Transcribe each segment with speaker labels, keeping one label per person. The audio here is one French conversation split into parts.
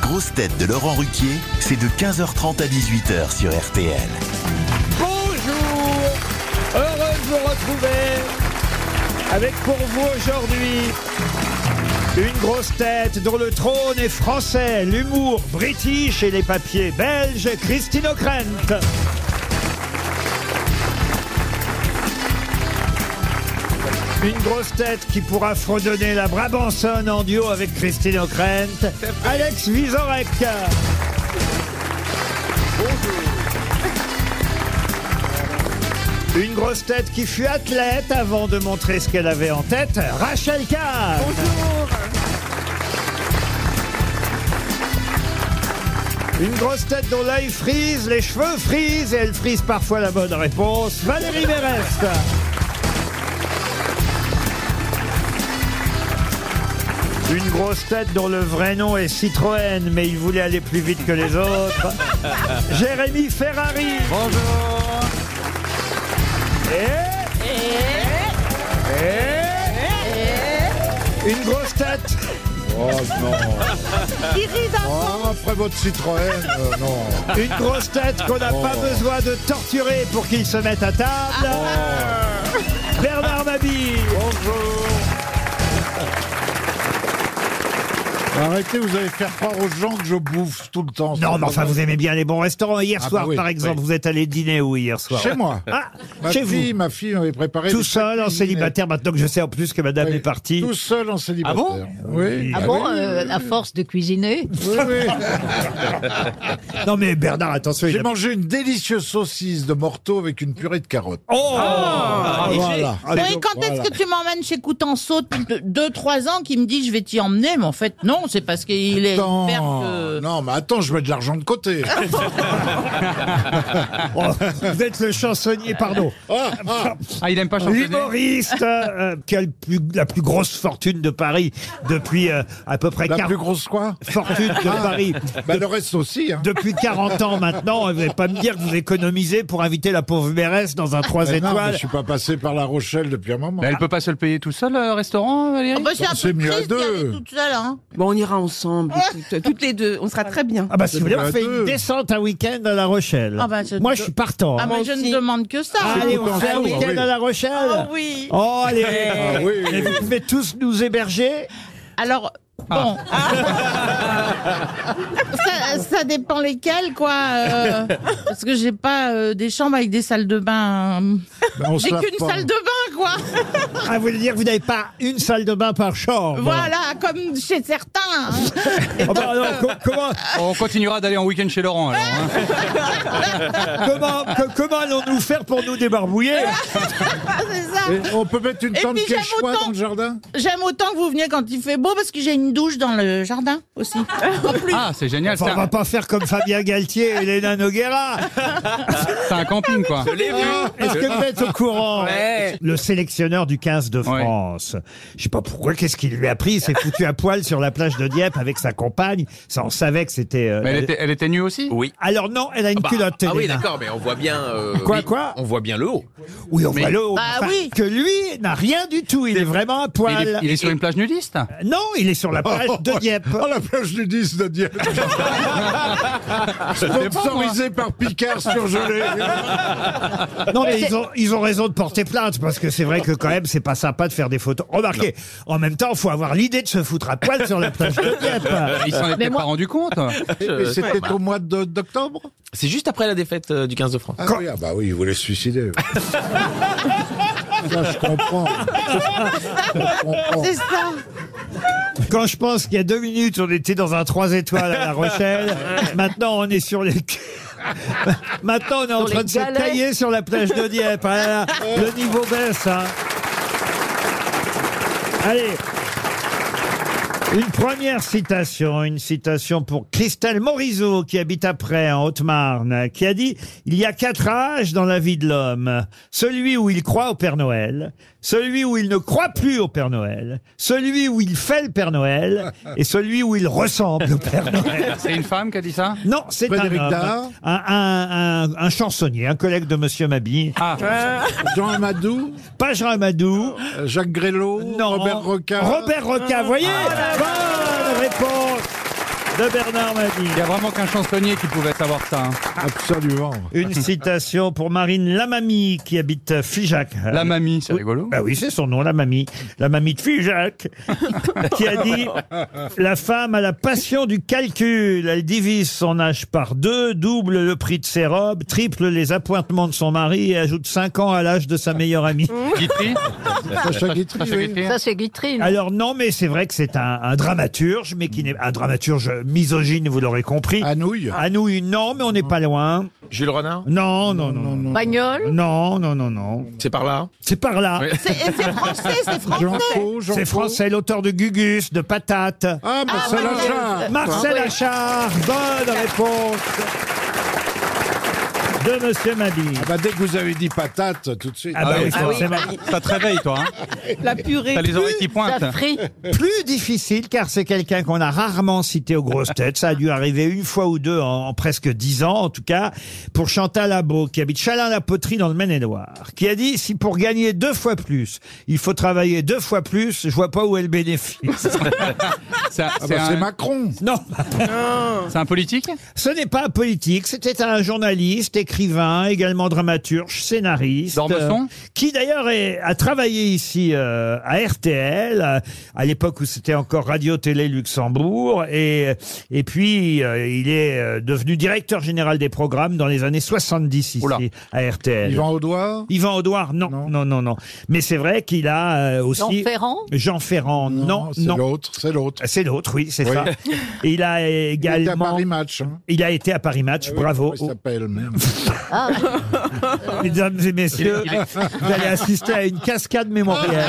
Speaker 1: grosses têtes de Laurent Ruquier, c'est de 15h30 à 18h sur RTL.
Speaker 2: Bonjour Heureux de vous retrouver avec pour vous aujourd'hui une grosse tête dont le trône est français, l'humour british et les papiers belges, Christine O'Krent. Une grosse tête qui pourra fredonner la Brabançonne en duo avec Christine O'Krent, Alex Vizorek. Une grosse tête qui fut athlète avant de montrer ce qu'elle avait en tête, Rachel Kahn. Une grosse tête dont l'œil frise, les cheveux frisent et elle frise parfois la bonne réponse, Valérie Mérest. Une grosse tête dont le vrai nom est Citroën, mais il voulait aller plus vite que les autres, Jérémy Ferrari. Bonjour. Une grosse tête.
Speaker 3: Oh non.
Speaker 4: Il rit d'un
Speaker 3: Oh, après votre Citroën, euh, non.
Speaker 2: Une grosse tête qu'on n'a pas
Speaker 3: Oh.
Speaker 2: besoin de torturer pour qu'il se mette à table. Bernard Mabille.
Speaker 3: Arrêtez, vous allez faire croire aux gens que je bouffe tout le temps.
Speaker 2: Non, mais enfin, vous aimez bien les bons restaurants. Hier
Speaker 3: Ah,
Speaker 2: soir,
Speaker 3: bah oui,
Speaker 2: par exemple,
Speaker 3: oui.
Speaker 2: vous êtes allé dîner où hier soir
Speaker 3: Chez moi.
Speaker 2: Ah,
Speaker 3: Ma
Speaker 2: chez
Speaker 3: fille,
Speaker 2: vous.
Speaker 3: ma fille avait préparé.
Speaker 2: Tout
Speaker 3: des
Speaker 2: seul, en
Speaker 3: châtaignes.
Speaker 2: célibataire, maintenant que je sais en plus que madame
Speaker 3: Oui,
Speaker 2: est partie.
Speaker 3: Tout seul en célibataire.
Speaker 2: Ah bon
Speaker 3: Oui.
Speaker 2: Ah
Speaker 5: Ah bon, euh, à force de cuisiner
Speaker 3: Oui, oui.
Speaker 2: Non, mais Bernard, attention, il
Speaker 3: J'ai
Speaker 2: a-
Speaker 3: mangé une délicieuse saucisse de morteau avec une purée de carottes.
Speaker 2: Oh
Speaker 5: Ah,
Speaker 3: voilà.
Speaker 2: Allez,
Speaker 5: Oui, quand est-ce
Speaker 3: voilà.
Speaker 5: que tu m'emmènes chez Coutenceau depuis 2-3 ans qui me dit je vais t'y emmener Mais en fait, non, c'est parce qu'il est
Speaker 3: Attends.
Speaker 5: hyper que-
Speaker 3: Oh, Non, mais attends, je mets de l'argent de côté.
Speaker 2: oh, vous êtes le chansonnier, pardon.
Speaker 3: Ah, ah.
Speaker 6: Ah, il aime pas chanter.
Speaker 2: L'humoriste euh, qui a le plus- la plus grosse fortune de Paris depuis euh, à peu près
Speaker 3: La
Speaker 2: 40
Speaker 3: plus grosse quoi
Speaker 2: fortune de Paris
Speaker 3: bah, Le reste aussi. Hein.
Speaker 2: depuis 40 ans maintenant. Vous n'allez pas me dire que vous économisez pour inviter la pauvre mairesse dans un 3
Speaker 3: Mais non, mais
Speaker 2: étoiles.
Speaker 3: je suis pas passé par La Rochelle depuis un moment.
Speaker 6: elle peut pas se le payer tout seul, le restaurant, euh,
Speaker 5: Ah
Speaker 6: Valérie
Speaker 5: bah, c'est un
Speaker 3: C'est
Speaker 5: peu
Speaker 3: mieux à
Speaker 5: triste d'y
Speaker 3: deux.
Speaker 5: aller toute seule, hein. Ah.
Speaker 7: Bon, on ira ensemble, toutes, euh, toutes les deux, on sera très bien.
Speaker 2: Ah bah si vous voulez, on
Speaker 3: à
Speaker 2: fait
Speaker 3: deux.
Speaker 2: une descente un week-end à La Rochelle.
Speaker 5: Ah bah, je-
Speaker 2: Moi, je suis partant.
Speaker 5: Ah,
Speaker 2: hein.
Speaker 5: mais je ne
Speaker 7: aussi.
Speaker 5: demande que ça.
Speaker 2: Ah,
Speaker 5: hein.
Speaker 2: allez,
Speaker 3: écoute,
Speaker 2: on fait un
Speaker 3: en sous,
Speaker 2: weekend
Speaker 3: oui.
Speaker 2: à La Rochelle.
Speaker 5: Ah oui.
Speaker 2: Oh, allez.
Speaker 6: Eh
Speaker 3: Ah oui.
Speaker 2: Et vous pouvez tous nous héberger.
Speaker 5: Alors,
Speaker 2: Ah.
Speaker 5: bon. ça, ça dépend lesquels, quoi. euh, parce que j'ai pas euh, des chambres avec des salles de bain. euh,
Speaker 2: Ben,
Speaker 3: Bah, on se
Speaker 5: J'ai
Speaker 3: lave
Speaker 5: qu'une
Speaker 3: pas.
Speaker 5: salle de bain, quoi.
Speaker 2: Ah, vous voulez dire que vous n'avez pas une salle de bain par chambre
Speaker 5: Voilà, comme chez certains. hein.
Speaker 2: Ah bah, alors, co- comment,
Speaker 6: On continuera d'aller en week-end chez Laurent, alors. hein.
Speaker 2: comment, co- comment allons-nous faire pour nous débarbouiller
Speaker 5: C'est ça.
Speaker 3: Et on peut mettre une
Speaker 5: Et
Speaker 3: tente
Speaker 5: puis j'aime
Speaker 3: quechua
Speaker 5: autant.
Speaker 3: dans le jardin
Speaker 5: J'aime autant que vous veniez quand il fait beau parce que j'ai une douche dans le jardin aussi. En plus.
Speaker 6: Ah, c'est génial,
Speaker 2: Enfin,
Speaker 6: c'est
Speaker 2: on va
Speaker 6: un,
Speaker 2: pas faire comme Fabien Galtier et Elena Noguera.
Speaker 6: c'est un camping, quoi.
Speaker 2: Ah. Est-ce que vous êtes au courant Le sélectionneur du 15 de
Speaker 6: Ouais.
Speaker 2: France. Je sais pas pourquoi, qu'est-ce qu'il lui a pris Il s'est foutu à poil sur la plage de Dieppe avec sa compagne. Ça, on savait que c'était... euh,
Speaker 6: Mais elle était, elle était nue aussi
Speaker 8: Oui.
Speaker 2: Alors non, elle a une
Speaker 8: Bah,
Speaker 2: culotte.
Speaker 8: ah oui,
Speaker 2: Elena.
Speaker 8: d'accord, mais on voit bien. euh,
Speaker 2: Quoi,
Speaker 8: oui,
Speaker 2: quoi
Speaker 8: On voit bien le haut.
Speaker 2: Oui, on voit le haut.
Speaker 5: Bah
Speaker 2: Enfin,
Speaker 5: oui.
Speaker 2: Que lui n'a rien du tout. Il est vraiment
Speaker 6: Mais
Speaker 2: à
Speaker 6: il,
Speaker 2: poil. Euh,
Speaker 6: est, il est sur une plage nudiste
Speaker 2: Non, il est sur la plage de Dieppe.
Speaker 3: Oh, la plage du 10 de Dieppe
Speaker 6: Ah,
Speaker 3: Sponsorisé par Picard surgelé
Speaker 2: Non, mais ils ont, ils ont raison de porter plainte parce que c'est vrai que quand même, c'est pas sympa de faire des photos. Remarquez, en même temps, faut avoir l'idée de se foutre à poil sur la plage de
Speaker 8: Euh,
Speaker 2: Dieppe.
Speaker 6: Il s'en était pas rendu compte
Speaker 3: Et puis, C'était au mois de- d'octobre
Speaker 8: C'est juste après la défaite euh, du 15 de France.
Speaker 3: ah, oui, ah bah oui, il voulait se suicider. Ça, je comprends. Je comprends.
Speaker 5: C'est ça.
Speaker 2: Quand je pense qu'il y a deux minutes, on était dans un 3 étoiles à La Rochelle. Maintenant, on est sur les... Maintenant, on est en train de se tailler sur la plage de Dieppe. Ah là là, le niveau baisse. hein. Allez. Une première citation, une citation pour Christelle Morizot, qui habite après en Haute-Marne, qui a dit « Il y a quatre âges dans la vie de l'homme. Celui où il croit au Père Noël, celui où il ne croit plus au Père Noël, celui où il fait le Père Noël et celui où il ressemble au Père Noël.
Speaker 6: C'est une femme qui a dit ça »
Speaker 2: Non, c'est un,
Speaker 3: Frédéric
Speaker 2: homme.
Speaker 3: Dard
Speaker 2: un, un, un- un chansonnier, un collègue de Monsieur Mabille.
Speaker 6: Ah,
Speaker 3: Jean Amadou,
Speaker 2: Pas Jean Amadou.
Speaker 3: euh, Jacques Grélot,
Speaker 2: Non.
Speaker 3: Robert Roca. Ah,
Speaker 2: Robert Roca, vous voyez Bonne réponse de Bernard Mabille.
Speaker 6: Il n'y a vraiment qu'un chansonnier qui pouvait savoir ça. hein.
Speaker 3: Absolument.
Speaker 2: Une citation pour Marine Lamamie qui habite Figeac.
Speaker 6: La mamie, c'est
Speaker 2: Oui.
Speaker 6: rigolo.
Speaker 2: Bah oui, c'est son nom, la mamie. La mamie de Figeac, qui a dit La femme a la passion du calcul. Elle divise son âge par deux, double le prix de ses robes, triple les appointements de son mari et ajoute cinq ans à l'âge de sa meilleure amie.
Speaker 6: Guitry
Speaker 3: Sacha Guitry,
Speaker 6: Sacha
Speaker 3: oui.
Speaker 6: Guitry
Speaker 9: Ça, c'est Guitrine.
Speaker 2: Alors non, mais c'est vrai que c'est un, un dramaturge, mais qui n'est un dramaturge misogyne, vous l'aurez compris.
Speaker 3: Anouille.
Speaker 2: À nous, une- non, mais on n'est pas loin.
Speaker 8: Jules Renard
Speaker 2: Non, non, non, non.
Speaker 9: Bagnole.
Speaker 2: Non, non, non, non.
Speaker 8: C'est par là
Speaker 2: C'est par là.
Speaker 6: Oui.
Speaker 5: C'est et c'est français, c'est français.
Speaker 3: Jean-Paul, Jean-Paul.
Speaker 2: C'est français, l'auteur de Gugus, de Patate.
Speaker 3: Ah, Marcel Achard.
Speaker 5: Ah,
Speaker 2: Marcel Achard, bonne réponse de Monsieur Mabille.
Speaker 3: Ah bah, dès que vous avez dit patate, tout de suite.
Speaker 2: Ah bah oui,
Speaker 6: oui, ah oui.
Speaker 2: forcément.
Speaker 6: Ça te réveille, toi. hein
Speaker 7: La purée.
Speaker 6: T'as les oreilles qui pointent.
Speaker 9: Ça frit.
Speaker 2: Plus difficile car c'est quelqu'un qu'on a rarement cité aux grosses têtes. Ça a dû arriver une fois ou deux en, en presque dix ans, en tout cas, pour Chantal Abo, qui habite Chalin-la-Poterie dans le Maine-et-Loire, qui a dit si pour gagner deux fois plus, il faut travailler deux fois plus, je vois pas où est le bénéfice.
Speaker 6: C'est un-
Speaker 3: Ah
Speaker 6: c'est
Speaker 3: bah, c'est
Speaker 6: un,
Speaker 3: Macron.
Speaker 2: non,
Speaker 6: c'est un politique
Speaker 2: ce n'est pas politique. C'était un journaliste, écrivain, également dramaturge, scénariste. euh,
Speaker 6: Dormeson
Speaker 2: qui d'ailleurs est- a travaillé ici euh, à RTL, à, à l'époque où c'était encore Radio-Télé Luxembourg, et, euh, et puis euh, il est euh, devenu directeur général des programmes dans les années 70 ici
Speaker 6: Oula.
Speaker 2: à RTL.
Speaker 3: Yvan Audouard.
Speaker 2: Yvan Audouard, non, non,
Speaker 3: Non.
Speaker 2: non, non, Mais c'est vrai qu'il a euh,
Speaker 9: Jean
Speaker 2: aussi...
Speaker 9: Ferrand.
Speaker 2: Jean Ferrand, non,
Speaker 3: c'est
Speaker 2: non.
Speaker 3: l'autre, c'est l'autre.
Speaker 2: C'est l'autre, oui, c'est
Speaker 3: Oui.
Speaker 2: ça. Et il a
Speaker 3: Il était à
Speaker 2: également...
Speaker 3: Paris Match. hein.
Speaker 2: Il a été à Paris Match,
Speaker 3: Ah oui,
Speaker 2: bravo.
Speaker 3: comment Il s'appelle, merde.
Speaker 9: Ah,
Speaker 2: Mesdames et messieurs, vous allez assister à une cascade mémorielle.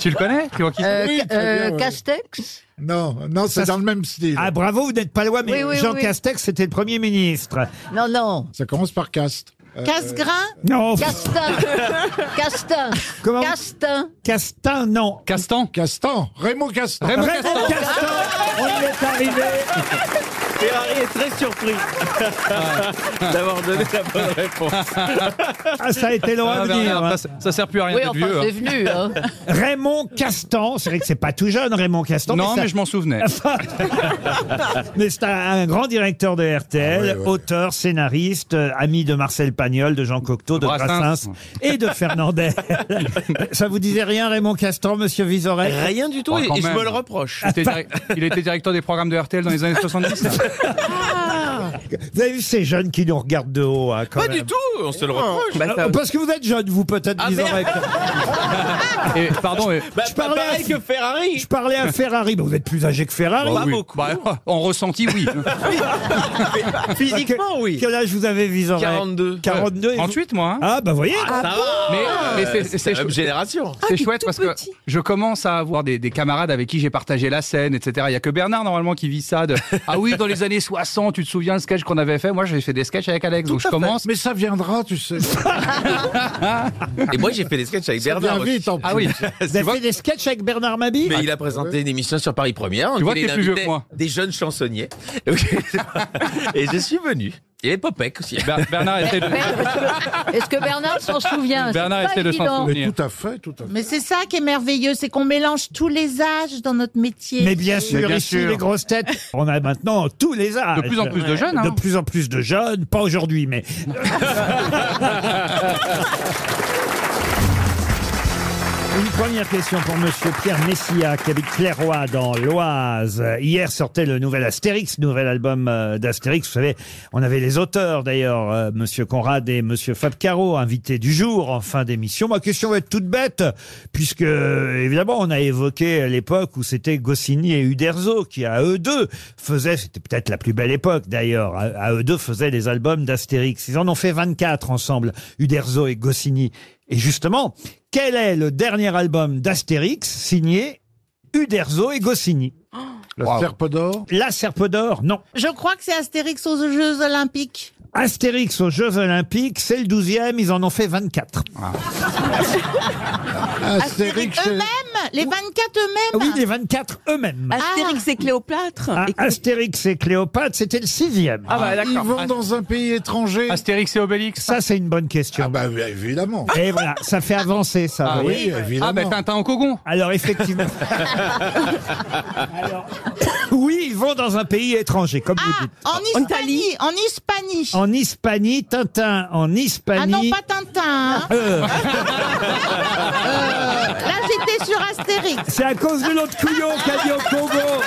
Speaker 6: Tu le connais Tu
Speaker 2: Ah,
Speaker 6: vois qui c'est
Speaker 9: euh,
Speaker 3: Oui, très
Speaker 9: euh,
Speaker 3: bien, ouais.
Speaker 9: Castex.
Speaker 3: Non, non, c'est dans le même style.
Speaker 2: Ah bravo, vous n'êtes pas loin, mais
Speaker 9: Oui, oui,
Speaker 2: Jean
Speaker 9: oui.
Speaker 2: Castex, c'était le Premier ministre.
Speaker 9: Non, non.
Speaker 3: Ça commence par caste. Euh,
Speaker 5: Casse-grain.
Speaker 2: Non,
Speaker 9: Castin. Castin.
Speaker 2: comment
Speaker 9: Castin.
Speaker 2: Castin, non.
Speaker 6: Castan
Speaker 3: Castan, Raymond Castan.
Speaker 6: Raymond Castan
Speaker 2: Raymond Castan, on y est arrivé.
Speaker 8: Ferrari est très surpris d'avoir donné la bonne réponse.
Speaker 2: Ah, ça a été loin
Speaker 6: Ah,
Speaker 2: à
Speaker 6: Bernard,
Speaker 2: venir. hein.
Speaker 6: ça, ça sert plus à rien
Speaker 9: Oui,
Speaker 6: d'être
Speaker 9: enfin,
Speaker 6: vieux.
Speaker 9: c'est
Speaker 6: hein.
Speaker 9: venu. hein.
Speaker 2: Raymond Castan, c'est vrai que c'est pas tout jeune, Raymond Castan.
Speaker 6: Non,
Speaker 2: mais,
Speaker 6: mais je
Speaker 2: ça-
Speaker 6: m'en souvenais.
Speaker 2: mais c'est un, un grand directeur de RTL,
Speaker 3: Ah, ouais, ouais.
Speaker 2: auteur, scénariste, euh, ami de Marcel Pagnol, de Jean Cocteau, de Brassens,
Speaker 6: Brassens.
Speaker 2: et de Fernandel. ça vous disait rien, Raymond Castan, monsieur Vizorek
Speaker 8: Rien du tout,
Speaker 6: Oh,
Speaker 8: et,
Speaker 6: quand
Speaker 8: et je
Speaker 6: même.
Speaker 8: me le reproche.
Speaker 6: Il était, direct- il était directeur des programmes de RTL dans les années 70.
Speaker 2: Vous avez vu ces jeunes qui nous regardent de haut, hein, quand
Speaker 8: Pas
Speaker 2: même.
Speaker 8: du tout, on se le reproche.
Speaker 3: bah,
Speaker 2: Ah, Parce que vous êtes jeune, vous peut-être,
Speaker 8: Ah,
Speaker 2: disons.
Speaker 8: merde.
Speaker 6: Et, pardon, mais-
Speaker 8: Bah,
Speaker 2: Je parlais
Speaker 8: pareil
Speaker 2: à-
Speaker 8: que Ferrari.
Speaker 2: Je parlais à Ferrari, mais vous êtes plus âgé que Ferrari.
Speaker 8: Bah,
Speaker 6: oui.
Speaker 8: beaucoup.
Speaker 6: Bah, en ressenti, oui.
Speaker 8: Physiquement, oui.
Speaker 2: Quel âge vous avez, Vizorek
Speaker 8: 42.
Speaker 2: 42 et vous-
Speaker 6: 38, moi. hein.
Speaker 2: Ah, bah voyez
Speaker 8: Ça va.
Speaker 6: Mais, mais c'est-
Speaker 8: C'est
Speaker 6: c'est
Speaker 8: la même
Speaker 6: chou-
Speaker 8: génération.
Speaker 7: Ah,
Speaker 6: c'est chouette parce que je commence à avoir des, des camarades avec qui j'ai partagé la scène, etc. Il y a que Bernard normalement qui vit ça. De, ah oui, dans les années 60, tu te souviens le sketch qu'on avait fait Moi, j'ai fait des sketchs avec Alex, donc je commence.
Speaker 3: Mais ça viendra, tu sais.
Speaker 8: Ah. Et moi, j'ai fait des sketchs avec
Speaker 3: Ça vient
Speaker 8: Bernard. aussi.
Speaker 3: vite en plus.
Speaker 6: Ah oui,
Speaker 2: Vous
Speaker 6: tu
Speaker 2: avez
Speaker 6: vois,
Speaker 2: fait des sketchs avec Bernard Mabie
Speaker 8: Mais il a présenté une émission sur Paris Première.
Speaker 6: Tu vois
Speaker 8: qu'il
Speaker 6: que t'es plus vieux que
Speaker 8: invitait
Speaker 6: moi.
Speaker 8: Des jeunes chansonniers. Et je suis venu. Il y avait Popek aussi.
Speaker 6: Ber- Bernard essaie de-
Speaker 9: Est-ce que Bernard s'en souvient
Speaker 6: Bernard
Speaker 9: C'est pas
Speaker 6: essaie de s'en
Speaker 9: évident.
Speaker 6: souvenir.
Speaker 3: Mais tout à fait, tout à fait.
Speaker 5: Mais c'est ça qui est merveilleux, c'est qu'on mélange tous les âges dans notre métier.
Speaker 2: Mais bien sûr,
Speaker 6: Mais bien
Speaker 2: ici,
Speaker 6: sûr.
Speaker 2: les grosses têtes, on a maintenant tous les âges.
Speaker 6: De plus en plus de jeunes, hein.
Speaker 2: De plus en plus de jeunes, pas aujourd'hui, mais... Une première question pour Monsieur Pierre Messia, qui habite Clairoy dans l'Oise. Hier sortait le nouvel Astérix, nouvel album euh, d'Astérix. Vous savez, on avait les auteurs d'ailleurs, euh, Monsieur Conrad et Monsieur Fab Caro, invités du jour en fin d'émission. Ma question va être toute bête, puisque euh, évidemment on a évoqué l'époque où c'était Goscinny et Uderzo qui à eux deux faisaient, c'était peut-être la plus belle époque d'ailleurs, à, à eux deux faisaient les albums d'Astérix. Ils en ont fait 24 ensemble, Uderzo et Goscinny. Et justement, quel est le dernier album d'Astérix signé Uderzo et Goscinny
Speaker 3: Le
Speaker 6: Wow.
Speaker 3: serpe d'or.
Speaker 2: La Serpe d'Or, non.
Speaker 5: Je crois que c'est Astérix aux Jeux Olympiques.
Speaker 2: Astérix aux Jeux Olympiques, c'est le 12e, ils en ont fait 24.
Speaker 3: Astérix,
Speaker 5: Astérix
Speaker 3: Ah, c'est-
Speaker 5: eux-mêmes Les 24 eux-mêmes
Speaker 2: Ah
Speaker 5: Ah.
Speaker 2: Oui, les 24 eux-mêmes.
Speaker 7: Astérix et Cléopâtre.
Speaker 2: Ah,
Speaker 7: Et-
Speaker 2: Astérix et Cléopâtre, c'était le sixième.
Speaker 6: Ah bah
Speaker 3: Ils
Speaker 6: d'accord.
Speaker 3: vont dans un pays étranger.
Speaker 6: Ast- Astérix et Obélix.
Speaker 2: Ça, c'est une bonne question.
Speaker 3: Ah bah oui, évidemment.
Speaker 2: Et voilà, ça fait avancer, ça.
Speaker 6: Ah
Speaker 2: vous voyez.
Speaker 3: oui,
Speaker 6: Ah bah
Speaker 3: évidemment.
Speaker 6: Tintin en Cogon.
Speaker 2: Alors, effectivement. Alors, oui, ils vont dans un pays étranger, comme vous
Speaker 5: Ah,
Speaker 2: dites.
Speaker 5: en Hispanie, en Hispanie.
Speaker 2: En Hispanie, Tintin en
Speaker 5: Ah non,
Speaker 2: Hispanie.
Speaker 5: pas Tintin. hein.
Speaker 2: Euh,
Speaker 5: Euh, là, j'étais sur Astérix.
Speaker 2: c'est à cause de l'autre couillon qu'a dit au Congo.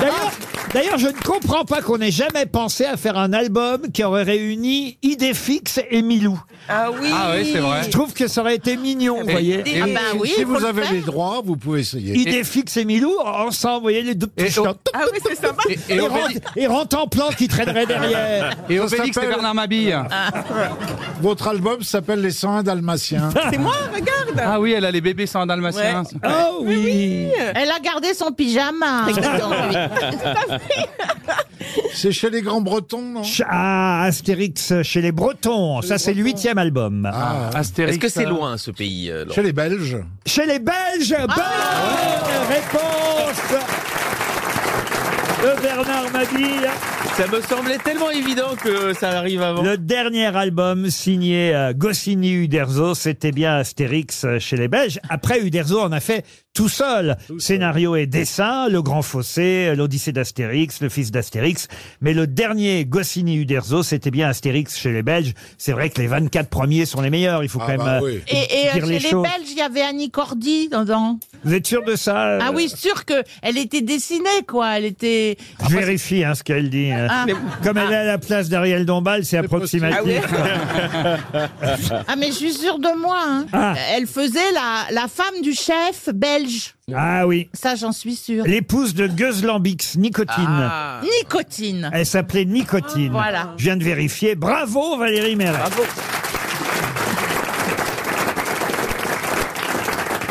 Speaker 2: D'ailleurs- D'ailleurs, je ne comprends pas qu'on ait jamais pensé à faire un album qui aurait réuni Idéfix et Milou.
Speaker 7: Ah oui.
Speaker 6: Ah oui, c'est vrai.
Speaker 2: Je trouve que ça aurait été
Speaker 3: Eh
Speaker 2: mignon, vous voyez.
Speaker 6: Et-
Speaker 7: Ah
Speaker 6: et-
Speaker 7: bah
Speaker 5: Ah oui,
Speaker 3: ben, si
Speaker 5: faut
Speaker 3: vous
Speaker 5: le
Speaker 3: avez
Speaker 5: faire.
Speaker 3: les droits, vous pouvez essayer.
Speaker 2: Idéfix et Milou, ensemble, vous voyez, les deux petits
Speaker 6: Et-
Speaker 2: chiens.
Speaker 7: Ah oui, c'est sympa.
Speaker 6: Et, et
Speaker 2: Et,
Speaker 6: Obélix,
Speaker 2: Ran- et Rantanplan qui traînerait derrière.
Speaker 6: et
Speaker 3: Ça
Speaker 6: Obélix et
Speaker 3: s'appelle-
Speaker 6: Bernard Mabille.
Speaker 3: Votre album s'appelle Les 101 Dalmatiens.
Speaker 7: C'est moi, regarde.
Speaker 6: Ah oui, elle a les bébés sans dalmatien.
Speaker 2: Oh oui
Speaker 5: Elle a gardé son pyjama.
Speaker 3: C'est chez les Grands Bretons, non
Speaker 2: Ch- Ah, Astérix chez les Bretons, ça c'est le huitième album.
Speaker 3: Ah,
Speaker 6: Astérix.
Speaker 8: Est-ce que c'est
Speaker 6: euh,
Speaker 8: loin ce pays euh, Laurent
Speaker 3: Chez les Belges.
Speaker 2: Chez les Belges,
Speaker 7: Ah.
Speaker 2: bonne réponse de Bernard Mabille.
Speaker 8: Ça me semblait tellement évident que ça arrive avant.
Speaker 2: Le dernier album signé euh, Goscinny Uderzo, c'était bien Astérix euh, chez les Belges. Après, Uderzo en a fait tout seul. Scénario et dessin, Le Grand Fossé, euh, L'Odyssée d'Astérix, Le Fils d'Astérix. Mais le dernier Goscinny Uderzo, c'était bien Astérix chez les Belges. C'est vrai que les 24 premiers sont les meilleurs, il faut
Speaker 3: Ah
Speaker 2: quand même
Speaker 3: bah
Speaker 2: euh,
Speaker 3: oui.
Speaker 5: Et, et, euh,
Speaker 2: dire
Speaker 5: chez
Speaker 2: les
Speaker 5: les
Speaker 2: choses.
Speaker 5: Belges, il y avait Annie Cordy dedans.
Speaker 2: Vous êtes sûr de ça euh,
Speaker 5: Ah oui, sûr que elle était dessinée, quoi. Elle était.
Speaker 2: Je vérifie hein, ce qu'elle dit. hein.
Speaker 5: Ah,
Speaker 2: Comme elle est à la place d'Ariel Dombal, c'est approximatif.
Speaker 5: ah, mais je suis sûre de moi. hein.
Speaker 2: Ah.
Speaker 5: Elle faisait la, la femme du chef belge.
Speaker 2: Ah oui.
Speaker 5: Ça, j'en suis sûre.
Speaker 2: L'épouse de Gueulambix, Nicotine.
Speaker 8: Ah.
Speaker 5: Nicotine.
Speaker 2: Elle s'appelait Nicotine.
Speaker 5: Voilà.
Speaker 2: Je viens de vérifier. Bravo Valérie Mérès.
Speaker 8: Bravo.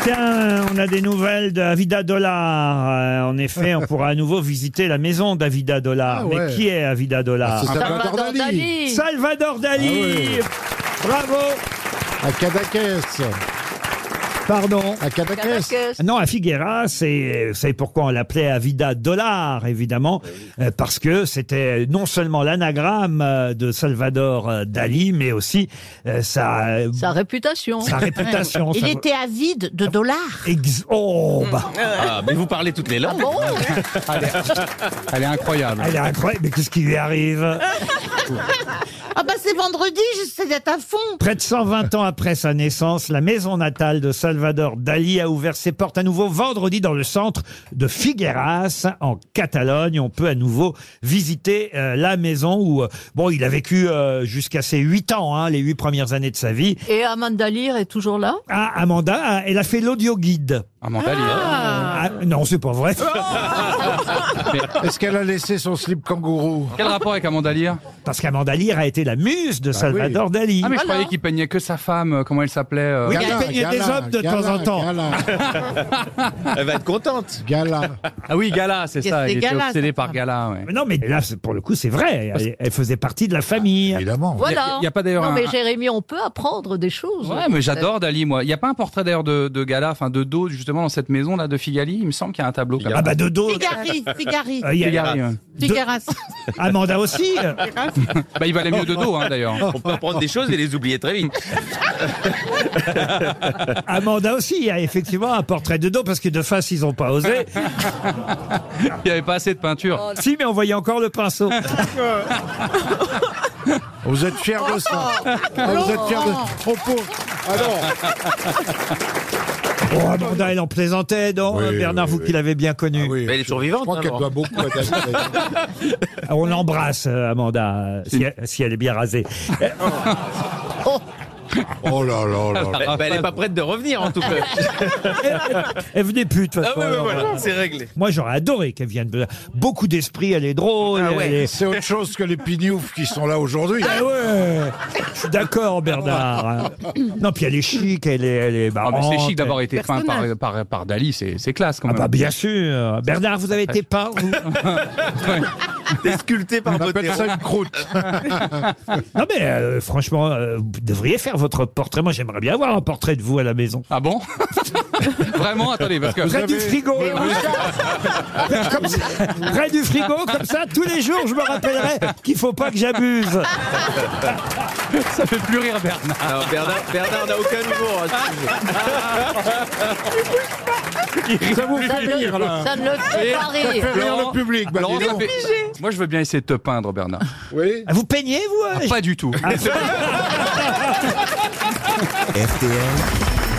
Speaker 2: Tiens, on a des nouvelles d'Avida Dollar. Euh, en effet, on pourra à nouveau visiter la maison d'Avida Dollar.
Speaker 3: Ah ouais.
Speaker 2: Mais qui est Avida
Speaker 3: Ah,
Speaker 2: Dollar
Speaker 3: c'est Salvador
Speaker 9: Salvador
Speaker 3: Dali.
Speaker 9: Dali.
Speaker 2: Salvador Dali.
Speaker 3: Ah
Speaker 2: Bravo.
Speaker 3: À Cadaqués.
Speaker 2: Pardon.
Speaker 3: À Cadaqués.
Speaker 9: Caracas.
Speaker 2: Non, à Figueras, c'est, c'est pourquoi on l'appelait Avida Dollar, évidemment, euh, parce que c'était non seulement l'anagramme euh, de Salvador euh, Dali, mais aussi euh, sa, euh,
Speaker 9: Sa réputation.
Speaker 2: sa réputation.
Speaker 5: Il
Speaker 2: sa-
Speaker 5: était avide de dollars.
Speaker 2: Ex- oh, bah,
Speaker 8: Ah, mais vous parlez toutes les langues.
Speaker 9: Bon,
Speaker 6: Elle est, elle est incroyable.
Speaker 2: elle est incroyable, mais qu'est-ce qui lui arrive
Speaker 5: Ah bah c'est vendredi, j'essaie d'être à fond.
Speaker 2: Près de 120 ans après sa naissance, la maison natale de Salvador Dali a ouvert ses portes à nouveau vendredi dans le centre de Figueras, en Catalogne. On peut à nouveau visiter euh, la maison où, euh, bon, il a vécu euh, jusqu'à ses 8 ans, hein, les 8 premières années de sa vie.
Speaker 9: et Amanda Lear est toujours là.
Speaker 2: Ah, Amanda, elle a fait l'audio guide.
Speaker 6: Amanda Lear.
Speaker 2: Ah, non, c'est pas vrai.
Speaker 3: Est-ce qu'elle a laissé son slip kangourou
Speaker 6: Quel rapport avec Amanda Lear
Speaker 2: Parce qu'Amanda Lear a été la muse
Speaker 8: Bah
Speaker 2: de Salvador Dali.
Speaker 6: Ah mais je croyais qu'il peignait que sa femme, euh, comment elle s'appelait euh,
Speaker 2: Oui. il a peigné des hommes de temps en temps. Ah,
Speaker 3: Gala,
Speaker 8: Elle va être contente.
Speaker 3: Gala.
Speaker 6: Ah oui, Gala, c'est
Speaker 5: Yes,
Speaker 6: ça,
Speaker 5: c'est
Speaker 6: il était
Speaker 5: Gala,
Speaker 6: obsédé
Speaker 5: sa
Speaker 6: par
Speaker 5: femme.
Speaker 6: Gala. ouais.
Speaker 2: Mais non, mais là, c'est- pour le coup, c'est vrai. Elle, elle faisait partie de la famille.
Speaker 3: Évidemment.
Speaker 9: Voilà.
Speaker 6: y a pas d'ailleurs
Speaker 9: Non,
Speaker 6: un-
Speaker 9: mais Jérémy, on peut apprendre des choses.
Speaker 6: Ouais, mais j'adore Dali, moi. Il n'y a pas un portrait d'ailleurs de, de Gala, enfin de dos, justement, dans cette maison là de Figali. Il me semble qu'il y a un tableau. comme
Speaker 2: Ah bah, de dos.
Speaker 5: Figari, Figari,
Speaker 2: euh, il y a-
Speaker 6: Figali, ouais.
Speaker 5: Figueras.
Speaker 2: Amanda aussi.
Speaker 6: Bah, il valait mieux de dos, hein, d'ailleurs.
Speaker 8: On peut apprendre des choses et les oublier très vite.
Speaker 2: Amanda aussi, il y a effectivement un portrait de dos parce que de face, ils n'ont pas osé.
Speaker 6: Il n'y avait pas assez de
Speaker 5: Oh
Speaker 6: peinture.
Speaker 2: si, mais on voyait encore le pinceau.
Speaker 3: Vous êtes fiers de ça Ah, Vous êtes fiers de propos
Speaker 10: Ah
Speaker 3: Alors,
Speaker 2: Oh, Amanda, elle en plaisantait, non
Speaker 3: Oui,
Speaker 2: Oh, Bernard,
Speaker 3: oui,
Speaker 2: vous
Speaker 3: oui. Ah
Speaker 2: qui l'avez bien connue.
Speaker 3: oui,
Speaker 8: Mais elle est
Speaker 3: je
Speaker 8: survivante.
Speaker 3: crois
Speaker 8: hein,
Speaker 3: qu'elle
Speaker 8: Laurent.
Speaker 3: doit beaucoup à Dali.
Speaker 2: On l'embrasse, euh, Amanda, euh, si elle, si elle est bien rasée.
Speaker 3: Oh là là là là.
Speaker 8: Bah, bah, elle n'est pas prête de revenir en tout cas.
Speaker 2: Elle venait plus, de toute
Speaker 8: Ah
Speaker 2: façon.
Speaker 8: oui, oui,
Speaker 2: alors.
Speaker 8: voilà, c'est réglé.
Speaker 2: Moi, j'aurais adoré qu'elle vienne. Beaucoup d'esprit, elle est drôle.
Speaker 8: Ah ouais.
Speaker 2: elle est-
Speaker 3: C'est autre chose que les pignoufs qui sont là aujourd'hui. hein.
Speaker 2: Ah ouais Je suis d'accord, Bernard. hein. Non, puis elle est chic, elle est, elle est
Speaker 6: Ah, mais c'est
Speaker 2: marrante.
Speaker 6: chic d'avoir été peint par,
Speaker 7: Personnage.
Speaker 6: par, par Dali, c'est c'est classe quand
Speaker 2: Ah
Speaker 6: même.
Speaker 2: bah bien sûr. Bernard, vous avez été peint, vous
Speaker 8: T'es sculpté par
Speaker 3: On appelle
Speaker 8: Botero.
Speaker 3: ça une croûte.
Speaker 2: Non mais euh, franchement, euh, vous devriez faire votre portrait. Moi, j'aimerais bien avoir un portrait de vous à la maison.
Speaker 6: Ah bon Vraiment Attendez, parce que.
Speaker 2: Près du
Speaker 3: avez-
Speaker 2: frigo. Comme ça, près du frigo, comme ça, tous les jours, je me rappellerai qu'il faut pas que j'abuse.
Speaker 6: Ça fait plus rire Bernard.
Speaker 8: Non, Ah, Bernard, Bernard n'a aucun humour. hein, à ce sujet.
Speaker 3: Ça vous fait rire, là.
Speaker 9: Ça ne le fait pas rire.
Speaker 3: Faire rire le public, bah,
Speaker 6: Laurent,
Speaker 3: dis
Speaker 6: ça
Speaker 3: donc.
Speaker 6: fait- Moi, je veux bien essayer de te peindre, Bernard.
Speaker 3: Oui.
Speaker 2: Vous peignez, vous hein
Speaker 9: euh,
Speaker 6: Ah, pas du tout.
Speaker 1: RTL,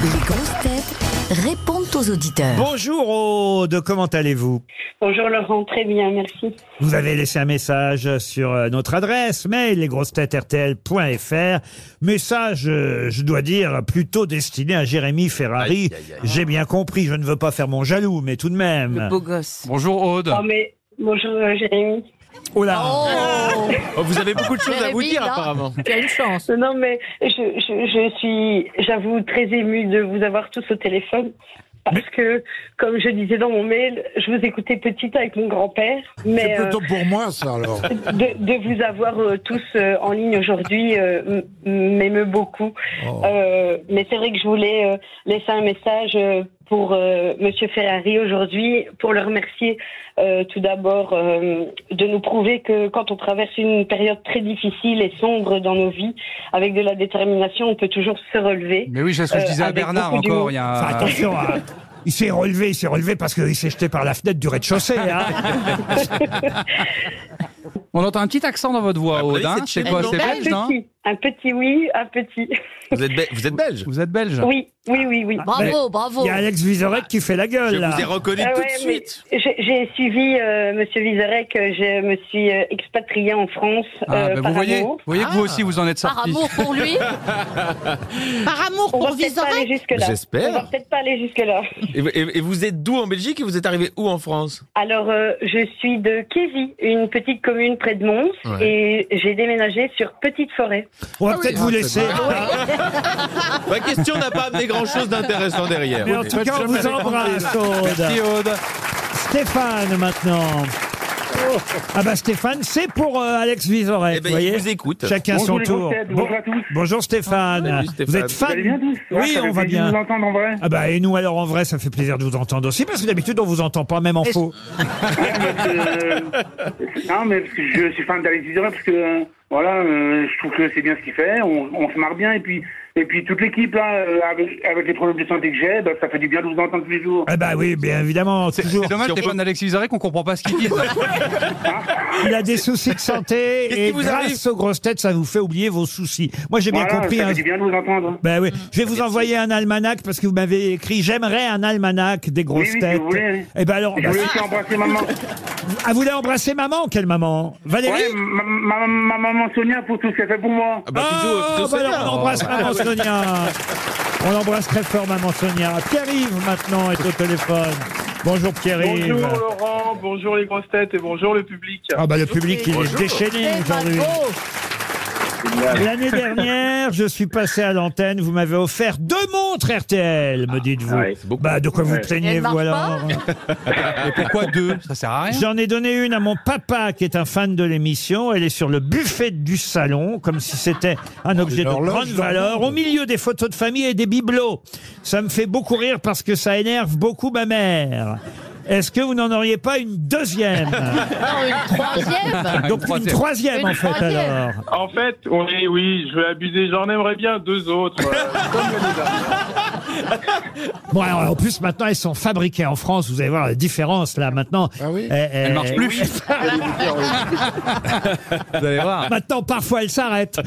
Speaker 11: Les grosses têtes répondent aux auditeurs.
Speaker 2: Bonjour Aude, comment allez-vous
Speaker 10: Bonjour Laurent, très bien, merci.
Speaker 2: Vous avez laissé un message sur euh, notre adresse mail, lesgrossetêtesrtl.fr. Message, euh, je dois dire, plutôt destiné à Jérémy Ferrari.
Speaker 8: Aïe, aïe, aïe.
Speaker 2: J'ai bien compris, je ne veux pas faire mon jaloux, mais tout de même.
Speaker 7: beau gosse.
Speaker 6: Bonjour Aude.
Speaker 10: Oh, mais bonjour euh, Jérémy.
Speaker 2: Oh là
Speaker 9: Oh,
Speaker 8: Oh, vous avez beaucoup de choses à vous
Speaker 9: Jérémy,
Speaker 8: dire,
Speaker 9: là.
Speaker 8: apparemment.
Speaker 9: tu as une chance.
Speaker 10: Non, mais je, je, je suis, j'avoue, très émue de vous avoir tous au téléphone. Parce que, comme je disais dans mon mail, je vous écoutais petite avec mon grand-père.
Speaker 3: C'est
Speaker 10: Mais euh,
Speaker 3: plutôt pour moi, ça, alors.
Speaker 10: de, de vous avoir euh, tous euh, en ligne aujourd'hui euh, m- m'émeut beaucoup.
Speaker 3: Oh.
Speaker 10: Euh, mais c'est vrai que je voulais euh, laisser un message euh, pour euh, Monsieur Ferrari aujourd'hui, pour le remercier euh, tout d'abord euh, de nous prouver que quand on traverse une période très difficile et sombre dans nos vies, avec de la détermination, on peut toujours se relever.
Speaker 6: Mais oui, c'est ce que je
Speaker 10: Euh,
Speaker 6: disais à
Speaker 10: avec
Speaker 6: Bernard
Speaker 10: beaucoup
Speaker 6: encore. Il y a
Speaker 2: Enfin,
Speaker 6: un-
Speaker 2: attention, hein. il s'est relevé, il s'est relevé parce qu'il s'est jeté par la fenêtre du rez-de-chaussée. hein.
Speaker 6: On entend un petit accent dans votre voix,
Speaker 8: À mon
Speaker 6: Aude.
Speaker 8: avis,
Speaker 6: hein.
Speaker 8: c'est de
Speaker 6: C'est
Speaker 8: chez
Speaker 6: quoi
Speaker 8: nous.
Speaker 6: C'est
Speaker 10: un
Speaker 6: belge, hein
Speaker 10: petit, un petit oui, un petit.
Speaker 8: Vous êtes, be- vous êtes belge.
Speaker 6: Vous êtes belge
Speaker 10: Oui, oui, oui, oui.
Speaker 9: Bravo,
Speaker 2: Il
Speaker 9: bravo.
Speaker 2: y a Alex Vizorek qui fait la
Speaker 8: Je
Speaker 2: gueule. là.
Speaker 8: vous ai reconnu
Speaker 10: Ah
Speaker 8: tout
Speaker 10: ouais,
Speaker 8: de
Speaker 10: mais
Speaker 8: suite.
Speaker 10: J'ai j'ai suivi euh, Monsieur Vizorek, euh, je me suis euh, expatriée en France
Speaker 6: Ah,
Speaker 10: euh,
Speaker 2: ben
Speaker 6: bah,
Speaker 10: par
Speaker 6: vous voyez, vous
Speaker 10: amour.
Speaker 6: voyez que vous aussi vous en êtes
Speaker 9: Ah. Par
Speaker 6: sorti.
Speaker 9: amour pour lui,
Speaker 5: Par amour
Speaker 10: On va
Speaker 5: pour
Speaker 10: peut-être pas
Speaker 5: Vizorek
Speaker 10: aller jusque là. On va
Speaker 8: J'espère.
Speaker 10: peut-être pas aller jusque là.
Speaker 8: Et, vous- et- et vous êtes d'où en Belgique et vous êtes arrivé où en France
Speaker 10: Alors, euh, je suis de Kévy, une petite commune près de Mons, et j'ai déménagé sur Petite Forêt.
Speaker 2: On va peut-être vous
Speaker 3: Ah, c'est
Speaker 2: laisser. hein.
Speaker 8: Ma question n'a pas amené grand-chose d'intéressant derrière.
Speaker 2: Mais en tout cas, on vous embrasse,
Speaker 6: Merci
Speaker 2: Aude.
Speaker 6: Aude.
Speaker 2: Stéphane, maintenant. Ah bah Stéphane, c'est pour euh, Alex Vizorek,
Speaker 8: Eh ben,
Speaker 2: vous
Speaker 8: il
Speaker 2: voyez
Speaker 8: vous écoute.
Speaker 2: Chacun
Speaker 10: Bonjour
Speaker 2: son
Speaker 10: les
Speaker 2: tour.
Speaker 10: grosses têtes, bonjour à tous.
Speaker 2: Bonjour Stéphane.
Speaker 8: Salut Stéphane.
Speaker 2: Ah, Vous êtes fan
Speaker 10: Vous allez bien tous
Speaker 2: Oui, on va bien.
Speaker 10: entendre en vrai.
Speaker 2: Ah bah et nous alors en vrai, ça fait plaisir de vous entendre aussi parce que d'habitude on vous entend pas même en faux.
Speaker 10: Euh, non, mais parce que je suis fan d'Alex Vizorek parce que euh, voilà, euh, je trouve que c'est bien ce qu'il fait. On, on se marre bien et puis et puis toute l'équipe là, euh, avec, avec les problèmes de santé que j'ai, bah, ça fait du bien de vous entendre tous les jours.
Speaker 6: Eh
Speaker 10: Euh,
Speaker 2: Ah
Speaker 6: ben
Speaker 2: bah oui, bien évidemment,
Speaker 6: C'est
Speaker 2: toujours.
Speaker 6: c'est dommage,
Speaker 8: Si on
Speaker 6: t'es
Speaker 8: peut-
Speaker 6: fan d'Alexis Vizorek, on comprend pas ce qu'il dit.
Speaker 2: Il a des soucis de
Speaker 8: Qu'est-ce
Speaker 2: santé et
Speaker 8: qui vous
Speaker 2: grâce
Speaker 8: arrive
Speaker 2: aux grosses têtes, ça vous fait oublier vos soucis. Moi j'ai bien
Speaker 10: Voilà,
Speaker 2: compris.
Speaker 10: ça fait
Speaker 2: hein.
Speaker 10: du bien de vous entendre.
Speaker 2: Ben oui, je vais vous envoyer un almanach parce que vous m'avez écrit j'aimerais un almanach des grosses
Speaker 10: Oui, oui, si
Speaker 2: têtes.
Speaker 10: vous voulez, oui.
Speaker 2: Eh ben alors,
Speaker 10: Je
Speaker 2: bah,
Speaker 10: voulais aussi embrasser maman.
Speaker 2: ah, vous voulez embrasser maman Quelle maman Valérie
Speaker 10: Ouais, ma, ma- ma maman Sonia pour tout ce qu'elle fait pour moi.
Speaker 8: Ah
Speaker 2: Ah,
Speaker 8: bisous, bisous,
Speaker 2: bah alors,
Speaker 8: Seigneur.
Speaker 2: on embrasse
Speaker 10: Ah,
Speaker 2: maman Sonia. On l'embrasse très fort, maman Sonia. Pierre-Yves, maintenant, est au téléphone. Bonjour, Pierre-Yves.
Speaker 10: Laurent, bonjour les grosses têtes et bonjour le public.
Speaker 2: Ah, bah, le public, il est déchaîné
Speaker 9: Eh,
Speaker 2: aujourd'hui.
Speaker 9: bravo.
Speaker 2: L'année dernière, je suis passé à l'antenne, vous m'avez offert deux montres RTL, me dites-vous.
Speaker 10: Ah
Speaker 8: ouais, c'est beaucoup.
Speaker 2: bah, de quoi vous
Speaker 10: Ouais.
Speaker 9: Elles
Speaker 2: plaignez-vous
Speaker 9: marchent
Speaker 2: alors
Speaker 6: Mais pourquoi deux Ça sert à rien.
Speaker 2: J'en ai donné une à mon papa qui est un fan de l'émission. Elle est sur le buffet du salon, comme si c'était un objet de
Speaker 3: Ah, l'horloge,
Speaker 2: grande
Speaker 3: dans le
Speaker 2: valeur,
Speaker 3: monde.
Speaker 2: au milieu des photos de famille et des bibelots. Ça me fait beaucoup rire parce que ça énerve beaucoup ma mère. Est-ce que vous n'en auriez pas une deuxième
Speaker 9: Non, Ah, une troisième.
Speaker 2: Donc Ah, une
Speaker 6: troisième.
Speaker 2: troisième
Speaker 9: Une
Speaker 2: en fait
Speaker 9: troisième.
Speaker 2: alors.
Speaker 10: En fait, on est, oui, je vais abuser, j'en aimerais bien deux autres.
Speaker 2: Bon alors en plus maintenant elles sont fabriquées en France. Vous allez voir la différence là maintenant.
Speaker 3: Ah oui
Speaker 2: Eh, eh,
Speaker 6: Elle marche plus. Vous allez voir.
Speaker 2: Maintenant parfois elles s'arrêtent.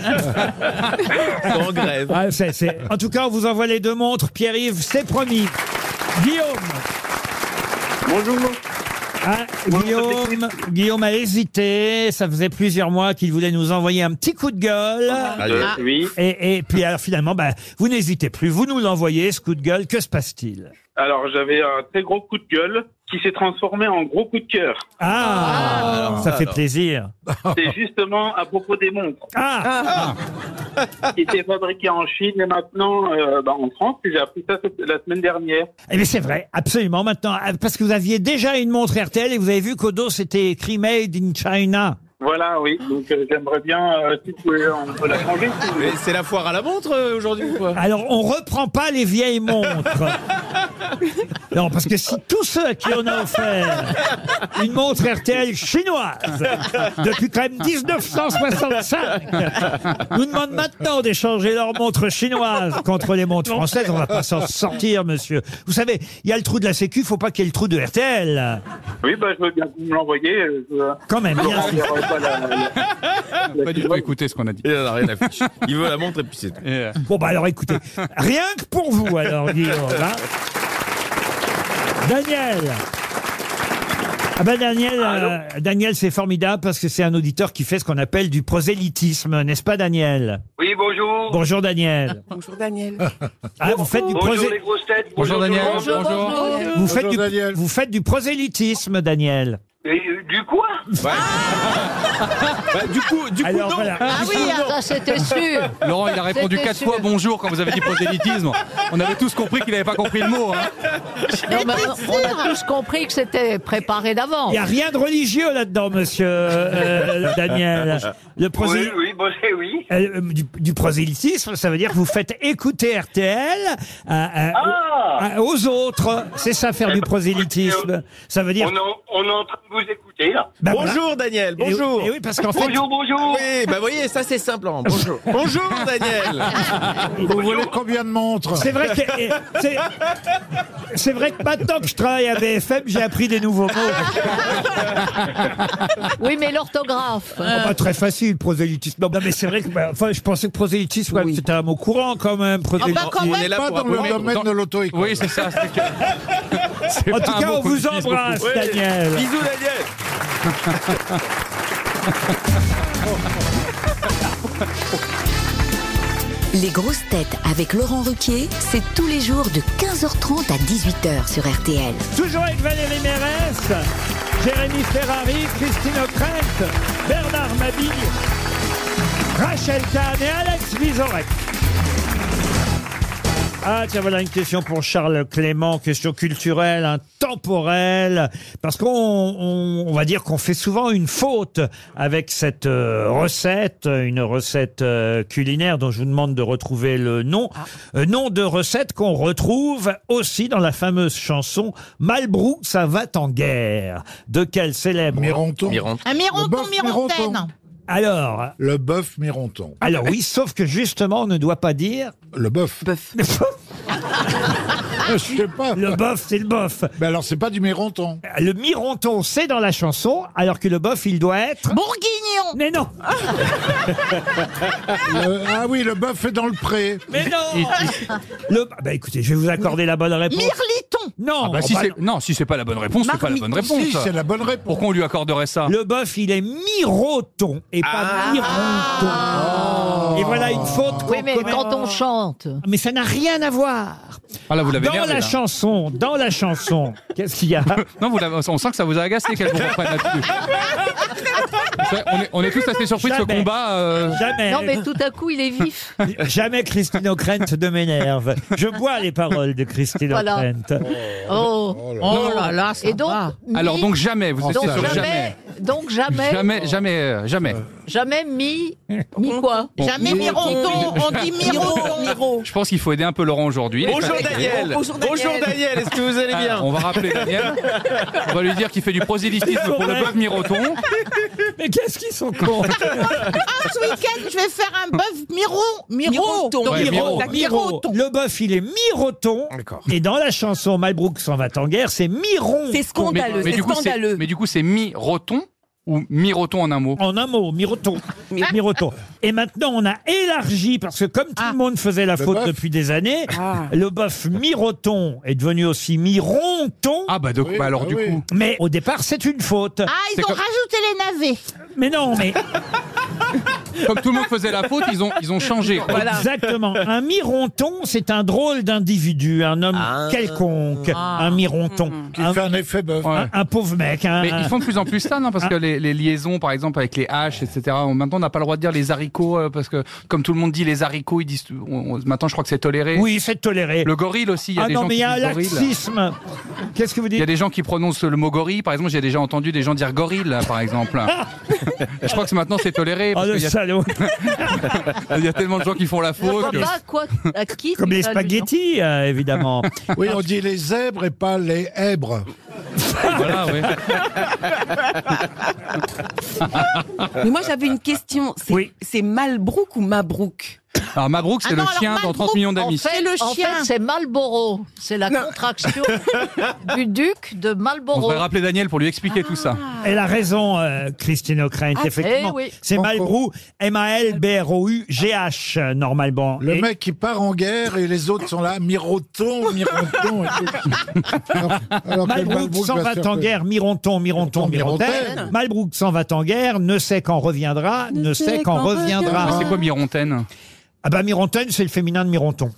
Speaker 8: En grève.
Speaker 2: Ah, c'est- c'est- En tout cas on vous envoie les deux montres. Pierre-Yves, c'est promis. Guillaume.
Speaker 10: bonjour.
Speaker 2: Ah, Guillaume, Guillaume a hésité. Ça faisait plusieurs mois qu'il voulait nous envoyer un petit coup de gueule. Ah.
Speaker 8: Allez.
Speaker 10: Ah, Oui.
Speaker 2: Et, et puis alors finalement, bah, vous n'hésitez plus. Vous nous l'envoyez, ce coup de gueule. Que se passe-t-il
Speaker 10: Alors, j'avais un très gros coup de gueule
Speaker 12: qui s'est transformé en gros coup de cœur.
Speaker 2: Ah, ça fait plaisir.
Speaker 12: C'est justement à propos des montres.
Speaker 2: Ah,
Speaker 12: Qui étaient fabriquées en Chine et maintenant euh, bah, en France. Et J'ai appris ça cette- la semaine dernière.
Speaker 2: Eh bien, c'est vrai, absolument, maintenant. Ah, Parce que vous aviez déjà une montre RTL et vous avez vu qu'au dos, c'était écrit Made in China.
Speaker 12: Voilà, oui. Donc euh, j'aimerais bien, euh, si vous pouvez, on peut la changer. Mais c'est la foire à la montre
Speaker 13: euh,
Speaker 12: aujourd'hui ou quoi
Speaker 2: Alors, on reprend pas les vieilles montres. non, parce que si tous ceux à qui on a offert une montre RTL chinoise, depuis quand même 1965, nous demandent maintenant d'échanger leurs montres chinoises contre les montres françaises, on va pas s'en sortir, monsieur. Vous savez, il y a le trou de la Sécu, faut pas qu'il y ait le trou de RTL.
Speaker 12: Oui, bah, je veux bien que vous me l'envoyez. euh, je-
Speaker 2: Quand même,
Speaker 12: je
Speaker 2: bien
Speaker 12: vous
Speaker 2: sûr.
Speaker 12: renverrai pas la- la-
Speaker 6: Pas du tout écouter ce qu'on a dit. Il n'a rien à fiche. Il veut la montre et euh. puis c'est tout.
Speaker 2: Bon, bah alors écoutez, rien que pour vous, alors, Guillaume. hein. Daniel ah ben Daniel, euh, Daniel c'est formidable parce que c'est un auditeur qui fait ce qu'on appelle du prosélytisme, n'est-ce pas Daniel
Speaker 14: Oui, bonjour.
Speaker 2: Bonjour Daniel.
Speaker 14: Bonjour Daniel.
Speaker 2: Ah, vous faites du
Speaker 14: bonjour
Speaker 2: prosé-
Speaker 14: les grosses têtes.
Speaker 2: Bonjour, Daniel.
Speaker 14: tout le monde.
Speaker 2: Bonjour. Vous faites, du, vous faites du prosélytisme Daniel.
Speaker 14: Et, euh, du quoi
Speaker 6: Bah, du coup, du coup,
Speaker 2: Alors,
Speaker 6: non.
Speaker 9: Ah
Speaker 2: voilà.
Speaker 6: Du coup, non. Laurent, il a répondu quatre fois bonjour quand vous avez dit prosélytisme. On avait tous compris qu'il n'avait pas compris le mot. hein.
Speaker 9: Non, mais on a tous compris que c'était préparé d'avance.
Speaker 2: Il n'y a rien de religieux là-dedans, monsieur euh, Daniel. Le prosé-
Speaker 14: Oui,
Speaker 12: bah,
Speaker 14: oui, bon, c'est oui.
Speaker 2: Euh, du, du prosélytisme, ça veut dire que vous faites écouter RTL à- à- à- euh, aux autres. C'est ça, faire du prosélytisme. Ça veut dire...
Speaker 14: On, en- on est en train de vous écouter là.
Speaker 2: Bah, voilà.
Speaker 13: Bonjour Daniel,
Speaker 2: Et-
Speaker 13: bonjour.
Speaker 2: et oui, parce qu'en fait-
Speaker 14: Bonjour, bonjour.
Speaker 13: Oui, bah voyez, ça c'est simple. hein. Bonjour. bonjour Daniel.
Speaker 3: Vous voulez combien de montres
Speaker 2: C'est vrai que et- c'est- c'est vrai que maintenant que je travaille à BFM, j'ai appris des nouveaux mots.
Speaker 3: Ah.
Speaker 9: Oui, mais l'orthographe.
Speaker 2: Oh, bah, très facile, prosélytisme. Non, mais c'est vrai que bah, enfin, je pensais que prosélytisme, ouais, c'était un mot courant quand même.
Speaker 3: Ah,
Speaker 2: prosélytisme.
Speaker 3: bah, pas dans le domaine de l'auto-école.
Speaker 6: Oui, c'est ça. c'est que-
Speaker 2: En
Speaker 6: c'est
Speaker 2: tout
Speaker 6: pas un
Speaker 2: cas,
Speaker 6: mot
Speaker 2: on
Speaker 6: qu'on
Speaker 2: vous
Speaker 6: utilise
Speaker 2: embrasse,
Speaker 6: beaucoup.
Speaker 2: Daniel.
Speaker 13: Bisous Daniel.
Speaker 11: Les grosses têtes avec Laurent Ruquier, c'est tous les jours de 15h30 à 18h sur RTL.
Speaker 2: Toujours avec Valérie Mérès, Jérémy Ferrari, Christine O'Krent, Bernard Mabille, Rachel Kahn et Alex Vizorek. Ah tiens, voilà une question pour Charles Clément, question culturelle, intemporelle, parce qu'on on, on va dire qu'on fait souvent une faute avec cette euh, recette, une recette euh, culinaire dont je vous demande de retrouver le nom, Euh, nom de recette qu'on retrouve aussi dans la fameuse chanson Malbrou, ça va en guerre. De quel célèbre Mironton
Speaker 5: Un mironton, mirontaine.
Speaker 2: Alors
Speaker 3: Le bœuf mironton.
Speaker 2: alors oui, sauf que justement, on ne doit pas dire...
Speaker 3: Le bœuf. Je sais pas.
Speaker 2: Le bœuf, c'est le bœuf.
Speaker 3: Mais alors, c'est pas du mironton.
Speaker 2: Le mironton, c'est dans la chanson, alors que le bœuf, il doit être...
Speaker 5: Bourguignon
Speaker 2: Mais non
Speaker 13: Ah,
Speaker 3: Le- ah oui, le bœuf est dans le pré.
Speaker 2: Mais non Le... Bah écoutez, je vais vous accorder la bonne réponse.
Speaker 5: Mirliton
Speaker 2: Non
Speaker 6: Ah bah, si c'est- non, si c'est pas la bonne réponse, c'est pas la bonne réponse.
Speaker 3: Si, c'est la bonne réponse.
Speaker 6: Pourquoi on lui accorderait ça
Speaker 2: Le bœuf, il est miroton et pas
Speaker 9: Ah.
Speaker 2: mironton. Ah. Et voilà une faute
Speaker 9: Oui,
Speaker 2: qu'on
Speaker 9: mais
Speaker 2: commet.
Speaker 9: quand on chante.
Speaker 2: Mais ça n'a rien à voir.
Speaker 6: Ah là, vous l'avez
Speaker 2: dans
Speaker 6: énervé,
Speaker 2: la
Speaker 6: là.
Speaker 2: chanson, dans la chanson, qu'est-ce qu'il y a
Speaker 6: Non, vous l'avez- on sent que ça vous a agacé qu'elle vous reprenne là-dessus. C'est- On est, on est tous assez surpris de ce
Speaker 2: Jamais.
Speaker 6: combat. euh,
Speaker 2: Jamais.
Speaker 9: Non, mais tout à coup, il est vif.
Speaker 2: Jamais Christine O'Krent ne m'énerve. Je bois les paroles de Christine
Speaker 9: Voilà.
Speaker 2: O'Krent.
Speaker 9: Oh,
Speaker 5: Oh là là, ça
Speaker 9: Et donc,
Speaker 5: va.
Speaker 6: Alors
Speaker 9: mi-
Speaker 6: donc jamais, vous
Speaker 9: donc
Speaker 6: étiez sur
Speaker 9: jamais,
Speaker 6: jamais.
Speaker 9: Donc jamais.
Speaker 6: Jamais, jamais, euh, jamais.
Speaker 9: Jamais mi. Mi quoi
Speaker 6: Bon,
Speaker 5: Jamais
Speaker 6: mi-
Speaker 5: mironton, on dit mironton.
Speaker 6: Je pense qu'il faut aider un peu Laurent aujourd'hui.
Speaker 13: Bonjour
Speaker 6: Il est pas-
Speaker 13: Daniel.
Speaker 5: Bonjour Daniel.
Speaker 13: est-ce que vous allez bien
Speaker 6: Ah, on va rappeler Daniel. On va lui dire qu'il fait du prosélytisme pour le bœuf miroton.
Speaker 2: Mais qu'est-ce qu'ils sont cons
Speaker 5: Ah, ce week-end, je vais faire un bœuf miron. Miron.
Speaker 2: Donc,
Speaker 6: Ouais,
Speaker 2: Miro,
Speaker 6: Miro.
Speaker 2: Miro. Le bœuf, il est miroton. Et dans la chanson Malbrook s'en va en guerre, c'est miron.
Speaker 7: C'est scandaleux, c'est
Speaker 6: du coup,
Speaker 7: scandaleux.
Speaker 6: mais du coup, c'est mi-roton ou mi-roton en un mot
Speaker 2: En un mot, miroton. miroton. Et maintenant, on a élargi, parce que comme tout
Speaker 7: Ah.
Speaker 2: le monde faisait la faute
Speaker 13: bœuf.
Speaker 2: depuis des années, le bœuf miroton est devenu aussi mironton.
Speaker 6: Ah bah, donc, bah alors du coup.
Speaker 2: Mais au départ, c'est une faute.
Speaker 5: Ah, ils
Speaker 6: C'est
Speaker 5: ont
Speaker 6: comme-
Speaker 5: rajouté les navets.
Speaker 2: Mais non, mais...
Speaker 6: Comme tout le monde faisait la faute, ils ont, ils ont changé. quoi.
Speaker 2: Exactement. Un mironton, c'est un drôle d'individu, un homme quelconque, un mironton. Qui fait un effet bœuf. Un, un pauvre mec. hein. un-
Speaker 6: Mais ils font de plus en plus ça, non Parce que les, les liaisons, par exemple, avec les haches, etc. on- Maintenant, on n'a pas le droit de dire les haricots, euh, parce que comme tout le monde dit les haricots, ils disent. on- on- maintenant, je crois que c'est toléré.
Speaker 2: Oui, c'est toléré.
Speaker 6: Le gorille aussi, il y a
Speaker 2: Ah
Speaker 6: des
Speaker 2: non,
Speaker 6: gens
Speaker 2: mais il
Speaker 6: qui
Speaker 2: y a un
Speaker 6: disent gorille.
Speaker 2: laxisme. Qu'est-ce que vous dites
Speaker 6: Il y a des gens qui prononcent le mot gorille. Par exemple, j'ai déjà entendu des gens dire gorille, là, par exemple. je crois que c'est- maintenant, c'est toléré. parce
Speaker 2: Oh, le
Speaker 6: qu'il y a-
Speaker 2: salaud.
Speaker 6: Il y a tellement de gens qui font la faute. que-
Speaker 9: quoi, à qui
Speaker 2: Comme
Speaker 9: tu
Speaker 2: les
Speaker 9: vas lui-
Speaker 2: spaghettis, euh, évidemment.
Speaker 3: Oui, on dit les zèbres et pas les hèbres.
Speaker 6: Voilà, oui.
Speaker 7: Mais moi, j'avais une question. C'est c'est Malbrook ou Mabrook
Speaker 6: Alors, Ah, Mabrouk, c'est le chien dans 30 millions d'amis.
Speaker 9: En fait, en fait, c'est Marlboro. C'est la contraction du duc de
Speaker 6: On
Speaker 9: Marlboro.
Speaker 6: devrait rappeler Daniel pour lui expliquer tout ça.
Speaker 2: Elle a raison, euh, Christine O'Krent,
Speaker 9: Ah,
Speaker 2: effectivement.
Speaker 9: eh oui.
Speaker 2: C'est Malbrou, M-A-L-B-R-O-U-G-H, euh, normalement.
Speaker 3: Le
Speaker 2: Et-
Speaker 3: mec qui part en guerre et les autres sont là, miroton, miroton. et tout. Alors- alors que
Speaker 2: Malbrook
Speaker 3: Malbrook
Speaker 2: s'en
Speaker 3: va
Speaker 2: va
Speaker 3: faire
Speaker 2: en
Speaker 3: que-
Speaker 2: guerre, Mironton, Mironton, Mirontaine.
Speaker 3: Mirontaine.
Speaker 2: Malbrook s'en va en guerre, ne sait quand reviendra, ne sait quand reviendra.
Speaker 6: Ah, C'est quoi Mirontaine
Speaker 2: Ah bah Mirontaine, c'est le féminin de Mironton.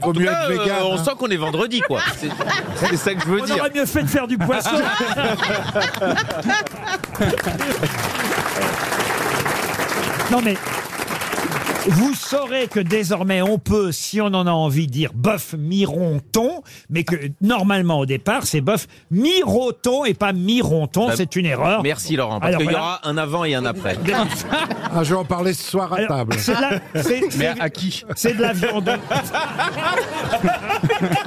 Speaker 13: En tout
Speaker 2: mieux
Speaker 13: cas,
Speaker 2: être
Speaker 13: euh,
Speaker 2: vegan,
Speaker 13: on
Speaker 2: hein.
Speaker 13: sent qu'on est vendredi, quoi. Ah, C'est- C'est ça que je veux
Speaker 2: On
Speaker 13: dire.
Speaker 2: aurait mieux fait de faire du poisson. Non mais. Vous saurez que désormais on peut, si on en a envie, dire bœuf mironton, mais que normalement au départ c'est bœuf miroton et pas mironton,
Speaker 13: Bah,
Speaker 2: c'est une erreur.
Speaker 13: Merci Laurent, parce
Speaker 2: Alors,
Speaker 13: qu'il
Speaker 2: voilà.
Speaker 13: y aura un avant et un après.
Speaker 3: Ah, je vais en parler ce soir à
Speaker 2: Alors,
Speaker 3: table.
Speaker 2: c'est de la- c'est- c'est-
Speaker 13: Mais à qui
Speaker 2: C'est de la viande.
Speaker 3: Un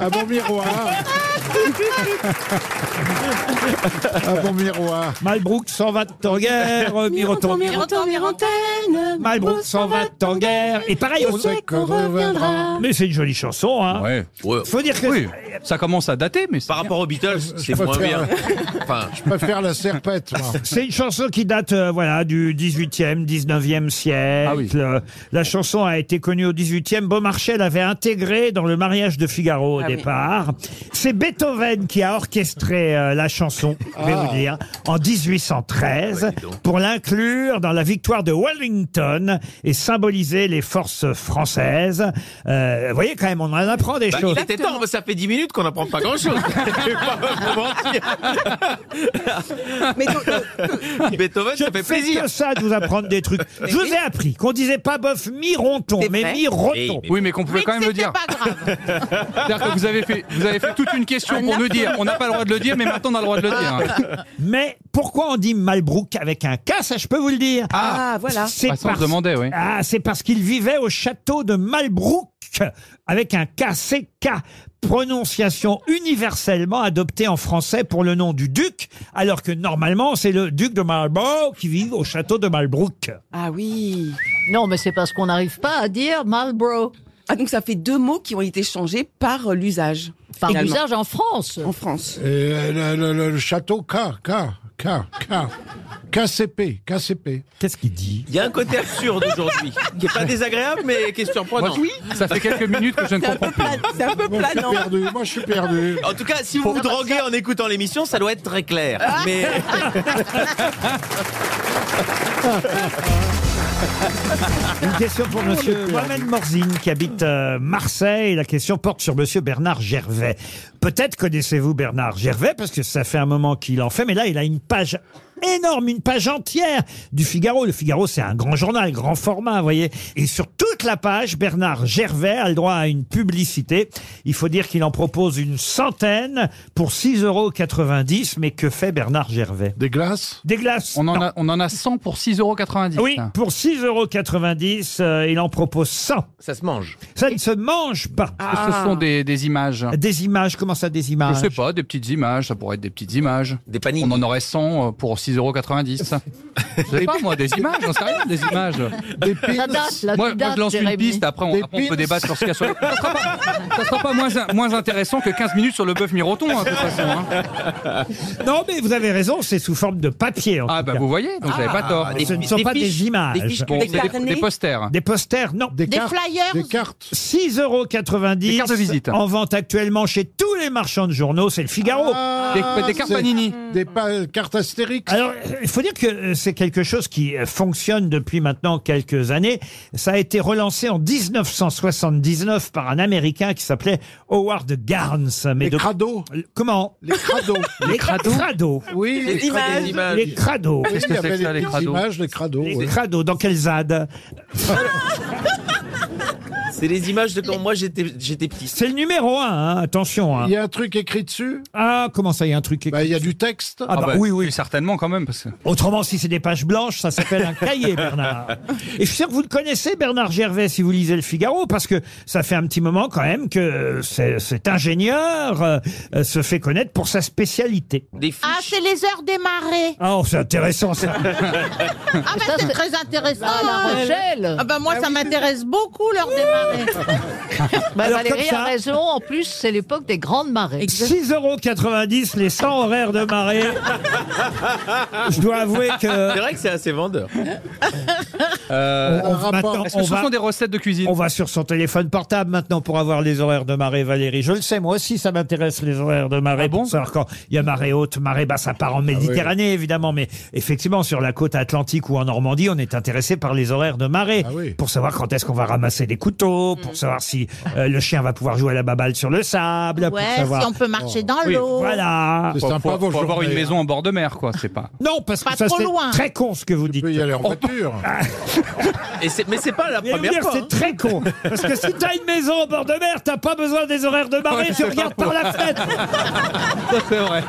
Speaker 3: bon Ah, miroir.
Speaker 2: Ah
Speaker 3: Un bon miroir.
Speaker 2: Malbrook s'en va en guerre, miroton.
Speaker 5: Mironton, Mirontaine.
Speaker 2: Malbrook s'en va en guerre. Et pareil, on
Speaker 3: sait qu'on reviendra.
Speaker 2: Mais c'est une jolie chanson, hein.
Speaker 6: Ouais.
Speaker 2: Faut dire que.
Speaker 6: Oui, ça commence à dater, mais
Speaker 13: Par rapport aux Beatles, c'est
Speaker 3: peux
Speaker 13: moins bien.
Speaker 3: faire-
Speaker 13: Enfin,
Speaker 3: Je préfère la serpette, moi.
Speaker 2: C'est une chanson qui date euh, voilà, du 18e, 19e siècle.
Speaker 3: Ah
Speaker 2: Euh, La chanson a été connue au 18e. Beaumarchais l'avait intégrée dans le mariage de Figaro au
Speaker 8: Ah oui.
Speaker 2: départ. C'est Beethoven qui a orchestré euh, la chanson, je vais
Speaker 8: Ah.
Speaker 2: vous dire, en
Speaker 3: Ah,
Speaker 2: 1813
Speaker 3: bah,
Speaker 2: pour l'inclure dans la victoire de Wellington et symboliser les forces françaises. Euh, vous voyez quand même, on en apprend des
Speaker 13: bah,
Speaker 2: choses.
Speaker 13: il était temps, mais ça fait 10 minutes qu'on n'apprend pas grand-chose. Je vais pas vous mentir. Beethoven, ça fait
Speaker 2: C'est
Speaker 13: plaisir.
Speaker 2: Ah, que ça de vous apprendre des trucs. Je vous ai appris qu'on disait pas boeuf mi-ronton, mais mi-roton.
Speaker 6: Oui, mais qu'on pouvait quand même le dire. C'est-à-dire que vous avez fait, vous avez fait toute une
Speaker 2: Ah,
Speaker 6: question pour nous dire. On n'a pas le droit de le dire, mais maintenant on a le droit de le dire.
Speaker 2: Mais pourquoi on dit Malbrook avec un K Ça, je peux vous le dire.
Speaker 7: Ah, Ah, voilà.
Speaker 2: C'est
Speaker 6: Ah, ça, on
Speaker 2: parce-
Speaker 6: se demandait, oui.
Speaker 2: Ah, c'est parce qu'il vivait au château de Malbrook avec un K, c'est K. Prononciation universellement adoptée en français pour le nom du duc, alors que normalement c'est le duc de Marlborough qui vit au château de Malbrook.
Speaker 7: Ah oui.
Speaker 9: Non, mais c'est parce qu'on n'arrive pas à dire Marlboro.
Speaker 7: Ah, donc ça fait deux mots qui ont été changés par euh, l'usage.
Speaker 9: Par
Speaker 7: finalement.
Speaker 9: l'usage
Speaker 5: hein.
Speaker 9: en France.
Speaker 7: En France.
Speaker 3: Et euh, le, le- le- le château K, K, K, K. KCP, KCP.
Speaker 2: Qu'est-ce qu'il dit
Speaker 13: Il y a un côté absurde aujourd'hui, qui est pas désagréable, mais qui est surprenant.
Speaker 6: Moi, Ça fait quelques minutes que je ne comprends plus.
Speaker 7: C'est un peu
Speaker 3: Moi, je suis
Speaker 7: planant.
Speaker 3: perdu, moi, je suis perdu.
Speaker 13: En tout cas, si vous vous droguez en écoutant l'émission, ça doit être très clair.
Speaker 7: Ah.
Speaker 13: Mais
Speaker 2: Une question pour monsieur Mohamed Morzine qui habite euh, Marseille. La question porte sur monsieur Bernard Gervais. Peut-être connaissez-vous Bernard Gervais parce que ça fait un moment qu'il en fait, mais là il a une page énorme, une page entière du Figaro. Le Figaro c'est un grand journal, grand format, vous voyez. Et sur toute la page, Bernard Gervais a le droit à une publicité. Il faut dire qu'il en propose une centaine pour 6,90 euros. Mais que fait Bernard Gervais
Speaker 3: Des glaces
Speaker 2: Des glaces
Speaker 6: On en,
Speaker 2: non.
Speaker 6: a, on en a 100 pour 6,90 euros.
Speaker 2: Oui, pour 6,90 euros, euh, il en propose 100.
Speaker 13: ça se mange.
Speaker 2: Ça ne se mange pas.
Speaker 6: Ce sont des, des images.
Speaker 2: Des images, comment ça, des
Speaker 6: Je
Speaker 2: images
Speaker 6: sais pas, des petites images, ça pourrait être des petites images.
Speaker 13: Des paniques.
Speaker 6: On en aurait 100 pour 6,90 euros. Je sais pas, moi, des images, j'en sais rien, des images.
Speaker 3: Des
Speaker 9: Ça date, là,
Speaker 6: moi,
Speaker 9: tu
Speaker 6: moi,
Speaker 9: dates,
Speaker 6: je lance
Speaker 9: Jérémy.
Speaker 6: une piste, après, on,
Speaker 3: Des
Speaker 6: après, on
Speaker 3: pins.
Speaker 6: peut débattre sur ce qu'il y a sur le. Ça sera pas, ça sera pas moins, moins intéressant que 15 minutes sur le bœuf miroton, hein, de toute façon. hein.
Speaker 2: Non, mais vous avez raison, c'est sous forme de papier. En
Speaker 6: Ah,
Speaker 2: tout
Speaker 6: bah
Speaker 2: cas. Ah,
Speaker 6: vous voyez, donc j'avais pas tort.
Speaker 2: Ce ne sont pas des images. Des,
Speaker 6: Bon,
Speaker 7: Des
Speaker 6: c'est des,
Speaker 7: carnets.
Speaker 6: des posters.
Speaker 2: posters, non.
Speaker 3: Des, cartes,
Speaker 5: flyers.
Speaker 3: Des cartes.
Speaker 2: 6,90 euros
Speaker 6: Des cartes de visite.
Speaker 2: en vente actuellement chez tous les marchands de journaux. C'est le Figaro.
Speaker 6: Ah, Des- des cartes Panini.
Speaker 3: Ah, Des pa- cartes Astérix.
Speaker 2: Alors, il faut dire que euh, c'est quelque chose qui euh, fonctionne depuis maintenant quelques années. Ça a été relancé en 1979 par un Américain qui s'appelait Howard Garnes. Mais les
Speaker 3: crados
Speaker 2: Comment
Speaker 3: Les crados.
Speaker 2: Les crados.
Speaker 3: Oui, Les les images. crados.
Speaker 2: Les crados.
Speaker 3: Oui, Qu'est-ce que il y c'est que avait ça, les les petites crados images, les crados,
Speaker 2: Les
Speaker 3: ouais.
Speaker 2: crados, dans quel ZAD
Speaker 13: C'est les images de quand moi j'étais j'étais petit.
Speaker 2: C'est le numéro un, hein, attention. hein.
Speaker 3: Il y a un truc écrit dessus Bah,
Speaker 2: Ah, comment ça, il y a un truc écrit
Speaker 3: Il y a du texte
Speaker 2: Ah bah oui, oui.
Speaker 6: Certainement quand même. Parce que...
Speaker 2: Autrement, si c'est des pages blanches, ça s'appelle un cahier, Bernard. Et je suis sûr que vous le connaissez, Bernard Gervais, si vous lisez le Figaro, parce que ça fait un petit moment quand même que euh, c'est- cet ingénieur euh, euh, se fait connaître pour sa spécialité.
Speaker 5: Ah, c'est les heures des marées.
Speaker 2: Ah, oh, c'est intéressant ça.
Speaker 5: Ah, bah, c'est très intéressant.
Speaker 9: Ah, La Rochelle.
Speaker 5: Ah, bah, moi, ça m'intéresse beaucoup, l'heure des marées.
Speaker 9: Bah,
Speaker 2: Alors,
Speaker 9: Valérie
Speaker 2: comme ça-
Speaker 9: a raison, en plus c'est l'époque des grandes marées.
Speaker 2: 6,90€ les 100 horaires de marée. Je dois avouer que-
Speaker 13: C'est vrai que c'est assez vendeur.
Speaker 2: On- on- maintenant,
Speaker 6: Est-ce que
Speaker 2: on
Speaker 6: ce
Speaker 2: va-
Speaker 6: sont des recettes de cuisine
Speaker 2: On va sur son téléphone portable maintenant pour avoir les horaires de marée, Valérie. Je le sais, moi aussi, ça m'intéresse les horaires de
Speaker 6: Ah
Speaker 2: marée. bon savoir quand il y a marée haute, marée basse, ça
Speaker 13: Ah
Speaker 2: part en Méditerranée, évidemment. Mais effectivement, sur la côte atlantique ou en Normandie, on est intéressé par les horaires de marée.
Speaker 13: Ah
Speaker 2: Pour savoir quand est-ce qu'on va ramasser des couteaux,
Speaker 13: Mm.
Speaker 2: pour savoir si euh, le chien va pouvoir jouer à la baballe sur le sable. pour
Speaker 5: Ouais,
Speaker 2: savoir-
Speaker 5: si on peut marcher dans
Speaker 6: Oui,
Speaker 5: l'eau.
Speaker 2: Voilà.
Speaker 6: Faut- faut, faut avoir une maison en bord de mer, quoi. C'est pas.
Speaker 2: hein. Non, parce que
Speaker 5: Pas
Speaker 2: ça,
Speaker 5: trop
Speaker 2: c'est
Speaker 5: loin.
Speaker 2: très con ce que vous dites. y aller en voiture.
Speaker 6: Ah.
Speaker 13: Et c'est- mais c'est pas la
Speaker 2: Mais je veux
Speaker 13: première
Speaker 2: dire,
Speaker 13: fois.
Speaker 2: c'est très con. Parce que si t'as une maison au bord de mer, t'as pas besoin des horaires de marée,
Speaker 13: Ouais,
Speaker 2: tu
Speaker 13: c'est
Speaker 2: regardes
Speaker 13: pas
Speaker 2: par
Speaker 13: faux.
Speaker 2: la fenêtre.
Speaker 6: Ça, c'est vrai.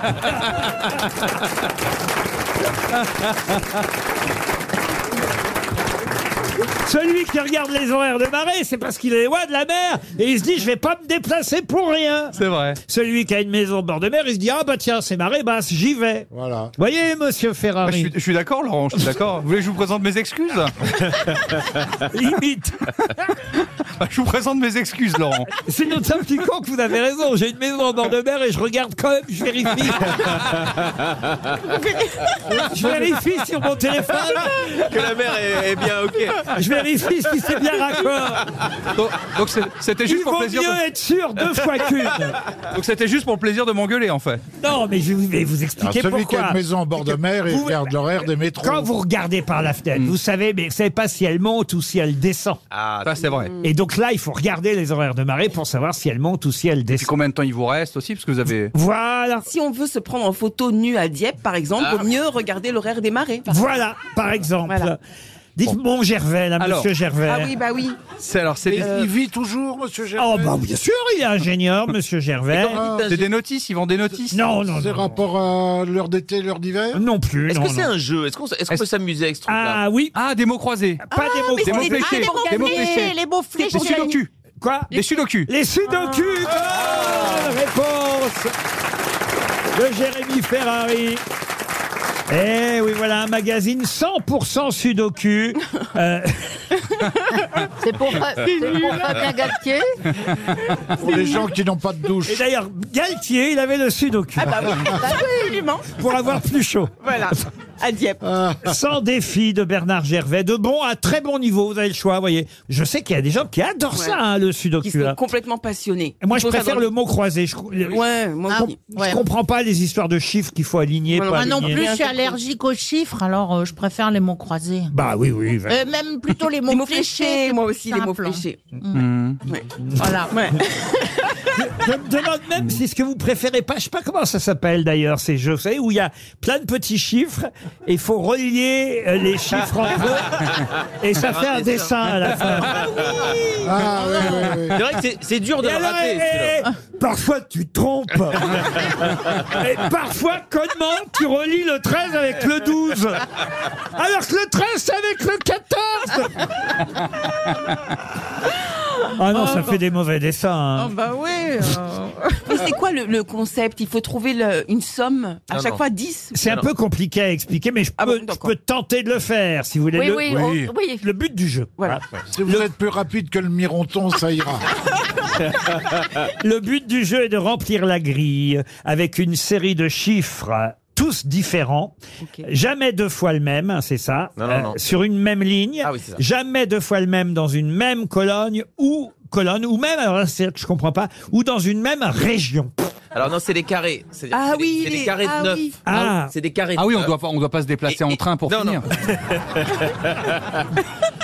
Speaker 2: Celui qui regarde les horaires de marée, c'est parce qu'il est loin de la mer et il se dit je vais pas me déplacer pour rien.
Speaker 6: C'est vrai.
Speaker 2: Celui qui a une maison au bord de mer, il se dit ah bah tiens c'est marée basse, j'y vais.
Speaker 3: Voilà.
Speaker 2: Voyez Monsieur
Speaker 6: Moi, je
Speaker 2: Ferrari.
Speaker 6: suis, je suis d'accord, Laurent, je suis d'accord. Vous voulez que je vous présente mes excuses
Speaker 2: Limite.
Speaker 6: Ah, je vous présente mes excuses, Laurent.
Speaker 2: C'est notre petit con que vous avez raison. J'ai une maison au bord de mer et je regarde quand même, je vérifie. Je vérifie sur mon téléphone.
Speaker 13: Que la mère est, est bien ok.
Speaker 2: Je vérifie si c'est bien raccord.
Speaker 6: Donc, donc c'est- c'était juste
Speaker 2: Il
Speaker 6: pour
Speaker 2: vaut
Speaker 6: le plaisir.
Speaker 2: mieux
Speaker 6: de-
Speaker 2: être sûr deux fois qu'une.
Speaker 6: Donc c'était juste pour le plaisir de m'engueuler, en fait.
Speaker 2: Non, mais je vais vous
Speaker 3: Alors,
Speaker 2: expliquer
Speaker 3: celui qui
Speaker 2: pourquoi.
Speaker 3: a une maison en bord de mer, il
Speaker 2: Vous-
Speaker 3: regarde l'horaire des métros.
Speaker 2: Quand vous regardez par la fenêtre,
Speaker 6: Mm.
Speaker 2: vous savez, mais vous savez pas si elle monte ou si elle descend.
Speaker 13: Ah,
Speaker 6: ça c'est vrai.
Speaker 2: Et donc là, il faut regarder les horaires de marée pour savoir si elle monte ou si elle
Speaker 6: Et
Speaker 2: descend.
Speaker 6: combien de temps il vous reste aussi Parce que vous avez.
Speaker 2: Voilà.
Speaker 7: Si on veut se prendre en photo nue à Dieppe, par exemple,
Speaker 5: Ah.
Speaker 7: vaut mieux regarder l'horaire des marées. par
Speaker 2: Voilà, par exemple. Dites mon Gervais, là,
Speaker 6: Alors.
Speaker 2: monsieur Gervais.
Speaker 7: Ah oui, bah oui.
Speaker 6: C'est alors c'est
Speaker 3: Mais
Speaker 6: des,
Speaker 3: il vit toujours, monsieur Gervais.
Speaker 2: Oh, bah, bien sûr, il est ingénieur, monsieur Gervais.
Speaker 6: c'est des notices. Ils vendent des notices.
Speaker 2: Non, non,
Speaker 3: C'est
Speaker 2: non. Euh,
Speaker 3: rapport à l'heure d'été, l'heure d'hiver
Speaker 2: Non plus.
Speaker 13: Est-ce
Speaker 2: non,
Speaker 13: que c'est
Speaker 2: non.
Speaker 13: un jeu Est-ce qu'on est-ce qu'on peut s'amuser avec ce truc-là
Speaker 2: Ah oui,
Speaker 6: Ah, des mots croisés.
Speaker 2: pas des mots
Speaker 6: Des mots
Speaker 2: croisés.
Speaker 6: fléchés.
Speaker 5: ah,
Speaker 6: Des mots
Speaker 5: les-
Speaker 6: fléchés.
Speaker 5: les mots
Speaker 6: Des
Speaker 5: fléchés.
Speaker 6: sudoku.
Speaker 2: Quoi
Speaker 6: Des sudoku.
Speaker 2: Les sudoku Bonne réponse de Jérémy Ferrari. Eh oui, voilà un magazine 100% sudoku. Euh,
Speaker 9: C'est pour, Fa- c'est pour Fabien Galtier.
Speaker 3: Pour les gens qui n'ont pas de douche.
Speaker 2: et d'ailleurs, Galtier, il avait le sudoku
Speaker 7: Ah bah oui, absolument.
Speaker 2: pour avoir plus chaud.
Speaker 7: Voilà, à Dieppe.
Speaker 2: Sans défi de Bernard Gervais, de bon à très bon niveau, vous avez le choix, voyez. Je sais qu'il y a des gens qui adorent
Speaker 7: Ouais.
Speaker 2: ça, hein, le
Speaker 7: Qui
Speaker 2: sudoku.
Speaker 7: sont
Speaker 2: hein.
Speaker 7: complètement passionnés.
Speaker 2: Et Moi,
Speaker 7: Il
Speaker 2: je
Speaker 7: faut
Speaker 2: préfère
Speaker 7: savoir-
Speaker 2: le mot croisé. Je, ne
Speaker 7: Ouais, moi
Speaker 5: Ah,
Speaker 7: aussi.
Speaker 5: ouais.
Speaker 2: comprends pas les histoires de chiffres qu'il faut aligner.
Speaker 7: Moi non
Speaker 2: pas
Speaker 5: Moi non
Speaker 2: aligner.
Speaker 5: plus, je suis allergique aux chiffres, alors euh, je préfère les mots croisés.
Speaker 2: Bah oui, oui.
Speaker 5: Euh, même plutôt les mots,
Speaker 7: Les mots
Speaker 5: fléchés.
Speaker 7: fléchés,
Speaker 5: c'est
Speaker 7: moi
Speaker 5: plus
Speaker 7: aussi, les mots
Speaker 5: simple.
Speaker 7: fléchés. Ouais.
Speaker 5: Voilà.
Speaker 7: Ouais.
Speaker 2: Je me demande même si ce que vous préférez pas, je sais pas comment ça s'appelle d'ailleurs ces jeux, vous savez, où il y a plein de petits chiffres et il faut relier euh, les chiffres entre eux et
Speaker 14: Ah,
Speaker 2: ça fait un dessin à la fin.
Speaker 3: Ah, oui, oui, oui.
Speaker 13: C'est vrai que c'est- c'est dur de
Speaker 2: Et
Speaker 13: le
Speaker 2: alors,
Speaker 13: rater.
Speaker 2: eh,
Speaker 13: celui-là.
Speaker 2: eh, parfois tu te trompes. et parfois, comment tu relis le 13 avec le 12 Alors que le 13 c'est avec le 14 Ah non, ça fait des mauvais dessins. hein.
Speaker 5: Ah bah oui. euh.
Speaker 7: Mais c'est quoi le, le concept Il faut trouver le- une somme, à
Speaker 13: Non,
Speaker 7: chaque
Speaker 13: non.
Speaker 7: fois 10.
Speaker 2: C'est un
Speaker 13: Alors.
Speaker 2: peu compliqué à expliquer, mais je peux,
Speaker 7: Ah bon,
Speaker 2: je
Speaker 7: d'accord.
Speaker 2: peux tenter de le faire, si vous voulez.
Speaker 9: Oui,
Speaker 2: le,
Speaker 9: oui, on- oui.
Speaker 2: le but du jeu.
Speaker 7: Voilà.
Speaker 3: Si vous êtes plus rapide que le mironton, ça ira.
Speaker 2: Le but du jeu est de remplir la grille avec une série de chiffres euh, tous différents,
Speaker 7: Ok.
Speaker 2: jamais deux fois le même, hein, c'est ça,
Speaker 13: Non, non, non.
Speaker 2: sur une même ligne,
Speaker 13: Ah oui, c'est ça.
Speaker 2: jamais deux fois le même dans une même colonne ou colonne ou même alors là, c'est je comprends pas, ou dans une même région.
Speaker 13: Alors non, c'est des carrés. C'est
Speaker 7: Ah
Speaker 13: c'est des-
Speaker 7: oui,
Speaker 13: c'est
Speaker 7: les-
Speaker 13: des carrés
Speaker 7: ah
Speaker 13: de neuf.
Speaker 7: oui.
Speaker 2: Ah.
Speaker 13: C'est des carrés.
Speaker 6: Ah oui, on
Speaker 13: de
Speaker 6: doit
Speaker 13: neuf.
Speaker 6: pas, on doit pas se déplacer en train pour
Speaker 13: non,
Speaker 6: finir.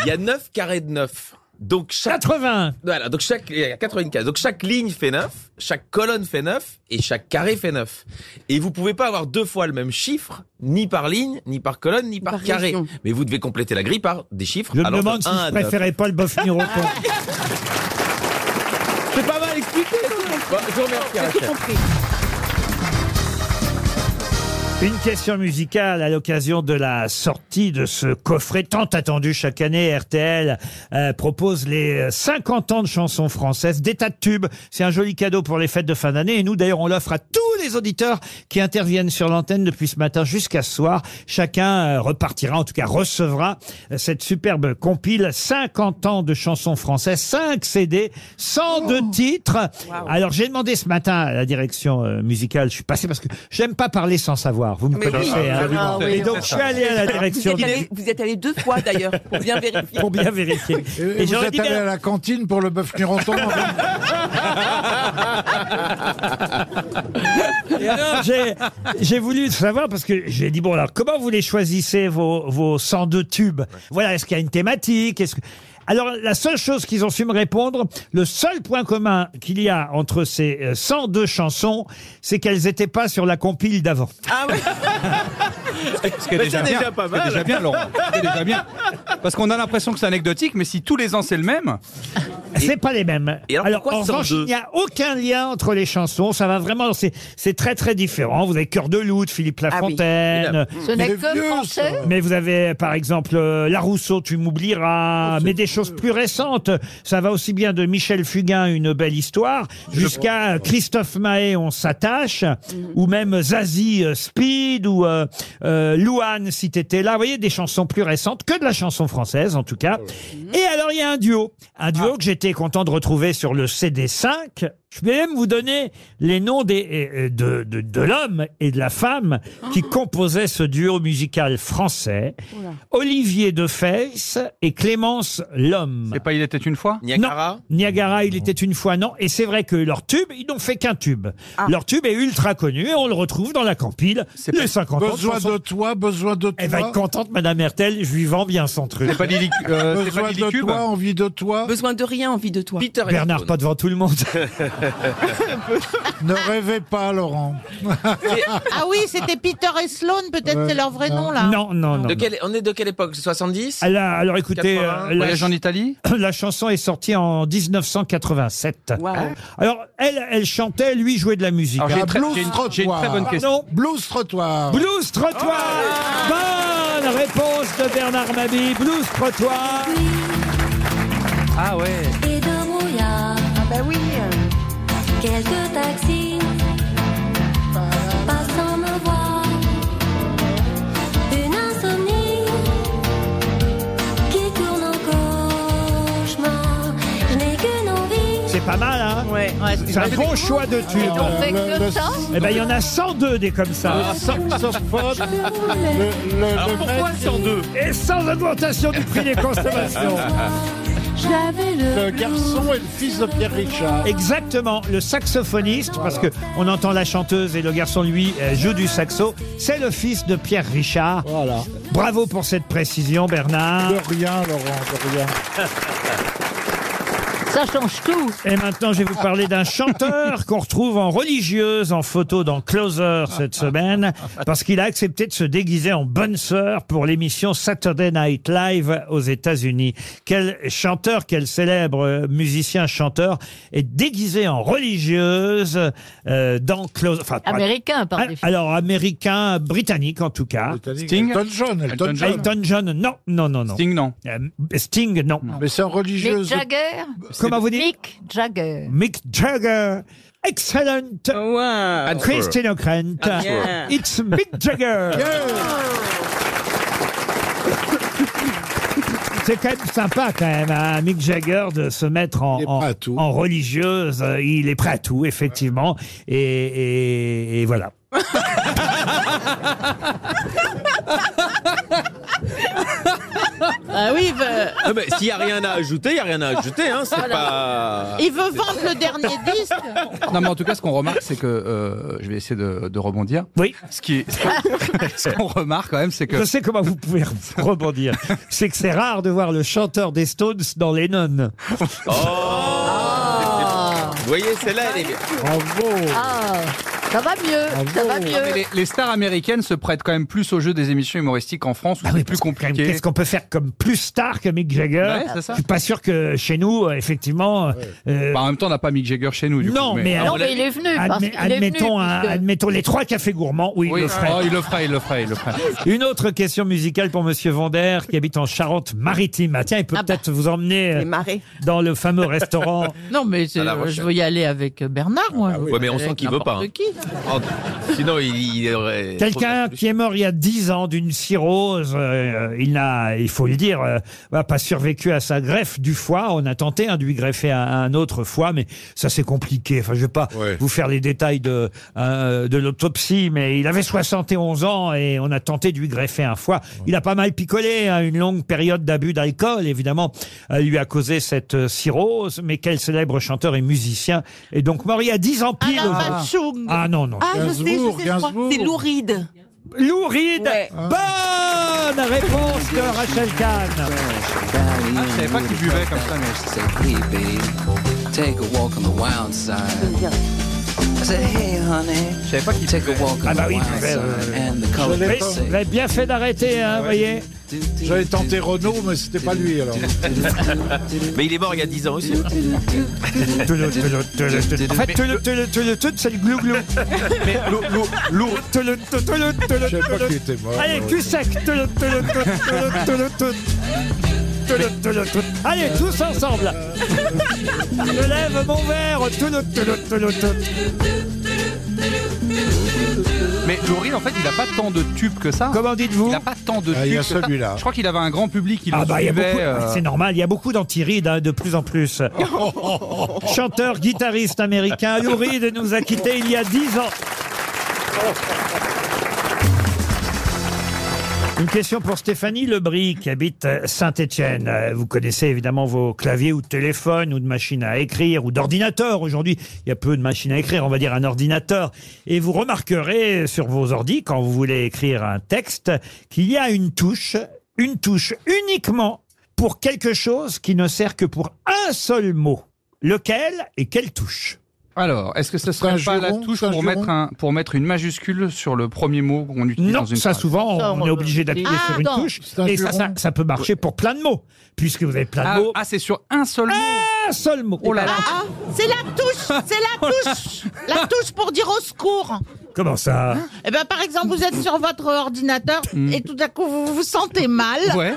Speaker 13: Il y a 9 carrés de 9. Donc chaque
Speaker 2: 80.
Speaker 13: Voilà, donc chaque il y a 95. Donc chaque ligne fait 9, chaque colonne fait 9 et chaque carré fait 9. Et vous pouvez pas avoir deux fois le même chiffre ni par ligne, ni par colonne, ni par, carré.
Speaker 2: région.
Speaker 13: Mais vous devez compléter la grille par des chiffres
Speaker 2: Je me
Speaker 13: allant de
Speaker 2: demande si
Speaker 13: 1 à
Speaker 2: je
Speaker 13: 9.
Speaker 2: préférais pas le bof au
Speaker 13: C'est pas mal expliqué. Bon, je vous remercie. Rachel.
Speaker 2: Une question musicale à l'occasion de la sortie de ce coffret tant attendu chaque année. RTL euh, propose les euh, 50 ans de chansons françaises, des tas de tubes. C'est un joli cadeau pour les fêtes de fin d'année. Et nous, d'ailleurs, on l'offre à tous les auditeurs qui interviennent sur l'antenne depuis ce matin jusqu'à ce soir. Chacun euh, repartira, en tout cas recevra euh, cette superbe compile 50 ans de chansons françaises, 5 CD, 102
Speaker 7: Oh.
Speaker 2: titres. Alors, j'ai demandé ce matin à la direction euh, musicale, je suis passé parce que j'aime pas parler sans savoir. Vous me
Speaker 7: Mais
Speaker 2: connaissez.
Speaker 7: oui.
Speaker 2: hein.
Speaker 7: Ah oui,
Speaker 2: Et
Speaker 7: on
Speaker 2: donc,
Speaker 7: fait
Speaker 2: je suis
Speaker 7: ça.
Speaker 2: allé à la direction
Speaker 7: Vous y êtes allé,
Speaker 2: musicale
Speaker 7: vous y êtes allé deux fois d'ailleurs pour bien vérifier.
Speaker 2: pour bien vérifier.
Speaker 3: Et, et vous
Speaker 2: j'aurais
Speaker 3: êtes
Speaker 2: dit,
Speaker 3: allé
Speaker 2: mais-
Speaker 3: à la cantine pour le bœuf Nurenton
Speaker 2: Et alors, j'ai- J'ai voulu savoir parce que j'ai dit bon alors comment vous les choisissez vos, vos 102 tubes Voilà, est-ce qu'il y a une thématique Est-ce que alors la seule chose qu'ils ont su me répondre, le seul point commun qu'il y a entre ces euh, 102 chansons, c'est qu'elles n'étaient pas sur la compile d'avant.
Speaker 7: Ah oui.
Speaker 6: Ce qui est
Speaker 2: Mais
Speaker 6: déjà
Speaker 2: c'est
Speaker 6: bien.
Speaker 2: déjà pas
Speaker 6: Ce qui est
Speaker 2: mal.
Speaker 6: déjà bien, Laurent. Ce qui est déjà bien. Parce qu'on a l'impression que c'est anecdotique, mais si tous les ans c'est le même.
Speaker 2: C'est pas les mêmes.
Speaker 6: Et alors, pourquoi
Speaker 2: en revanche,
Speaker 6: 102?
Speaker 2: il n'y a aucun lien entre les chansons. Ça va vraiment, c'est c'est très très différent. Vous avez Cœur de loup de Philippe Lafontaine.
Speaker 9: Ce n'est que français.
Speaker 2: Mais vous avez, par exemple, euh, La Rousseau, tu
Speaker 9: Oh,
Speaker 2: m'oublieras, mais des choses plus récentes. Ça va aussi bien de Michel Fugain, Une belle histoire, jusqu'à euh, Christophe Mahé, On s'attache,
Speaker 9: Mhm.
Speaker 2: ou même Zazie euh, Speed, ou euh, euh, Louane, si t'étais là. Vous voyez, des chansons plus récentes, que de la chanson française, en tout cas. Et alors, il y a un duo. Un
Speaker 9: Ah.
Speaker 2: duo que j'étais content de retrouver sur le CD5. Je vais même vous donner les noms des, euh, de, de, de l'homme et de la femme qui composaient ce duo musical français. Olivier Deface et Clémence Lhomme. C'est
Speaker 6: pas Il était une fois
Speaker 2: Niagara Niagara, il était une fois, non. Et c'est vrai que leur tube, ils n'ont fait qu'un tube. Leur tube est ultra connu et on le retrouve dans la campile. Les 50 ans.
Speaker 3: Besoin de toi, besoin de toi.
Speaker 2: Elle va ben, être contente, Madame Hertel, je lui vends bien son truc.
Speaker 13: euh,
Speaker 3: besoin de toi, envie de toi.
Speaker 7: Besoin de rien, envie de toi.
Speaker 2: Bernard, pas devant tout le monde.
Speaker 3: ne rêvez pas, Laurent.
Speaker 5: Ah oui, c'était Peter et Sloan, peut-être c'est leur vrai nom là.
Speaker 2: Non, Oh non, non.
Speaker 13: De
Speaker 2: non.
Speaker 13: quelle- on est de quelle époque 70
Speaker 2: Ah là, alors écoutez,
Speaker 13: 80.
Speaker 2: euh,
Speaker 13: Voyage en
Speaker 6: Italie
Speaker 2: La chanson est sortie en 1987. Hein Alors elle, elle chantait, lui jouait de la musique.
Speaker 3: Alors, j'ai
Speaker 2: Ah,
Speaker 3: une très- j'ai une- j'ai une très bonne question.
Speaker 2: Blues trottoir. Blues trottoir. Bonne réponse de Bernard Mabie. Blues trottoir.
Speaker 6: Ah ouais.
Speaker 15: Et d'un brouillard. Ah bah oui. Quelques taxis passant me voir. Une insomnie qui tourne en cauchemar. Je n'ai qu'une envie.
Speaker 2: C'est pas mal, hein
Speaker 5: Ouais,
Speaker 2: C'est un bon choix de tube.
Speaker 15: Ils ont fait que Le- le- ça
Speaker 2: Eh ben, il y en a 102 des comme ça.
Speaker 15: Le saxophone,
Speaker 3: le- le- Alors, le pourquoi mec- 102?
Speaker 2: Et sans augmentation du prix des consommations.
Speaker 15: J'avais le.
Speaker 3: Le garçon est le fils de Pierre Richard.
Speaker 2: Exactement, le saxophoniste, parce que on entend la chanteuse et le garçon, lui, euh, joue du saxo. C'est le fils de Pierre Richard. Bravo pour cette précision, Bernard.
Speaker 3: De rien, Laurent, de rien.
Speaker 2: Ça change tout. Et maintenant, je vais vous parler d'un chanteur qu'on retrouve en religieuse en photo dans Closer cette semaine, parce qu'il a accepté de se déguiser en bonne sœur pour l'émission Saturday Night Live aux États-Unis. Quel chanteur, quel célèbre euh, musicien chanteur est déguisé en religieuse euh, dans Closer. Enfin, pas-
Speaker 9: Américain, par
Speaker 2: Ah,
Speaker 9: définition.
Speaker 2: Alors américain, britannique en tout cas.
Speaker 3: Sting Elton John, Elton Elton John. John.
Speaker 2: Elton John, non, non, non, non.
Speaker 6: Sting, non.
Speaker 2: Euh, Sting, non.
Speaker 3: Mais c'est un
Speaker 9: Mick Jagger.
Speaker 2: Comment vous dites
Speaker 9: Mick Jagger.
Speaker 2: Mick Jagger. Excellent. Christine O'Krent.
Speaker 9: Oh, Ah, yeah.
Speaker 2: It's Mick Jagger. C'est quand même sympa, quand même, hein, Mick Jagger, de se mettre en, en- en religieuse. Euh, Il est prêt à tout, effectivement. Et, et- et voilà.
Speaker 5: Ah oui, bah-
Speaker 13: Ah, mais s'il n'y a rien à ajouter, il n'y a rien à ajouter. Hein, c'est
Speaker 5: Voilà.
Speaker 13: pas...
Speaker 5: Euh, Il veut vendre le dernier disque.
Speaker 6: Non, mais en tout cas, ce qu'on remarque, c'est que euh, je vais essayer de, de rebondir.
Speaker 2: Oui.
Speaker 6: Ce qui, ce qu'on- ce qu'on remarque quand même, c'est que
Speaker 2: Je sais comment vous pouvez rebondir. C'est que c'est rare de voir le chanteur des Stones dans les nonnes.
Speaker 9: Oh.
Speaker 2: Ah.
Speaker 13: Vous voyez, celle-là, elle est bien.
Speaker 9: Ah, ça va mieux, ça va
Speaker 6: Ah, mais
Speaker 9: mieux.
Speaker 6: les, les stars américaines se prêtent quand même plus au jeu des émissions humoristiques en
Speaker 2: Ah
Speaker 6: France, où c'est plus compliqué.
Speaker 2: Qu'est-ce qu'on peut faire comme plus star que Mick Jagger
Speaker 6: Ouais, c'est ça.
Speaker 2: Je suis pas sûr que chez nous, euh, effectivement. euh,
Speaker 6: Bah, en même temps, on n'a pas Mick Jagger chez nous, du
Speaker 2: non,
Speaker 6: coup.
Speaker 2: mais,
Speaker 9: Non, mais il est venu, parce qu'il est venu,
Speaker 2: admettons, un-
Speaker 9: puisque- Ah,
Speaker 2: admettons les trois cafés gourmands. Oui,
Speaker 6: Oui,
Speaker 2: il le ferait.
Speaker 6: oh, il le ferait, il le ferait, il le ferait.
Speaker 2: Une autre question musicale pour Monsieur Vander qui habite en Charente-Maritime. Ah, tiens, il peut peut-être vous emmener euh, dans le fameux restaurant.
Speaker 5: Non, mais
Speaker 2: À La
Speaker 5: euh,
Speaker 2: Rochelle.
Speaker 5: je veux y aller avec Bernard,
Speaker 6: Ah
Speaker 5: moi.
Speaker 13: Ouais, mais on sent qu'il veut pas. hein. Oh, sinon, il, il aurait.
Speaker 2: Quelqu'un qui est mort il y a 10 ans d'une cirrhose, euh, il n'a, il faut le dire, euh, n'a pas survécu à sa greffe du foie. On a tenté hein, de lui greffer un, un autre foie, mais ça c'est compliqué. Enfin, je vais pas vous faire les détails de euh, de l'autopsie, mais il avait 71 ans et on a tenté de lui greffer un foie. Il a pas mal picolé, hein, une longue période d'abus d'alcool, évidemment, euh, lui a causé cette euh, cirrhose. Mais quel célèbre chanteur et musicien est donc mort il y a 10 ans pile.
Speaker 7: Alain Bachung.
Speaker 2: aujourd'hui. ah non non.
Speaker 7: Ah, je sais, je sais, je crois. C'est Louride.
Speaker 2: Louride Bonne réponse de Rachel Kahn.
Speaker 16: Ah, je savais pas qu'il buvait comme ça, mais Take a walk on the wild side. I said, hey, honey. Je savais pas qu'il Take a walk on
Speaker 2: Ah bah
Speaker 16: the
Speaker 2: oui,
Speaker 16: wild
Speaker 2: mais,
Speaker 16: side.
Speaker 2: euh,
Speaker 16: And the color
Speaker 2: mais-
Speaker 16: purple.
Speaker 2: vous avez bien fait d'arrêter, hein, vous voyez.
Speaker 3: J'avais tenté Renault, mais c'était pas lui alors.
Speaker 13: Mais il est mort il y a 10 ans aussi. hein.
Speaker 2: Toulou, toulou, toulou, toulou. En fait, toulou, toulou, toulou, toulou, c'est le glou-glou.
Speaker 13: Mais lou, lou, lou.
Speaker 2: Toulou, toulou, toulou, toulou,
Speaker 3: savais pas
Speaker 2: toulou.
Speaker 3: qu'il était mort.
Speaker 2: Allez, cul sec. Toulou, toulou, toulou, toulou, toulou. Toulou, toulou, toulou. Allez, tous ensemble. Je lève mon verre. Toulou, toulou, toulou, toulou.
Speaker 6: Mais Louride, en fait, il n'a pas tant de tubes que ça.
Speaker 2: Comment dites-vous
Speaker 6: Il n'a pas tant de tubes.
Speaker 3: Ah, il y a
Speaker 6: que ça.
Speaker 3: celui-là.
Speaker 6: Je crois qu'il avait un grand public qui
Speaker 2: Ah
Speaker 6: le
Speaker 2: bah, il y a
Speaker 6: suivait,
Speaker 2: beaucoup-
Speaker 6: euh,
Speaker 2: c'est normal, il y a beaucoup d'anti-rides hein, de plus en plus. Chanteur, guitariste américain, Lou Reed nous a quittés il y a 10 ans. Une question pour Stéphanie Lebris qui habite Saint-Étienne. Euh, Vous connaissez évidemment vos claviers ou de téléphone ou de machines à écrire ou d'ordinateur. Aujourd'hui, il y a peu de machines à écrire, on va dire un ordinateur. Et vous remarquerez sur vos ordi, quand vous voulez écrire un texte, qu'il y a une touche, une touche uniquement pour quelque chose qui ne sert que pour un seul mot. Lequel et quelle touche
Speaker 6: Alors, est-ce que ce serait
Speaker 2: un
Speaker 6: pas la
Speaker 2: juron,
Speaker 6: touche
Speaker 2: c'est un
Speaker 6: pour
Speaker 2: juron
Speaker 6: mettre, un, pour mettre une majuscule sur le premier mot qu'on utilise
Speaker 2: Non,
Speaker 6: dans une
Speaker 2: ça
Speaker 6: phrase
Speaker 2: souvent, on, est obligé d'appuyer
Speaker 6: Ah,
Speaker 2: sur une
Speaker 6: attends.
Speaker 2: touche.
Speaker 6: C'est un
Speaker 2: Et ça,
Speaker 6: juron
Speaker 2: ça, ça peut marcher pour plein de mots, puisque vous avez plein de
Speaker 6: Ah,
Speaker 2: mots.
Speaker 6: ah, c'est sur un seul mot
Speaker 2: Un seul mot. Eh ben,
Speaker 6: Oh là là
Speaker 5: Ah, c'est la touche, c'est la touche, la touche pour dire au secours.
Speaker 2: Comment ça
Speaker 6: Hein
Speaker 5: Eh ben, par exemple, vous êtes sur votre ordinateur et tout à coup vous vous sentez mal.
Speaker 6: Mm. Ouais.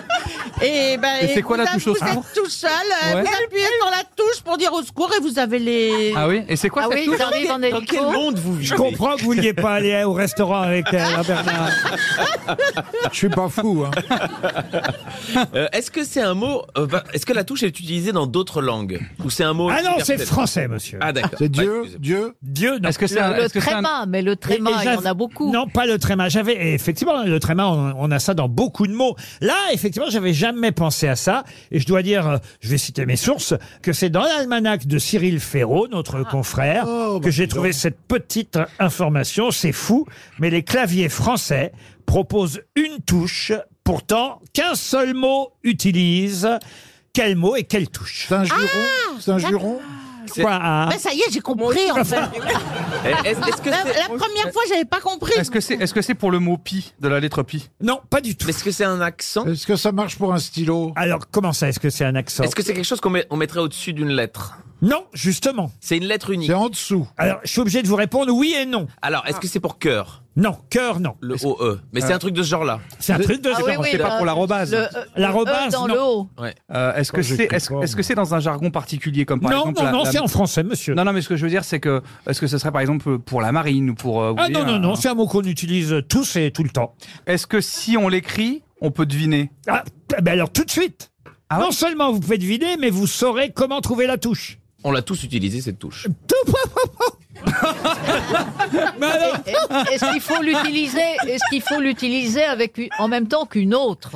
Speaker 5: Et ben,
Speaker 6: Et c'est
Speaker 5: et
Speaker 6: quoi
Speaker 5: vous
Speaker 6: la
Speaker 5: a-
Speaker 6: touche au
Speaker 5: Vous
Speaker 6: secours
Speaker 5: êtes tout seul, euh,
Speaker 6: Ouais.
Speaker 5: vous appuyez sur la touche pour dire au secours et vous avez les.
Speaker 6: Ah oui Et c'est quoi
Speaker 9: Ah
Speaker 6: cette
Speaker 9: oui,
Speaker 6: touche
Speaker 9: ils arrivent en hélico.
Speaker 2: Je comprends que vous vouliez pas aller au restaurant avec elle, hein, Bernard.
Speaker 3: Je suis pas fou. Hein.
Speaker 13: Euh, Est-ce que c'est un mot. euh, bah, Est-ce que la touche est utilisée dans d'autres langues Ou c'est un mot.
Speaker 2: Ah non, c'est
Speaker 13: universel
Speaker 2: français, monsieur.
Speaker 13: Ah d'accord.
Speaker 3: C'est Dieu,
Speaker 13: Ouais,
Speaker 3: Dieu.
Speaker 2: Dieu, non.
Speaker 6: Est-ce que c'est un-
Speaker 9: Le, le
Speaker 6: est-ce que c'est un-
Speaker 9: tréma, mais le tréma,
Speaker 2: Et- et
Speaker 9: il y en
Speaker 2: j'avais-
Speaker 9: a beaucoup.
Speaker 2: Non, pas le tréma. J'avais et effectivement le tréma, on, on a ça dans beaucoup de mots. Là, effectivement, j'avais jamais pensé à ça. Et je dois dire, euh, je vais citer mes sources, que c'est dans l'almanach de Cyril Ferraud, notre
Speaker 9: Ah.
Speaker 2: confrère,
Speaker 9: Oh, bah,
Speaker 2: que j'ai trouvé cette petite information. C'est fou, mais les claviers français proposent une touche. Pourtant, qu'un seul mot utilise. Quel mot et quelle touche
Speaker 9: Ah,
Speaker 3: C'est un juron C'est un juron
Speaker 2: Quoi hein
Speaker 5: Ben, ça y est, j'ai compris en fait.
Speaker 13: Eh, est-ce- est-ce que
Speaker 5: la,
Speaker 13: c'est-
Speaker 5: la première fois, j'avais pas compris.
Speaker 6: Est-ce que c'est est -ce pour le mot pi, de la lettre pi
Speaker 2: Non, pas du tout.
Speaker 13: Est-ce que c'est un accent
Speaker 3: Est-ce que ça marche pour un stylo Ah
Speaker 2: Alors, comment ça Est-ce que c'est un accent
Speaker 13: Est-ce que c'est quelque chose qu'on met- on mettrait au-dessus d'une lettre
Speaker 2: Non, justement.
Speaker 13: C'est une lettre unique.
Speaker 3: C'est en dessous.
Speaker 2: Alors, je suis obligé de vous répondre oui et non.
Speaker 13: Alors, est-ce que c'est pour cœur
Speaker 2: Non, cœur, non.
Speaker 13: Le OE. Mais c'est
Speaker 6: Euh.
Speaker 13: un truc de ce genre-là.
Speaker 2: C'est un truc de
Speaker 9: Ah oui,
Speaker 2: genre.
Speaker 9: oui,
Speaker 6: C'est pas
Speaker 9: euh,
Speaker 6: pour l'arrobase.
Speaker 9: le-
Speaker 2: L'arrobase,
Speaker 9: E dans
Speaker 2: non.
Speaker 9: le haut.
Speaker 13: Ouais.
Speaker 6: Euh, Est-ce que
Speaker 2: Oh,
Speaker 3: Attends, je
Speaker 6: c'est
Speaker 3: sais
Speaker 6: est -ce,
Speaker 3: pas,
Speaker 6: que c'est dans un jargon particulier comme par
Speaker 2: non,
Speaker 6: exemple
Speaker 2: non,
Speaker 6: la-
Speaker 2: non,
Speaker 6: la-
Speaker 2: c'est en français, monsieur.
Speaker 6: Non, non, mais ce que je veux dire, c'est que est-ce que ce serait par exemple pour la marine ou pour euh, vous
Speaker 2: ah
Speaker 6: voyez,
Speaker 2: non, non,
Speaker 6: un-
Speaker 2: non, c'est un mot qu'on utilise tous et tout le temps.
Speaker 6: Est-ce que si on l'écrit, on peut deviner
Speaker 2: Ah, ben alors tout de suite.
Speaker 6: Ah
Speaker 2: non
Speaker 6: ouais
Speaker 2: seulement vous pouvez deviner, mais vous saurez comment trouver la touche. Euh,
Speaker 13: On l'a tous utilisé cette touche.
Speaker 9: Est-ce qu'il faut l'utiliser Est-ce qu'il faut l'utiliser avec une- en même temps qu'une autre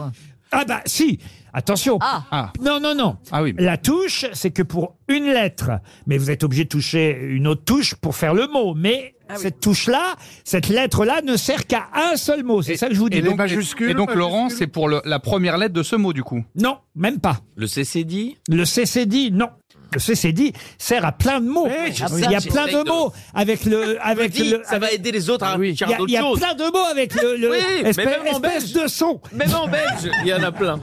Speaker 2: Ah bah si Attention.
Speaker 9: Ah.
Speaker 2: Non, non, non. La touche, c'est que pour une lettre, mais vous êtes obligé de toucher une autre touche pour faire le mot. Mais
Speaker 13: Ah
Speaker 2: cette touche-là, cette lettre-là ne sert qu'à un seul mot. C'est ça que je vous dis.
Speaker 6: Et donc, et donc, Laurent, c'est pour le- la première lettre de ce mot, du coup
Speaker 2: Non, même pas.
Speaker 6: Le CCD
Speaker 2: Le CCD, non. Le CCD sert à plein de mots.
Speaker 13: je sais,
Speaker 2: il y a
Speaker 13: j'ai
Speaker 2: plein
Speaker 13: une
Speaker 2: de
Speaker 13: anecdote.
Speaker 2: mots avec le avec
Speaker 13: Dis,
Speaker 2: le. Ah
Speaker 13: ça va aider les autres à réfléchir
Speaker 2: Il y a-
Speaker 13: à d'autres
Speaker 2: il y a
Speaker 13: choses.
Speaker 2: plein de mots avec le- le-
Speaker 13: Oui, mais
Speaker 2: espèce-
Speaker 13: même en
Speaker 2: espèce
Speaker 13: belge.
Speaker 2: de son.
Speaker 13: Même en belge, il y en a plein.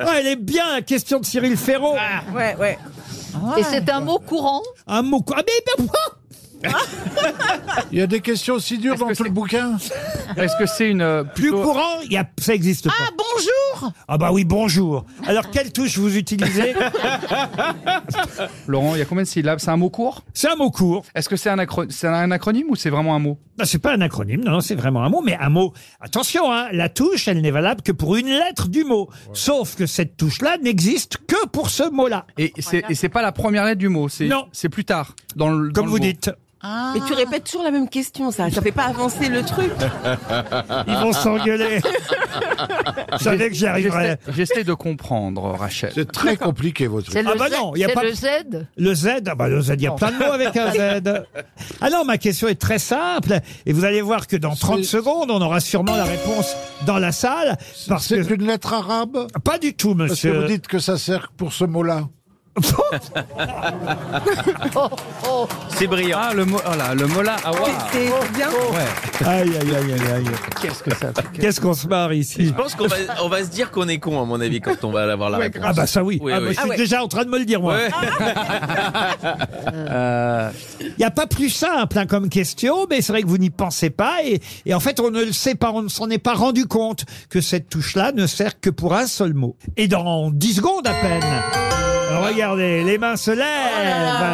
Speaker 2: Ah, elle est bien, la question de Cyril Ferraud.
Speaker 13: Ah,
Speaker 9: Ouais, ouais. Et c'est un mot courant
Speaker 2: Un mot Ah, courant.
Speaker 3: Il y a des questions aussi dures dans tout le bouquin.
Speaker 6: Est-ce que c'est une. euh,
Speaker 2: Plus courant, il y a, ça existe pas.
Speaker 5: Ah, bonjour
Speaker 2: Ah bah oui, bonjour. Alors, quelle touche vous utilisez
Speaker 6: Laurent, il y a combien de syllabes C'est un mot court
Speaker 2: C'est un mot court.
Speaker 6: Est-ce que c'est un, acro- c'est un acronyme ou c'est vraiment un mot
Speaker 2: Non, c'est pas un acronyme, non, non, c'est vraiment un mot, mais un mot. Attention, hein, la touche, elle n'est valable que pour une lettre du mot. Sauf que cette touche-là n'existe que pour ce mot-là.
Speaker 6: Et c'est et c'est pas la première lettre du mot, c'est c'est plus tard. Dans le, Comme
Speaker 2: vous dites.
Speaker 7: Mais tu répètes toujours la même question, ça. Ça fait pas avancer le truc.
Speaker 6: Ils
Speaker 7: vont s'engueuler.
Speaker 2: Je savais que j'y arriverais.
Speaker 6: J'essaie de comprendre, Rachel.
Speaker 3: C'est très compliqué, votre
Speaker 2: ah bah non, il y a pas Le Z, ah bah le Z, il y a plein de mots avec un Z. Ah non, ma question est très simple et vous allez voir que dans 30 secondes, on aura sûrement la réponse dans la salle parce que
Speaker 3: C'est une lettre arabe
Speaker 2: Pas du tout,
Speaker 3: Parce que
Speaker 2: monsieur.
Speaker 3: vous dites que ça sert pour ce mot-là.
Speaker 2: Oh,
Speaker 6: C'est brillant. Ah, le mot, oh là, le mot là, ah waouh.
Speaker 7: C'est bien.
Speaker 6: Ouais.
Speaker 2: Aïe, aïe, aïe, aïe, aïe.
Speaker 6: Qu'est-ce que ça
Speaker 2: Qu'est-ce qu'on se marre ici
Speaker 13: Je pense qu'on va, on va se dire qu'on est con, à mon avis, quand on va avoir la
Speaker 2: Ouais,
Speaker 13: réponse.
Speaker 2: Ah bah ça oui. Ah bah, Je suis déjà en train de me le dire moi.
Speaker 13: Ouais.
Speaker 2: Ah. Il n'y Euh, a pas plus simple hein, comme question, mais c'est vrai que vous n'y pensez pas. Et, et en fait, on ne le sait pas, on ne s'en est pas rendu compte que cette touche-là ne sert que pour un seul mot. Et dans 10 secondes à peine. Regardez, les mains se lèvent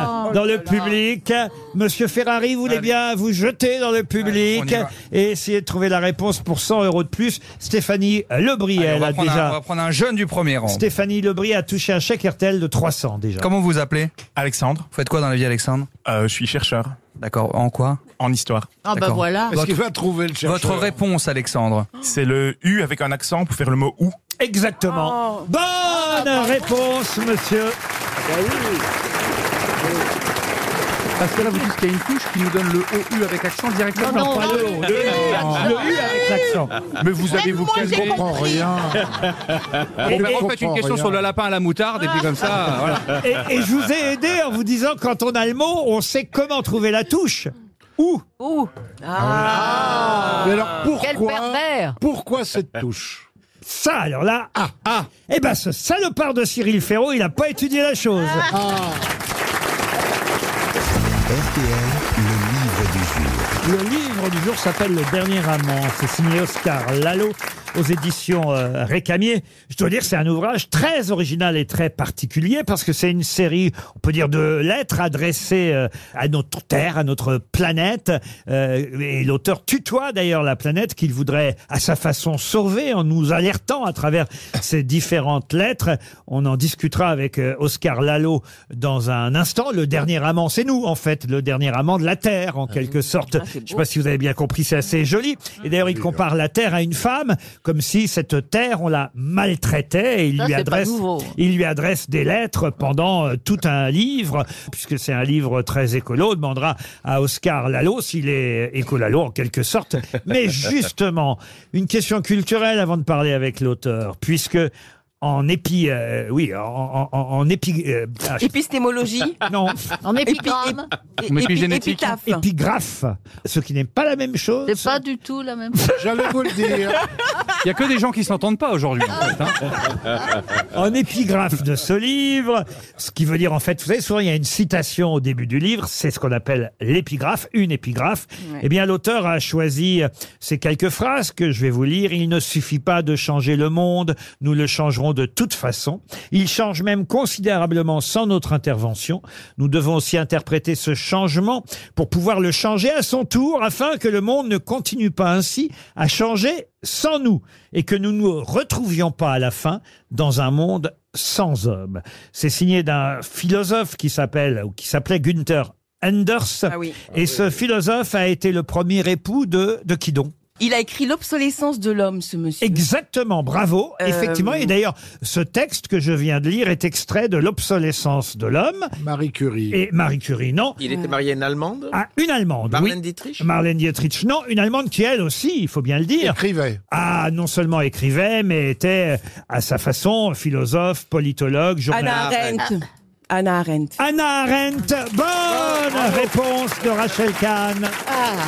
Speaker 6: Oh
Speaker 2: dans le public. Monsieur Ferrari, vous
Speaker 6: Ah
Speaker 2: voulez bien vous jeter dans le public et essayer de trouver la réponse pour 100 euros de plus. Stéphanie Lebris,
Speaker 6: Allez, on,
Speaker 2: elle
Speaker 6: va
Speaker 2: a
Speaker 6: prendre
Speaker 2: déjà...
Speaker 6: un, on va prendre un jeune du premier rang.
Speaker 2: Stéphanie Lebris a touché un chèque RTL de 300 déjà.
Speaker 6: Comment vous vous appelez Alexandre. Vous faites quoi dans la vie, Alexandre Euh, Je suis chercheur. D'accord. En quoi En histoire.
Speaker 5: Ah, bah
Speaker 6: D'accord.
Speaker 5: voilà. Est-ce qu'il
Speaker 6: Votre-
Speaker 5: va trouver le chercheur
Speaker 6: Votre réponse, Alexandre C'est le U avec un accent pour faire le mot OU.
Speaker 2: Exactement.
Speaker 9: Oh.
Speaker 2: Bonne réponse, monsieur.
Speaker 3: Ah
Speaker 6: Parce que là, vous dites qu'il y a une touche qui nous donne le OU avec accent directement.
Speaker 2: Non, non, pas le O, le U. Le U avec l'accent.
Speaker 6: Mais vous
Speaker 2: Même moi, j'ai
Speaker 6: Je comprends
Speaker 2: compris.
Speaker 6: rien.
Speaker 2: Et-
Speaker 6: On va
Speaker 2: et-
Speaker 6: refaire une question sur le lapin à la moutarde et puis comme ça, voilà.
Speaker 2: Et, et je vous ai aidé en vous disant quand on a le mot, on sait comment trouver la touche. Où
Speaker 7: Ouh.
Speaker 2: Ah.
Speaker 3: Mais alors
Speaker 9: Ah. Quel
Speaker 3: pourquoi
Speaker 9: pervers
Speaker 3: Pourquoi cette touche
Speaker 2: Ça, alors là, ah, ah. Eh ben, ce salopard de Cyril Ferraud, il n'a pas étudié la chose.
Speaker 9: Ah.
Speaker 2: Ah.
Speaker 1: RTL, le livre du jour.
Speaker 2: Le livre du jour s'appelle Le Dernier amant. C'est signé Oscar Lalo aux éditions euh, Récamier. Je dois dire que c'est un ouvrage très original et très particulier parce que c'est une série, on peut dire, de lettres adressées euh, à notre Terre, à notre planète. Euh, et l'auteur tutoie d'ailleurs la planète qu'il voudrait à sa façon sauver en nous alertant à travers ces différentes lettres. On en discutera avec euh, Oscar Lalo dans un instant. Le dernier amant, c'est nous en fait, le dernier amant de la Terre
Speaker 9: Ah
Speaker 2: en quelque sorte. Je sais pas si vous avez bien compris, c'est assez joli. Et d'ailleurs, il compare la Terre à une femme comme si cette Terre, on la maltraitait et il
Speaker 9: Ça,
Speaker 2: lui
Speaker 9: c'est pas
Speaker 2: adresse
Speaker 9: nouveau.
Speaker 2: il lui adresse des lettres pendant euh, tout un livre, puisque c'est un livre très écolo. On demandera à Oscar Lalo s'il est euh, écolalo en quelque sorte. Mais justement, une question culturelle avant de parler avec l'auteur, puisque en épi, euh, oui, en, en, en- en épi, euh, ah, je-
Speaker 7: Épistémologie
Speaker 2: Non.
Speaker 9: En épigramme
Speaker 2: En
Speaker 7: épigénétique.
Speaker 2: épigraphe, ce qui n'est pas la même chose.
Speaker 9: C'est pas du tout la même chose.
Speaker 2: J'allais vous le dire.
Speaker 6: Il y a que des gens qui s'entendent pas aujourd'hui.
Speaker 2: Ah.
Speaker 6: En fait, hein.
Speaker 2: en épigraphe de ce livre, ce qui veut dire en fait, vous savez, souvent il y a une citation au début du livre, c'est ce qu'on appelle l'épigraphe, une épigraphe.
Speaker 17: Ouais.
Speaker 2: Eh bien, l'auteur a choisi euh, ces quelques phrases que je vais vous lire. Il ne suffit pas de changer le monde, nous le changerons de toute façon. Il change même considérablement sans notre intervention. Nous devons aussi interpréter ce changement pour pouvoir le changer à son tour afin que le monde ne continue pas ainsi à changer sans nous et que nous ne nous retrouvions pas à la fin dans un monde sans hommes. C'est signé d'un philosophe qui s'appelle ou qui s'appelait
Speaker 7: Ah
Speaker 2: Günther Anders. Et ce philosophe a été le premier époux de, de qui donc
Speaker 7: Il a écrit L'obsolescence de l'homme, ce monsieur.
Speaker 2: Exactement, bravo.
Speaker 7: Euh,
Speaker 2: Effectivement, et d'ailleurs, ce texte que je viens de lire est extrait de L'obsolescence de l'homme. Marie Curie. Et Marie Curie, non.
Speaker 13: Il était marié à une Allemande
Speaker 2: Ah, une Allemande.
Speaker 13: Marlène
Speaker 2: oui.
Speaker 13: Dietrich
Speaker 2: Marlène Dietrich, non. Une Allemande qui, elle aussi, il faut bien le dire. Écrivait. Ah, non seulement écrivait, mais était à sa façon philosophe, politologue,
Speaker 7: Anna
Speaker 2: journaliste.
Speaker 7: Arendt. Anna Arendt.
Speaker 2: Anna Arendt. Bonne réponse de Rachel Kahn.
Speaker 7: Ah.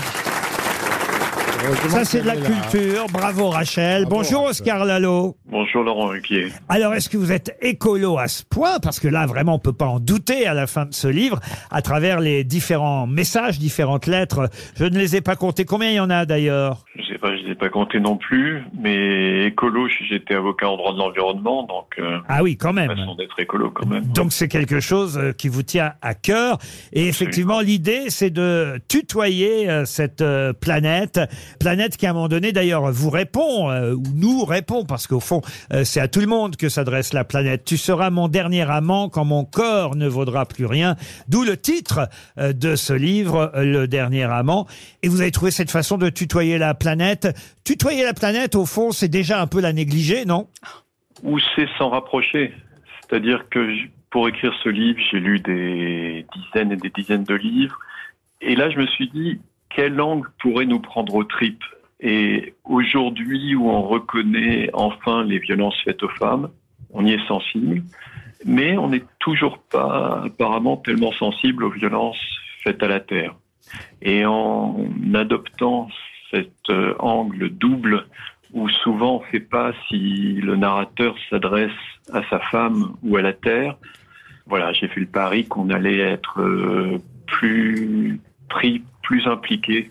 Speaker 2: Ça, c'est de la
Speaker 17: qu'elle est là.
Speaker 2: culture. Bravo, Rachel. Bonjour, Oscar Lalo.
Speaker 17: Bonjour Laurent Ruquier.
Speaker 2: Alors, est-ce que vous êtes écolo à ce point Parce que là, vraiment, on peut pas en douter à la fin de ce livre, à travers les différents messages, différentes lettres. Je ne les ai pas comptées. Combien il y en a d'ailleurs
Speaker 17: Je sais pas, je les ai pas comptés non plus, mais écolo, j'étais avocat en droit de l'environnement, donc euh,
Speaker 2: Ah oui, quand même.
Speaker 17: façon d'être écolo quand même.
Speaker 2: Donc c'est quelque chose euh, qui vous tient à cœur. Et effectivement, l'idée, c'est de tutoyer euh, cette euh, planète. Planète qui, à un moment donné, d'ailleurs, vous répond, euh, ou nous répond, parce qu'au fond, euh, c'est à tout le monde que s'adresse la planète. Tu seras mon dernier amant quand mon corps ne vaudra plus rien. D'où le titre euh, de ce livre, euh, Le dernier amant. Et vous avez trouvé cette façon de tutoyer la planète. Tutoyer la planète, au fond, c'est déjà un peu la négliger, non
Speaker 17: Ou c'est s'en rapprocher. C'est-à-dire que j- pour écrire ce livre, j'ai lu des dizaines et des dizaines de livres. Et là, je me suis dit, quel angle pourrait nous prendre aux tripes Et aujourd'hui, où on reconnaît enfin les violences faites aux femmes, on y est sensible, mais on n'est toujours pas apparemment tellement sensible aux violences faites à la Terre. Et en adoptant cet euh, angle double où souvent on ne sait pas si le narrateur s'adresse à sa femme ou à la terre. Voilà, j'ai fait le pari qu'on allait être euh, plus pris, plus impliqué.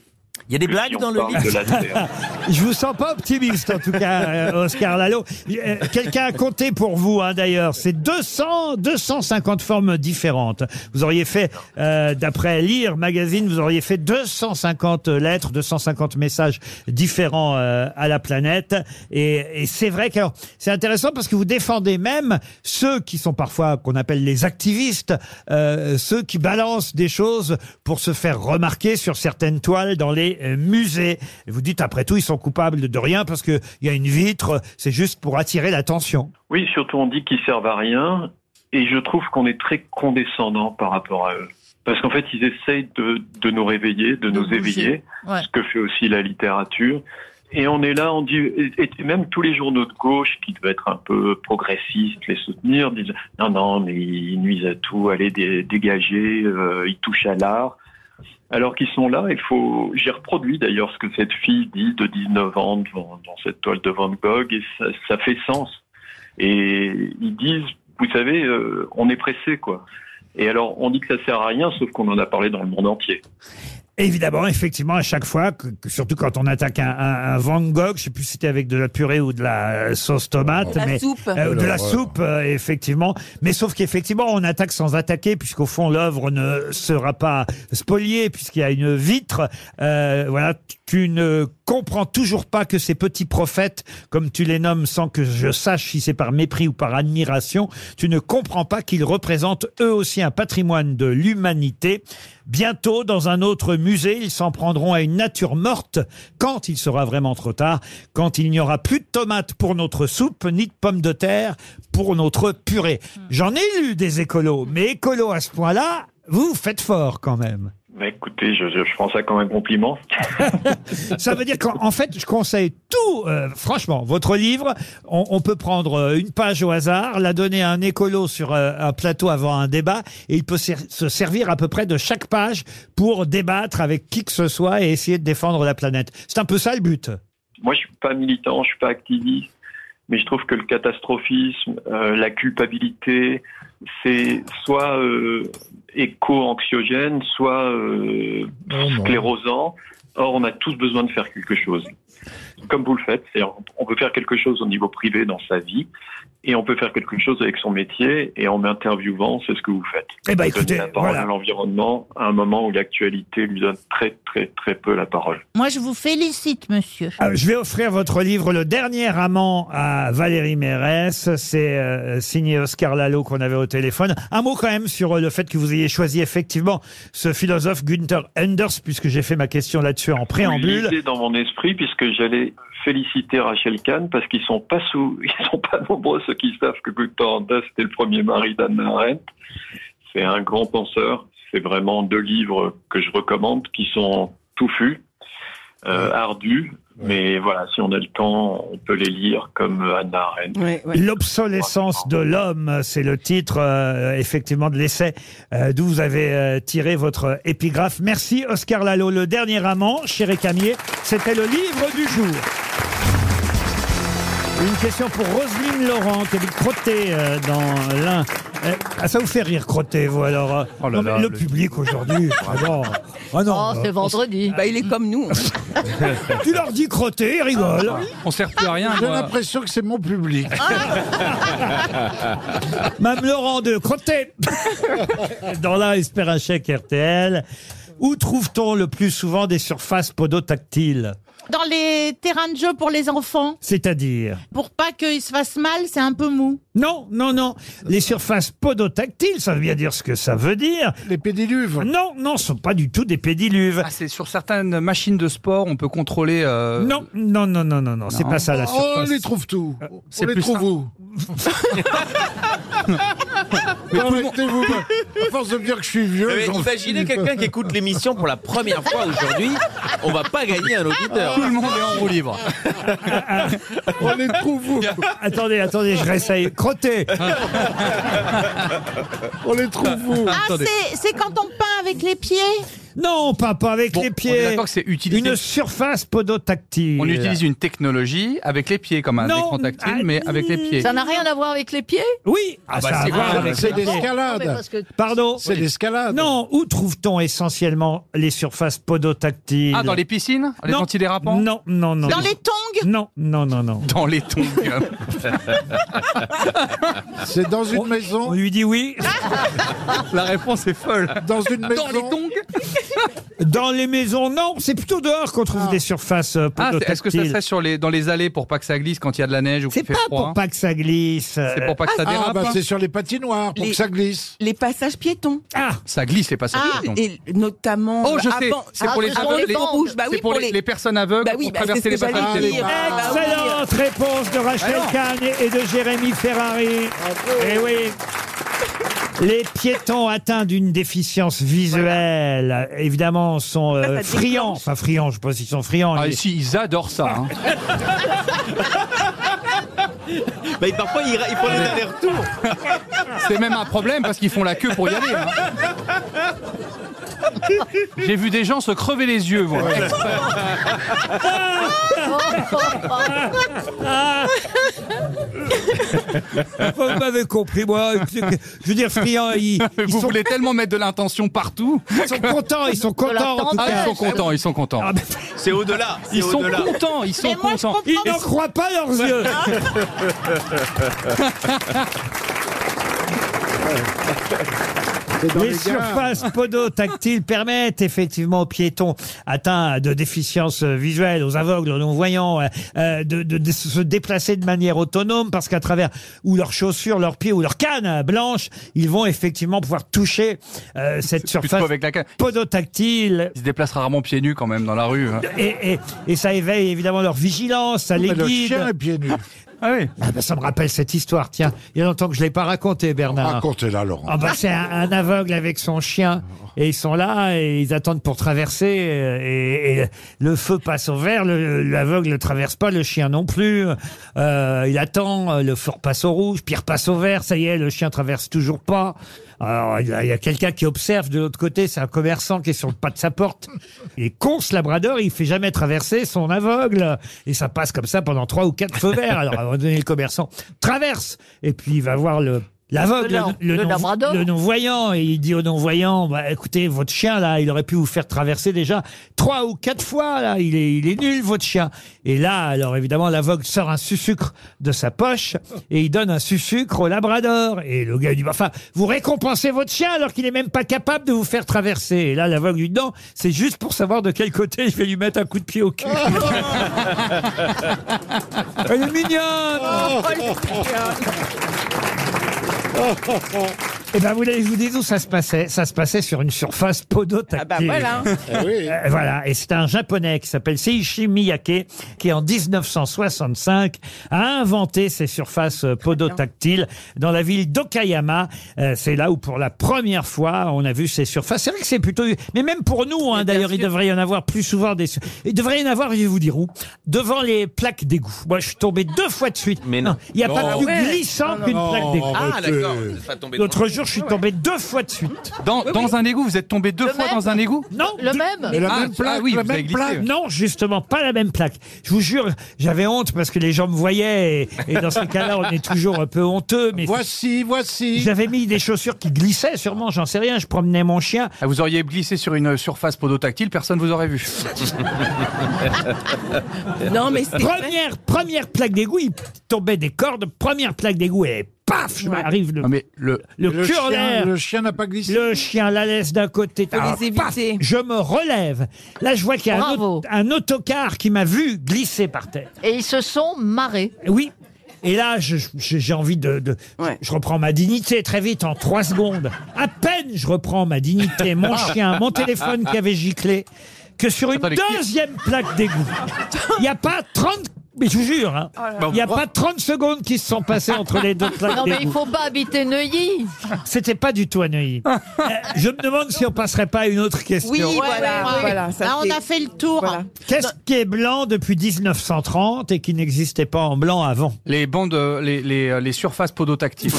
Speaker 13: Il y a des
Speaker 17: que
Speaker 13: blagues
Speaker 17: si on
Speaker 13: dans le
Speaker 17: parle
Speaker 13: livre
Speaker 17: de la terre.
Speaker 2: Je vous sens pas optimiste en tout cas, euh, Oscar Lalo. Euh, Quelqu'un a compté pour vous hein, d'ailleurs. C'est 200, 250 formes différentes. Vous auriez fait, euh, d'après Lire Magazine, vous auriez fait 250 lettres, 250 messages différents euh, à la planète. Et, et c'est vrai que alors, c'est intéressant parce que vous défendez même ceux qui sont parfois qu'on appelle les activistes, euh, ceux qui balancent des choses pour se faire remarquer sur certaines toiles dans les euh, musées. Et vous dites après tout ils sont coupables de rien parce que il y a une vitre, c'est juste pour attirer l'attention.
Speaker 17: Oui, surtout on dit qu'ils servent à rien, et je trouve qu'on est très condescendant par rapport à eux. Parce qu'en fait, ils essayent de, de nous réveiller, de, nous éveiller,
Speaker 5: Ouais.
Speaker 17: ce que fait aussi la littérature. Et on est là, on dit, et et même tous les journaux de gauche qui devaient être un peu progressistes, les soutenir, disent non, non, mais ils nuisent à tout, allez dé- dégager, euh, ils touchent à l'art. Alors qu'ils sont là, il faut. J'ai reproduit d'ailleurs ce que cette fille dit de 19 ans devant, dans cette toile de Van Gogh, et ça, ça fait sens. Et ils disent, vous savez, euh, on est pressé, quoi. Et alors, on dit que ça sert à rien, sauf qu'on en a parlé dans le monde entier.
Speaker 2: Évidemment, effectivement, à chaque fois, que- que- surtout quand on attaque un, un- un Van Gogh, je sais plus si c'était avec de la purée ou de la euh, sauce tomate,
Speaker 7: De la
Speaker 2: mais
Speaker 7: soupe.
Speaker 2: euh, de la
Speaker 7: L'horreur.
Speaker 2: soupe, euh, effectivement. Mais sauf qu'effectivement, on attaque sans attaquer, puisqu'au fond, l'œuvre ne sera pas spoliée, puisqu'il y a une vitre. Euh, voilà, tu ne comprends toujours pas que ces petits prophètes, comme tu les nommes, sans que je sache si c'est par mépris ou par admiration, tu ne comprends pas qu'ils représentent eux aussi un patrimoine de l'humanité. Bientôt, dans un autre musée, ils s'en prendront à une nature morte quand il sera vraiment trop tard, quand il n'y aura plus de tomates pour notre soupe, ni de pommes de terre pour notre purée. J'en ai lu des écolos, mais écolos à ce point-là, vous faites fort quand même.
Speaker 17: Mais Bah, écoutez, je, je, je prends ça comme un compliment.
Speaker 2: Ça veut dire qu'en en fait, je conseille tout, euh, franchement, votre livre. On, on peut prendre euh, une page au hasard, la donner à un écolo sur euh, un plateau avant un débat, et il peut ser- se servir à peu près de chaque page pour débattre avec qui que ce soit et essayer de défendre la planète. C'est un peu ça le but.
Speaker 17: Moi, je suis pas militant, je suis pas activiste, mais je trouve que le catastrophisme, euh, la culpabilité, c'est soit euh, éco-anxiogène, soit euh,
Speaker 2: Oh
Speaker 17: sclérosant. Or, on a tous besoin de faire quelque chose. Comme vous le faites, c'est-à-dire, on peut faire quelque chose au niveau privé dans sa vie, et on peut faire quelque chose avec son métier, et en m'interviewant, c'est ce que vous faites.
Speaker 2: Eh ben,
Speaker 17: Vous
Speaker 2: écoutez,
Speaker 17: donnez la parole
Speaker 2: voilà.
Speaker 17: à l'environnement à un moment où l'actualité lui donne très très très peu la parole.
Speaker 5: Moi, je vous félicite, monsieur.
Speaker 2: Ah, je vais offrir votre livre Le dernier amant à Valérie Mérès. C'est euh, signé Oscar Lalo qu'on avait au téléphone. Un mot quand même sur euh, le fait que vous ayez choisi effectivement ce philosophe Günther Enders, puisque j'ai fait ma question là-dessus en
Speaker 17: Oui,
Speaker 2: préambule.
Speaker 17: l'idée dans mon esprit puisque j'allais féliciter Rachel Kahn parce qu'ils sont pas sous, ils sont pas nombreux ceux qui savent que Gunther Anders était le premier mari d'Anne Arendt. C'est un grand penseur. C'est vraiment deux livres que je recommande qui sont touffus, euh, ardus. Mais voilà, si on a le temps, on peut les lire comme Anne Arendt.
Speaker 2: L'obsolescence de l'homme, c'est le titre euh, effectivement de l'essai euh, d'où vous avez euh, tiré votre épigraphe. Merci Oscar Lalo, le dernier amant, chez Camier. C'était le livre du jour. Une question pour Roselyne Laurent qui habite Crotté euh, dans l'un. ah, ça vous fait rire Crotté, vous alors euh. Non, mais
Speaker 6: Oh là,
Speaker 2: le,
Speaker 6: le-
Speaker 2: public aujourd'hui, vraiment. Ah non.
Speaker 9: Oh, c'est vendredi.
Speaker 7: Bah, il est comme nous.
Speaker 2: Tu leur dis Crotté, ils rigolent.
Speaker 6: Ah, On sert plus à rien.
Speaker 3: J'ai
Speaker 6: moi.
Speaker 3: l'impression que c'est mon public.
Speaker 2: Ah.
Speaker 7: Ah.
Speaker 2: Mme Laurent de Crotté dans la Espérachec RTL. Où trouve-t-on le plus souvent des surfaces podotactiles
Speaker 5: Dans les terrains de jeu pour les enfants,
Speaker 2: C'est-à-dire
Speaker 5: pour pas qu'ils se fassent mal, c'est un peu mou.
Speaker 2: Non, non, non. Les surfaces podotactiles, ça veut bien dire ce que ça veut dire. Les pédiluves Non, non, ce sont pas du tout des pédiluves.
Speaker 6: Ah, c'est sur certaines machines de sport, on peut contrôler. euh,
Speaker 2: Non, non, non, non, non, non, c'est
Speaker 6: Non.
Speaker 2: pas ça la
Speaker 6: Oh,
Speaker 2: surface.
Speaker 6: on les trouve
Speaker 2: tout.
Speaker 6: Euh, c'est les plus trouve simple.
Speaker 2: où
Speaker 3: Arrêtez-vous. À force de me dire que je suis vieux.
Speaker 13: Mais
Speaker 3: j'en
Speaker 13: imaginez
Speaker 3: finis pas.
Speaker 13: quelqu'un qui écoute l'émission pour la première fois aujourd'hui, on va pas gagner un auditeur.
Speaker 6: Tout le monde est en roue libre.
Speaker 2: On les trouve où Attendez, attendez, je réessaye. Crotté On les trouve où
Speaker 5: Ah, c'est- c'est quand on peint avec les pieds
Speaker 2: Non, on peint pas avec les
Speaker 6: On est
Speaker 2: pieds.
Speaker 6: d'accord que c'est utilisé.
Speaker 2: Une surface podotactile.
Speaker 6: On utilise une technologie avec les pieds, comme un
Speaker 2: Non, Ah,
Speaker 6: écran tactile, mais avec les pieds.
Speaker 9: Ça n'a rien à voir avec les pieds
Speaker 2: Oui,
Speaker 6: Ah
Speaker 2: ah,
Speaker 6: bah
Speaker 2: ça a
Speaker 6: c'est
Speaker 2: à voir
Speaker 6: clair.
Speaker 2: avec
Speaker 6: C'est
Speaker 2: les pieds.
Speaker 9: l'escalade. Non, mais parce que-
Speaker 2: Pardon
Speaker 3: C'est l'escalade.
Speaker 2: Non, où trouve-t-on essentiellement les surfaces podotactiles
Speaker 6: Ah, dans les piscines Les
Speaker 2: Non.
Speaker 6: antidérapants
Speaker 2: Non, non, Oh non.
Speaker 6: Dans les
Speaker 5: tongs
Speaker 2: Non, non, non, non.
Speaker 6: Dans les tongs.
Speaker 3: C'est dans une maison.
Speaker 2: On lui dit oui.
Speaker 6: La réponse est folle.
Speaker 3: Dans une maison.
Speaker 2: Dans les maisons, non. C'est plutôt dehors qu'on trouve des surfaces euh,
Speaker 6: Ah,
Speaker 2: podotactiles.
Speaker 6: c'est- est-ce que ça serait sur les, dans les allées pour pas que ça glisse quand il y a de la neige ou qu'il
Speaker 2: C'est
Speaker 6: fait
Speaker 2: pas
Speaker 6: froid
Speaker 2: pour pas que ça glisse. euh.
Speaker 6: C'est pour pas que ça dérape.
Speaker 3: Ah, bah, c'est sur les patinoires pour
Speaker 7: Les-
Speaker 3: que ça glisse.
Speaker 7: Les passages piétons.
Speaker 2: Ah
Speaker 6: Ça glisse les passages.
Speaker 7: Ah,
Speaker 6: piétons.
Speaker 7: et notamment.
Speaker 6: Oh, je
Speaker 7: bah,
Speaker 6: sais,
Speaker 7: avant-
Speaker 6: c'est
Speaker 7: Ah,
Speaker 6: pour les
Speaker 7: ce sont
Speaker 6: aveugles, les-
Speaker 7: bancs rouges. Bah
Speaker 6: c'est
Speaker 7: oui,
Speaker 6: pour les- les personnes aveugles
Speaker 7: Bah oui,
Speaker 6: pour
Speaker 7: bah, c'est
Speaker 6: traverser
Speaker 7: ce
Speaker 6: les Bah
Speaker 7: que j'allais
Speaker 6: passages piétons.
Speaker 7: dire. Bah oui.
Speaker 2: Excellente réponse de Rachel
Speaker 7: Alors
Speaker 2: Kahn et- et de Jérémy Ferrari.
Speaker 3: Ah,
Speaker 2: Eh oui. Les piétons atteints d'une déficience visuelle, évidemment, sont euh,
Speaker 6: ça
Speaker 2: friands. Enfin, friands, je ne sais pas s'ils sont friands.
Speaker 6: Ah,
Speaker 2: mais-
Speaker 6: ici, ils adorent ça. hein.
Speaker 13: Bah, parfois, ils, ils font les allers-retours.
Speaker 6: C'est même un problème parce qu'ils font la queue pour y aller. hein. J'ai vu des gens se crever les yeux. moi.
Speaker 2: Vous m'avez compris, moi. Je veux dire, friands, ils, ils
Speaker 6: Vous
Speaker 2: sont,
Speaker 6: voulez tellement mettre de l'intention partout.
Speaker 2: ils sont contents, ils sont contents. en tout Ah,
Speaker 6: Ah,
Speaker 2: cas.
Speaker 6: ils sont contents, ils sont contents.
Speaker 13: C'est au-delà.
Speaker 6: Ils sont contents, ils sont contents.
Speaker 2: Ils n'en croient pas leurs yeux.
Speaker 3: C'est dans
Speaker 2: les
Speaker 3: les gares.
Speaker 2: surfaces podotactiles permettent effectivement aux piétons atteints de déficience visuelle, aux aveugles, aux non-voyants, euh, euh, de, de- de se déplacer de manière autonome parce qu'à travers ou leurs chaussures, leurs pieds ou leurs cannes blanches, ils vont effectivement pouvoir toucher euh, cette surface
Speaker 6: Plutôt avec la canne.
Speaker 2: podotactile.
Speaker 6: Ils se déplacent rarement pieds nus quand même dans la rue. hein.
Speaker 2: Et, et- et ça éveille évidemment leur vigilance, ça les
Speaker 3: Mais le
Speaker 2: guide.
Speaker 3: chien est pieds nus.
Speaker 6: Ah oui.
Speaker 2: ben, ça me rappelle cette histoire, tiens. Il y a longtemps que je ne l'ai pas racontée, Bernard.
Speaker 3: Racontez-la, Laurent.
Speaker 2: Ah bah, c'est un, un aveugle avec son chien et ils sont là et ils attendent pour traverser euh, et, et le feu passe au vert, le- l'aveugle ne traverse pas, le chien non plus. Euh, il attend, euh, le feu passe au rouge, puis il repasse au vert, ça y est, le chien traverse toujours pas. Alors il y a, il y a quelqu'un qui observe de l'autre côté, c'est un commerçant qui est sur le pas de sa porte. Il est con ce labrador, il fait jamais traverser son aveugle et ça passe comme ça pendant trois ou quatre feux verts. Alors à un moment donné, le commerçant traverse et puis il va voir le L'aveugle,
Speaker 9: Le lord,
Speaker 2: le,
Speaker 9: le
Speaker 2: non,
Speaker 9: labrador.
Speaker 2: le non-voyant, et il dit au non-voyant, bah, écoutez, votre chien, là, il aurait pu vous faire traverser déjà trois ou quatre fois, là, il est, il est nul, votre chien. Et là, alors évidemment, l'aveugle sort un sucre de sa poche, et il donne un sucre au labrador. Et le gars, il dit, bah, enfin, vous récompensez votre chien alors qu'il n'est même pas capable de vous faire traverser. Et là, l'aveugle lui dit, non, c'est juste pour savoir de quel côté je vais lui mettre un coup de pied au cul. Elle est mignonne Eh ben, vous voulez que je vous dise où ça se passait Ça se passait sur une surface podotactile.
Speaker 5: voilà.
Speaker 13: Eh
Speaker 5: Ah oui.
Speaker 2: Euh, voilà. Et c'est un japonais qui s'appelle Seiichi Miyake, qui en 1965 a inventé ces surfaces euh, podotactiles dans la ville d'Okayama. Euh, c'est là où pour la première fois on a vu ces surfaces. C'est vrai que c'est plutôt... Mais même pour nous, hein, d'ailleurs, il devrait y en avoir plus souvent des... sur- Il devrait y en avoir, je vais vous dire où, devant les plaques d'égout. Moi, je suis tombé deux fois de suite. Mais non. Il n'y a pas
Speaker 13: Non.
Speaker 2: plus
Speaker 13: Ah ouais.
Speaker 2: glissant
Speaker 13: Ah non,
Speaker 2: qu'une
Speaker 13: non,
Speaker 2: plaque d'égout.
Speaker 13: Ah, arrêtez. d'accord. Vous êtes pas tombé
Speaker 2: L'autre
Speaker 13: devant.
Speaker 2: jour, je suis tombé deux fois de suite.
Speaker 6: Dans, dans un égout, vous êtes tombé deux fois dans un égout Ah,
Speaker 2: Non,
Speaker 9: Le
Speaker 2: du-
Speaker 9: même Mais la
Speaker 3: Ah,
Speaker 6: même plaque, la même plaque.
Speaker 2: Non, justement, pas la même plaque. Je vous jure, j'avais honte parce que les gens me voyaient et, et dans ces cas-là, on est toujours un peu honteux. Mais
Speaker 3: voici, voici.
Speaker 2: J'avais mis des chaussures qui glissaient, sûrement, j'en sais rien. Je promenais mon chien.
Speaker 6: Ah, Vous auriez glissé sur une euh, surface podotactile, personne vous aurait vu.
Speaker 7: Non, mais c'est-
Speaker 2: Première, première plaque d'égout, il tombait des cordes, première plaque d'égout et paf, je m'arrive le,
Speaker 6: le,
Speaker 3: Le
Speaker 2: cul en
Speaker 3: chien-
Speaker 2: l'air.
Speaker 3: le chien n'a pas glissé.
Speaker 2: Le chien la laisse d'un côté.
Speaker 3: les
Speaker 2: Ah, paf, je me relève. Là, je vois qu'il y a un,
Speaker 9: Bravo.
Speaker 2: aut- un autocar qui m'a vu glisser par terre.
Speaker 9: Et ils se sont marrés.
Speaker 2: Oui. Et là, je- je- j'ai envie de... de- Je reprends ma dignité très vite, en trois secondes. À peine je reprends ma dignité, mon
Speaker 5: Ah.
Speaker 2: chien, mon téléphone qui avait giclé, que sur une deuxième plaque d'égout, il n'y a pas 30... Mais je vous jure, hein,
Speaker 5: Oh
Speaker 2: il n'y a pas 30 secondes qui se sont passées entre les deux plaques
Speaker 9: Non, mais il
Speaker 2: d'égout.
Speaker 9: faut pas habiter Neuilly.
Speaker 2: C'était pas du tout à Neuilly. Euh, je me demande si on passerait pas à une autre question.
Speaker 5: Oui, voilà, voilà, ça
Speaker 2: Là,
Speaker 5: fait- on a fait le tour.
Speaker 2: Qu'est-ce qui est blanc depuis 1930 et qui n'existait pas en blanc avant
Speaker 6: Les bandes, euh, les, les, euh, les surfaces podotactiles.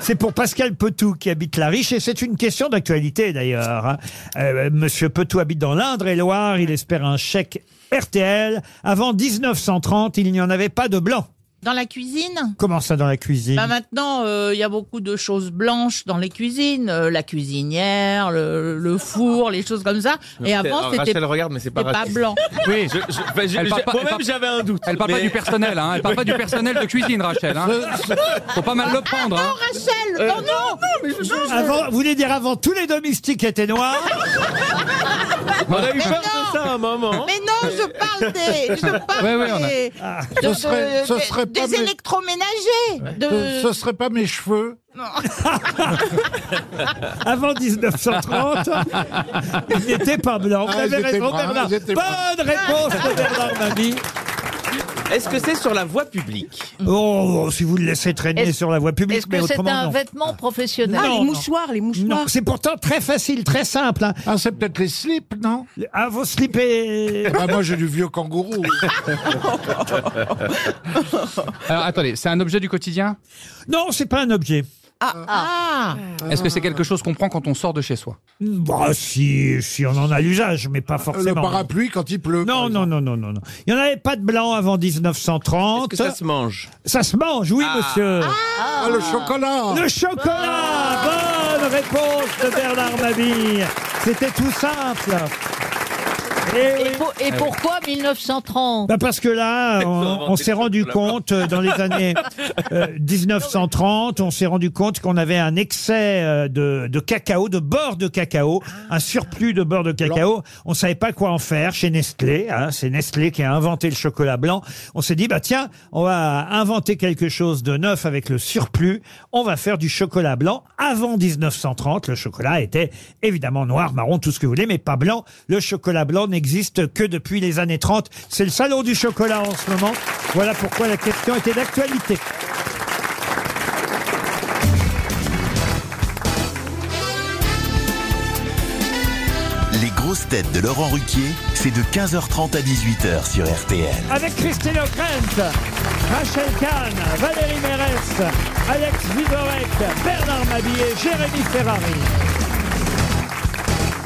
Speaker 2: C'est pour Pascal Petou qui habite la Riche et c'est une question d'actualité d'ailleurs. hein. Euh, Monsieur Petou habite dans l'Indre-et-Loire, il espère un chèque RTL. Avant 1930, il n'y en avait pas de blanc.
Speaker 5: Dans la cuisine
Speaker 2: Comment ça dans la cuisine
Speaker 5: Bah maintenant, euh, il y a beaucoup de choses blanches dans les cuisines, Euh, la cuisinière, le, le four, les choses comme ça. Et avant, c'était
Speaker 13: Rachel regarde, mais c'est pas
Speaker 5: c'était
Speaker 13: raciste.
Speaker 5: blanc.
Speaker 6: Oui,
Speaker 13: je- je- ben, j'ai- j'ai-
Speaker 6: Elle parle pas- elle
Speaker 13: moi-même
Speaker 6: parle-
Speaker 13: j'avais un doute.
Speaker 6: Elle parle pas
Speaker 13: mais-
Speaker 6: du personnel, hein. Elle parle pas du personnel de cuisine, Rachel. Hein. Faut pas mal le prendre. hein.
Speaker 5: Ah, Rachel,
Speaker 6: Euh,
Speaker 5: non, non,
Speaker 13: mais je- je-
Speaker 2: Avant, vous voulez dire avant tous les domestiques étaient noirs
Speaker 13: On a eu
Speaker 5: Ah, Mais
Speaker 13: peur
Speaker 5: non.
Speaker 13: de ça à un moment.
Speaker 5: Mais non, je parle des, je parle
Speaker 3: Ouais, ouais, on a-
Speaker 5: des, euh,
Speaker 3: Ah.
Speaker 5: de-
Speaker 3: Ce serait-
Speaker 5: de-
Speaker 3: ce
Speaker 5: des-
Speaker 3: serait
Speaker 5: des
Speaker 3: pas mes-
Speaker 5: électroménagers. de-
Speaker 3: Ce, ce serait pas mes cheveux.
Speaker 2: Avant 1930, ils n'étaient pas blancs. Vous
Speaker 13: Ah,
Speaker 2: avez
Speaker 13: ils étaient
Speaker 2: raison,
Speaker 13: bruns,
Speaker 2: Bernard.
Speaker 13: ils étaient
Speaker 2: Bonne
Speaker 13: bruns.
Speaker 2: réponse de Bernard Mabie.
Speaker 13: Est-ce que c'est sur la voie publique
Speaker 2: Oh, si vous le laissez traîner
Speaker 9: Est-ce-
Speaker 2: sur la voie publique,
Speaker 9: Est-ce
Speaker 2: mais
Speaker 9: que c'est
Speaker 2: autrement
Speaker 9: un
Speaker 2: non.
Speaker 9: vêtement professionnel
Speaker 2: Ah, les Non, non.
Speaker 9: mouchoirs, les
Speaker 2: Non, c'est pourtant très facile, très simple. hein.
Speaker 3: Ah, c'est peut-être les slips, non
Speaker 2: Ah, vos slips et...
Speaker 3: Ah, moi, j'ai du vieux kangourou.
Speaker 6: Alors attendez, c'est un objet du quotidien
Speaker 2: Non, c'est pas un objet.
Speaker 5: Ah.
Speaker 6: Est-ce que c'est quelque chose qu'on prend quand on sort de chez soi
Speaker 2: Bah, si, si on en a l'usage, mais pas forcément.
Speaker 3: Euh, parapluie quand il pleut.
Speaker 2: Non, non, non, non, non, non. Il n'y en avait pas de blanc avant 1930.
Speaker 13: Est-ce que ça se mange
Speaker 2: Ça se mange, oui,
Speaker 13: Ah.
Speaker 2: monsieur.
Speaker 3: Ah, le chocolat Ah.
Speaker 2: Le chocolat Bonne réponse de Bernard Mabille. C'était tout simple. Et,
Speaker 9: Et, pour- et pourquoi 1930
Speaker 2: Eh Bah, parce que là, on,
Speaker 9: inventé
Speaker 2: on
Speaker 9: le
Speaker 2: s'est rendu
Speaker 9: chocolat.
Speaker 2: compte euh, dans les années euh, 1930, on s'est rendu compte qu'on avait un excès euh, de, de cacao, de beurre de cacao,
Speaker 9: Ah.
Speaker 2: un surplus de beurre de cacao. On savait pas quoi en faire chez Nestlé. hein. C'est Nestlé qui a inventé le chocolat blanc. On s'est dit bah tiens, on va inventer quelque chose de neuf avec le surplus. On va faire du chocolat blanc. Avant 1930, le chocolat était évidemment noir, marron, tout ce que vous voulez, mais pas blanc. Le chocolat blanc n'existe que depuis les années 30. C'est le salon du chocolat en ce moment. Voilà pourquoi la question était d'actualité.
Speaker 1: Les grosses têtes de Laurent Ruquier, c'est de 15h30 à 18h sur RTL.
Speaker 2: Avec Christine O'Krent, Rachel Kahn, Valérie Mérès, Alex Vidorek, Bernard Mabillé, Jérémy Ferrari.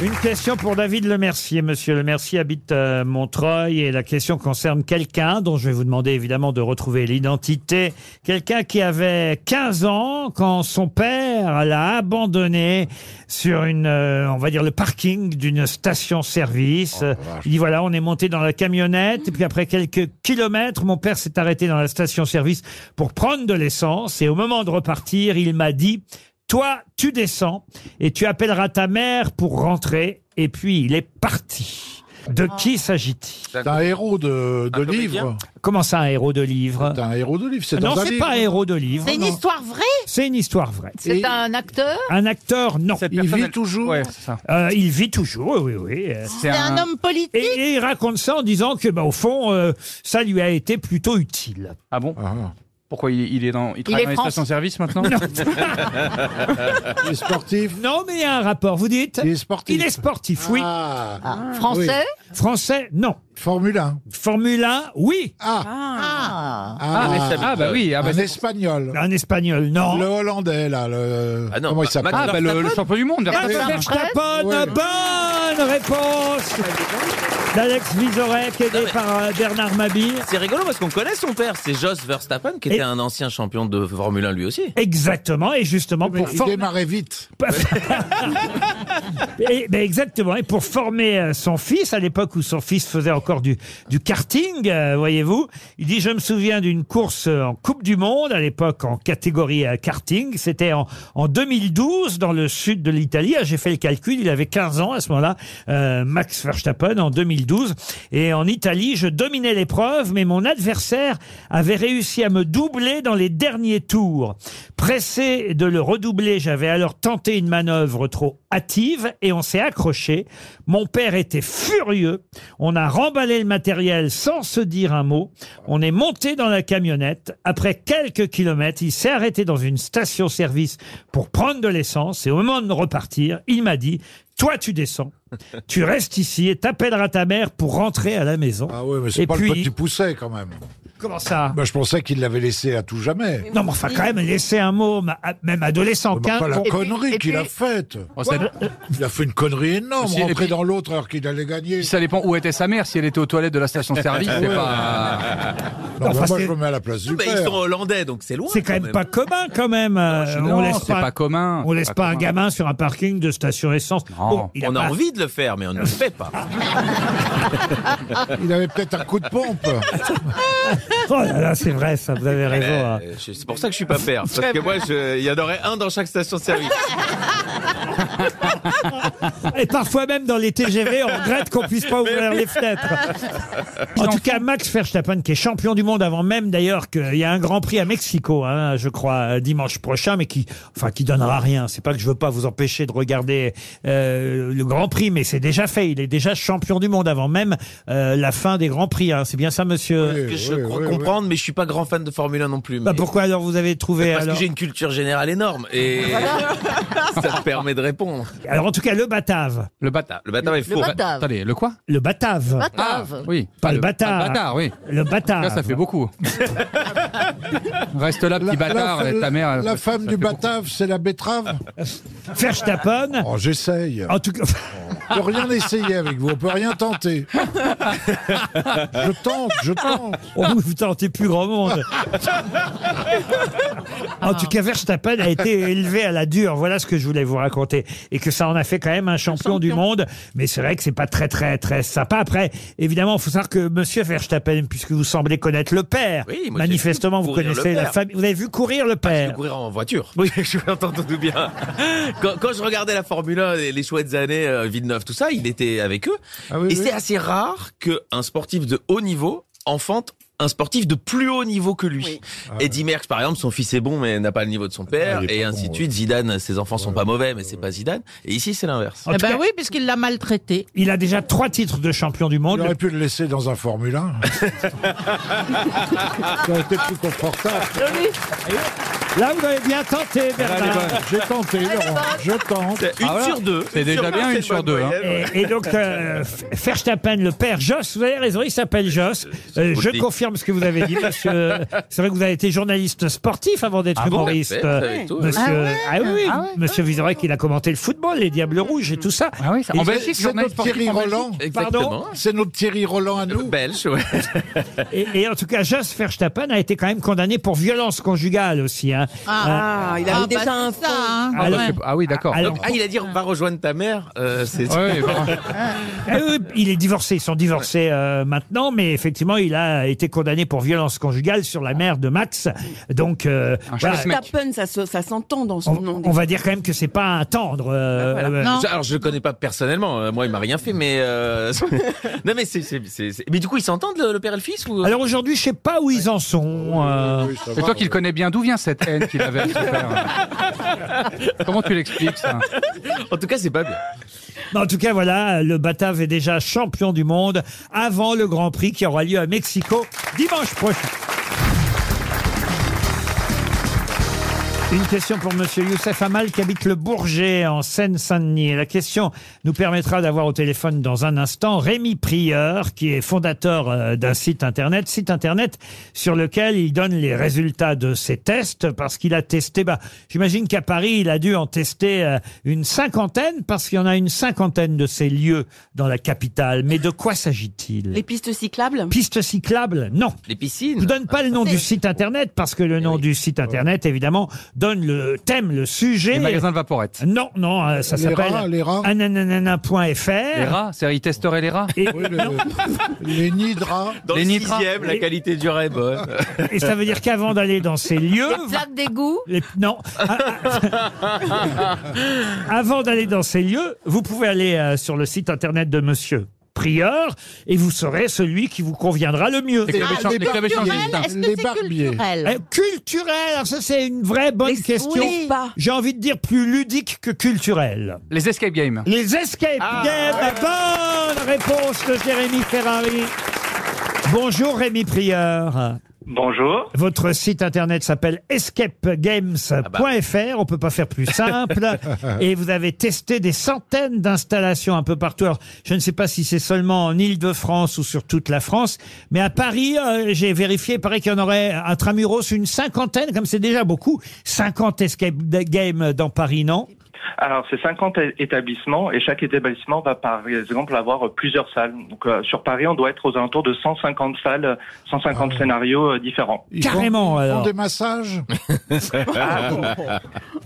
Speaker 2: Une question pour David Lemercier. Monsieur Lemercier habite euh, Montreuil et la question concerne quelqu'un dont je vais vous demander évidemment de retrouver l'identité. Quelqu'un qui avait 15 ans quand son père l'a abandonné sur une, euh, on va dire le parking d'une station-service. Il dit voilà, on est monté dans la camionnette et puis après quelques kilomètres, mon père s'est arrêté dans la station-service pour prendre de l'essence et au moment de repartir, il m'a dit toi, tu descends et tu appelleras ta mère pour rentrer. Et puis, il est parti. De
Speaker 9: Ah.
Speaker 2: qui s'agit-il
Speaker 3: C'est un héros de, de livre.
Speaker 2: Ah, Comment ça, un héros de livre
Speaker 3: C'est un héros de livre. C'est
Speaker 2: Non,
Speaker 3: dans un
Speaker 2: c'est
Speaker 3: livre.
Speaker 2: pas un héros de livre.
Speaker 9: C'est une
Speaker 2: non.
Speaker 9: histoire vraie
Speaker 2: C'est une histoire vraie.
Speaker 9: C'est un acteur
Speaker 2: Un acteur, non. il
Speaker 3: personne, vit elle- toujours
Speaker 6: Ouais, c'est ça.
Speaker 2: Euh, il vit toujours, oui, oui. euh.
Speaker 6: C'est un un- homme
Speaker 9: politique.
Speaker 2: Et, et il raconte ça en disant que, bah, au fond, euh, ça lui a été plutôt utile.
Speaker 6: Ah bon Pourquoi il, il est dans, il
Speaker 2: est
Speaker 6: travaille dans
Speaker 2: France.
Speaker 6: les stations-service maintenant
Speaker 3: Il est sportif.
Speaker 2: Non, mais il y a un rapport, vous dites Il est sportif. Il est sportif, oui.
Speaker 9: Ah.
Speaker 3: Français
Speaker 2: Français, non.
Speaker 3: Formule 1.
Speaker 2: Formule 1, oui.
Speaker 9: Ah.
Speaker 6: Ah, mais ça- ah, bah oui, ah, bah
Speaker 3: un
Speaker 6: c'est-
Speaker 3: espagnol.
Speaker 2: Un espagnol, non.
Speaker 3: Le hollandais, là. Le...
Speaker 13: non,
Speaker 3: Comment il s'appelle
Speaker 6: Ah, bah, le, le champion du monde.
Speaker 2: Max Verstappen,
Speaker 6: bah-
Speaker 2: bonne réponse d'Alex Vizorek, aidé par euh, Bernard Mabille.
Speaker 13: C'est rigolo parce qu'on connaît son père, c'est Jos Verstappen qui était un ancien champion de Formule 1 lui aussi.
Speaker 2: Exactement, et justement pour
Speaker 3: Il
Speaker 2: former-
Speaker 3: démarrait vite.
Speaker 2: Et- ben exactement. Et pour former euh, son fils, à l'époque où son fils faisait encore du, du karting, euh, voyez-vous, il dit, je me souviens d'une course euh, en Coupe du Monde, à l'époque en catégorie euh, karting. C'était en, en 2012 dans le sud de l'Italie. Ah, J'ai fait le calcul, il avait 15 ans à ce moment-là, euh, Max Verstappen, en 2012. Et en Italie, je dominais l'épreuve, mais mon adversaire avait réussi à me doubler dans les derniers tours. Pressé de le redoubler, j'avais alors tenté une manœuvre trop hâtive et on s'est accroché. Mon père était furieux. On a remballé le matériel sans se dire un mot. On est monté dans la camionnette. Après quelques kilomètres, il s'est arrêté dans une station-service pour prendre de l'essence et au moment de repartir, il m'a dit toi, tu descends, tu restes ici et t'appelleras ta mère pour rentrer à la maison.
Speaker 3: Ah oui, mais c'est
Speaker 2: Et
Speaker 3: pas
Speaker 2: puis-
Speaker 3: le petit pousset, quand même.
Speaker 2: Comment ça
Speaker 3: Bah, Je pensais qu'il l'avait laissé à tout jamais.
Speaker 2: Non, mais enfin, quand même, laisser un mot, ma- même hein. adolescent.
Speaker 3: Bah,
Speaker 2: qu'un-
Speaker 3: pas la
Speaker 2: on-
Speaker 3: connerie qu'il a faite.
Speaker 6: Oh,
Speaker 3: Il a fait une connerie énorme,
Speaker 6: Si, et
Speaker 3: rentrer
Speaker 6: puis-
Speaker 3: dans l'autre alors qu'il allait gagner.
Speaker 6: Ça dépend où était sa mère. Si elle était aux toilettes de la station-service, c'est
Speaker 3: Ouais.
Speaker 6: pas.
Speaker 3: Non,
Speaker 2: Enfin,
Speaker 3: mais moi,
Speaker 2: c'est-
Speaker 3: je me mets à la place du
Speaker 13: Mais Ah, bah, ils
Speaker 3: père.
Speaker 13: sont hollandais donc c'est loin.
Speaker 2: C'est quand même pas commun, quand même. euh,
Speaker 6: non,
Speaker 2: on laisse
Speaker 6: c'est pas commun,
Speaker 2: On
Speaker 6: c'est
Speaker 2: laisse
Speaker 6: pas
Speaker 2: pas, un
Speaker 6: commun.
Speaker 2: gamin sur un parking de station essence. Bon, Oh, il
Speaker 13: on a
Speaker 2: pas-
Speaker 13: envie de le faire, mais on ne le fait pas.
Speaker 3: Il avait peut-être un coup de pompe.
Speaker 2: Oh là là, c'est vrai, ça, vous avez raison. hein.
Speaker 13: Euh, je- C'est pour ça que je suis pas père. Parce que moi, je- il y en aurait un dans chaque station de service.
Speaker 2: Et parfois même dans les TGV, on regrette qu'on puisse pas ouvrir les fenêtres. En tout cas, Max Verstappen, qui est champion du monde avant même d'ailleurs qu'il y a un Grand Prix à Mexico, hein, je crois, euh, dimanche prochain, mais qui, enfin, qui donnera rien. C'est pas que je veux pas vous empêcher de regarder euh, le Grand Prix, mais c'est déjà fait. Il est déjà champion du monde avant même euh, la fin des Grands Prix. hein. C'est bien ça, monsieur.
Speaker 13: Que je crois comprendre, mais je suis pas grand fan de Formule 1 non plus.
Speaker 2: Bah,
Speaker 13: mais-
Speaker 2: pourquoi alors vous avez trouvé
Speaker 13: Parce
Speaker 2: alors
Speaker 13: que j'ai une culture générale énorme et ça te permet de répondre.
Speaker 2: Alors en tout cas, le Batave.
Speaker 6: Le bâtard.
Speaker 13: Le bâtard est
Speaker 6: Le
Speaker 13: faux.
Speaker 9: batave.
Speaker 6: Attendez, le quoi
Speaker 2: Le Batave.
Speaker 9: Batave.
Speaker 6: Ah, Oui.
Speaker 2: Ah. Pas le
Speaker 6: bâtard.
Speaker 2: bâtard.
Speaker 6: Le bâtard, oui.
Speaker 2: Le
Speaker 6: Là,
Speaker 2: Batave.
Speaker 6: ça fait beaucoup. Reste là, petit bâtard.
Speaker 3: la,
Speaker 6: ta mère.
Speaker 3: la
Speaker 6: ça-
Speaker 3: femme
Speaker 6: ça
Speaker 3: du
Speaker 6: fait beaucoup.
Speaker 3: batave, c'est la betterave
Speaker 2: Verstappen.
Speaker 3: Oh, j'essaye.
Speaker 2: En tout cas,
Speaker 3: On peut rien essayer avec vous, on peut rien tenter. Je tente, je tente.
Speaker 2: on Oh, vous tentez plus grand monde. En tout cas, Verstappen a été élevé à la dure. Voilà ce que je voulais vous raconter. Et que ça en a fait quand même un champion, du monde. Mais c'est vrai que c'est pas très, très, très sympa. Après, évidemment, il faut savoir que monsieur Verstappen, puisque vous semblez connaître le père,
Speaker 13: Oui, moi, j'ai
Speaker 2: manifestement,
Speaker 13: vu
Speaker 2: vous
Speaker 13: courir
Speaker 2: connaissez
Speaker 13: le
Speaker 2: la
Speaker 13: père.
Speaker 2: famille. Vous avez vu courir le
Speaker 13: Je vais
Speaker 2: père.
Speaker 13: courir en voiture. Oui, je l'entends tout bien. Quand, quand je regardais la Formule 1, les, les chouettes années euh, Villeneuve, tout ça, il était avec eux. et c'est assez rare qu'un sportif de haut niveau enfante un sportif de plus haut niveau que lui. Eddy Merckx, par exemple, son fils est bon, mais n'a pas le niveau de son père,
Speaker 3: Ah, il est
Speaker 13: et
Speaker 3: pas
Speaker 13: ainsi
Speaker 3: bon,
Speaker 13: de suite. Zidane, ses enfants sont pas mauvais, mais c'est pas Zidane. Et ici, c'est l'inverse.
Speaker 2: En
Speaker 5: Eh
Speaker 2: tout
Speaker 5: ben
Speaker 2: cas,
Speaker 5: oui, puisqu'il l'a maltraité.
Speaker 2: il a déjà trois titres de champion du
Speaker 3: On
Speaker 2: monde.
Speaker 3: aurait pu le laisser dans un Formule 1. Ça aurait été plus confortable.
Speaker 2: Là, vous avez bien tenté,
Speaker 3: Elle est
Speaker 2: Bernard.
Speaker 3: bonne. J'ai
Speaker 5: Ah,
Speaker 3: tenté, Elle est Laurent. bonne. Je tente. C'est une sur deux.
Speaker 6: Ah, C'est
Speaker 3: Une
Speaker 6: déjà
Speaker 3: sur deux,
Speaker 6: bien
Speaker 3: c'est
Speaker 6: une
Speaker 3: une
Speaker 6: sur
Speaker 3: bonne
Speaker 6: deux. hein.
Speaker 3: moyenne.
Speaker 2: Et, et donc, euh, F- Verstappen, le père Joss, vous avez raison, il s'appelle Joss. Euh,
Speaker 6: vous le
Speaker 2: je
Speaker 6: dites.
Speaker 2: confirme ce que vous avez dit, monsieur. C'est vrai que vous avez été journaliste sportif avant d'être
Speaker 6: Ah bon
Speaker 2: humoriste. euh,
Speaker 6: Ouais, vous savez tout, ouais.
Speaker 2: monsieur,
Speaker 6: Ah ouais
Speaker 2: ah oui,
Speaker 6: Ah
Speaker 2: monsieur Vizorek, il a commenté le football, les Diables Rouges et tout ça. Ah oui,
Speaker 3: Et c'est- c'est notre Thierry Roland.
Speaker 2: Pardon
Speaker 3: C'est notre Thierry Roland à nous.
Speaker 13: Belge, ouais.
Speaker 2: et, et en tout cas, Jos Verstappen a été quand même condamné pour violence conjugale aussi. hein.
Speaker 7: Ah,
Speaker 2: Euh,
Speaker 7: il avait
Speaker 2: ah,
Speaker 7: déjà un fond.
Speaker 2: Ah, alors-
Speaker 6: oui, d'accord.
Speaker 2: alors-
Speaker 13: ah, il a dit va rejoindre ta mère. euh, c'est
Speaker 6: Ouais,
Speaker 2: Eh oui, il est divorcé, ils sont divorcés euh, maintenant, mais effectivement, il a été condamné pour violence conjugale sur la mère de Max. Donc, euh, voilà.
Speaker 7: Verstappen, ça, se- ça s'entend dans son nom.
Speaker 2: on va dire quand même que c'est pas un tendre. euh, euh,
Speaker 13: Ça, Alors je le connais pas personnellement, euh, moi il m'a rien fait, mais euh, non mais c'est, c'est- c'est- c'est- mais du coup ils s'entendent le, le père et le fils ou euh
Speaker 2: Alors aujourd'hui, je sais pas où ils en sont. euh.
Speaker 6: C'est toi qui le connais bien, d'où vient cette haine qu'il avait avec son père Comment tu l'expliques ça
Speaker 13: En tout cas, c'est pas bien.
Speaker 2: Mais en tout cas, voilà, le Batav est déjà champion du monde avant le Grand Prix qui aura lieu à Mexico dimanche prochain. Une question pour Monsieur Youssef Amal qui habite le Bourget en Seine-Saint-Denis. Et La question nous permettra d'avoir au téléphone dans un instant Rémi Prieur qui est fondateur euh, d'un site internet, site internet sur lequel il donne les résultats de ses tests parce qu'il a testé. Bah, j'imagine qu'à Paris il a dû en tester euh, une cinquantaine parce qu'il y en a une cinquantaine de ces lieux dans la capitale. Mais de quoi s'agit-il
Speaker 7: Les pistes cyclables Ah,
Speaker 2: Pistes cyclables Non.
Speaker 13: Les piscines
Speaker 2: Je vous donne pas le nom du site internet parce que
Speaker 6: Eh
Speaker 2: le nom du site internet, évidemment, donne le thème, le sujet.
Speaker 6: Les magasins de vaporettes.
Speaker 2: Non, non, euh, ça
Speaker 6: Les rats,
Speaker 2: s'appelle
Speaker 6: les rats.
Speaker 2: ananana.fr.
Speaker 6: Les rats, c'est-à-dire ils testeraient les rats
Speaker 2: Et-
Speaker 3: Les nidras.
Speaker 13: Dans
Speaker 6: Les
Speaker 13: le
Speaker 6: nitras.
Speaker 13: sixième, la qualité du rêve.
Speaker 2: Et ça veut dire qu'avant d'aller dans ces lieux,
Speaker 9: Les plaques d'égout
Speaker 2: les- non, avant d'aller dans ces lieux, vous pouvez aller euh, sur le site internet de Monsieur Prieur et vous serez celui qui vous conviendra le mieux.
Speaker 6: Les clubs Ah, échan- les les clubs barbiers. échangistes. Est-ce que
Speaker 2: Les
Speaker 6: c'est
Speaker 2: barbiers.
Speaker 6: culturel
Speaker 2: Euh, culturel, alors ça c'est une vraie bonne question.
Speaker 6: oui.
Speaker 2: J'ai envie de dire plus ludique que culturel.
Speaker 6: Les escape games.
Speaker 2: Les escape games, bonne réponse de Jérémy Ferrari. Bonjour Rémi Prieur.
Speaker 18: Bonjour.
Speaker 2: Votre site internet s'appelle escapegames.fr, on peut pas faire plus simple. et vous avez testé des centaines d'installations un peu partout. Alors, je ne sais pas si c'est seulement en Île-de-France ou sur toute la France, mais à Paris, euh, j'ai vérifié, il paraît qu'il y en aurait à Tramuros une cinquantaine, comme c'est déjà beaucoup, 50 escape games dans Paris, non
Speaker 18: Alors, c'est 50 é- établissements et chaque établissement va par exemple avoir euh, plusieurs salles. Donc, euh, sur Paris, on doit être aux alentours de 150 salles, euh, 150 scénarios euh, différents.
Speaker 2: Carrément,
Speaker 3: Ils font
Speaker 2: alors.
Speaker 3: des massages.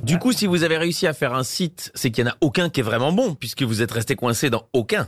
Speaker 13: du coup, si vous avez réussi à faire un site, c'est qu'il n'y en a aucun qui est vraiment bon, puisque vous êtes resté coincé dans aucun.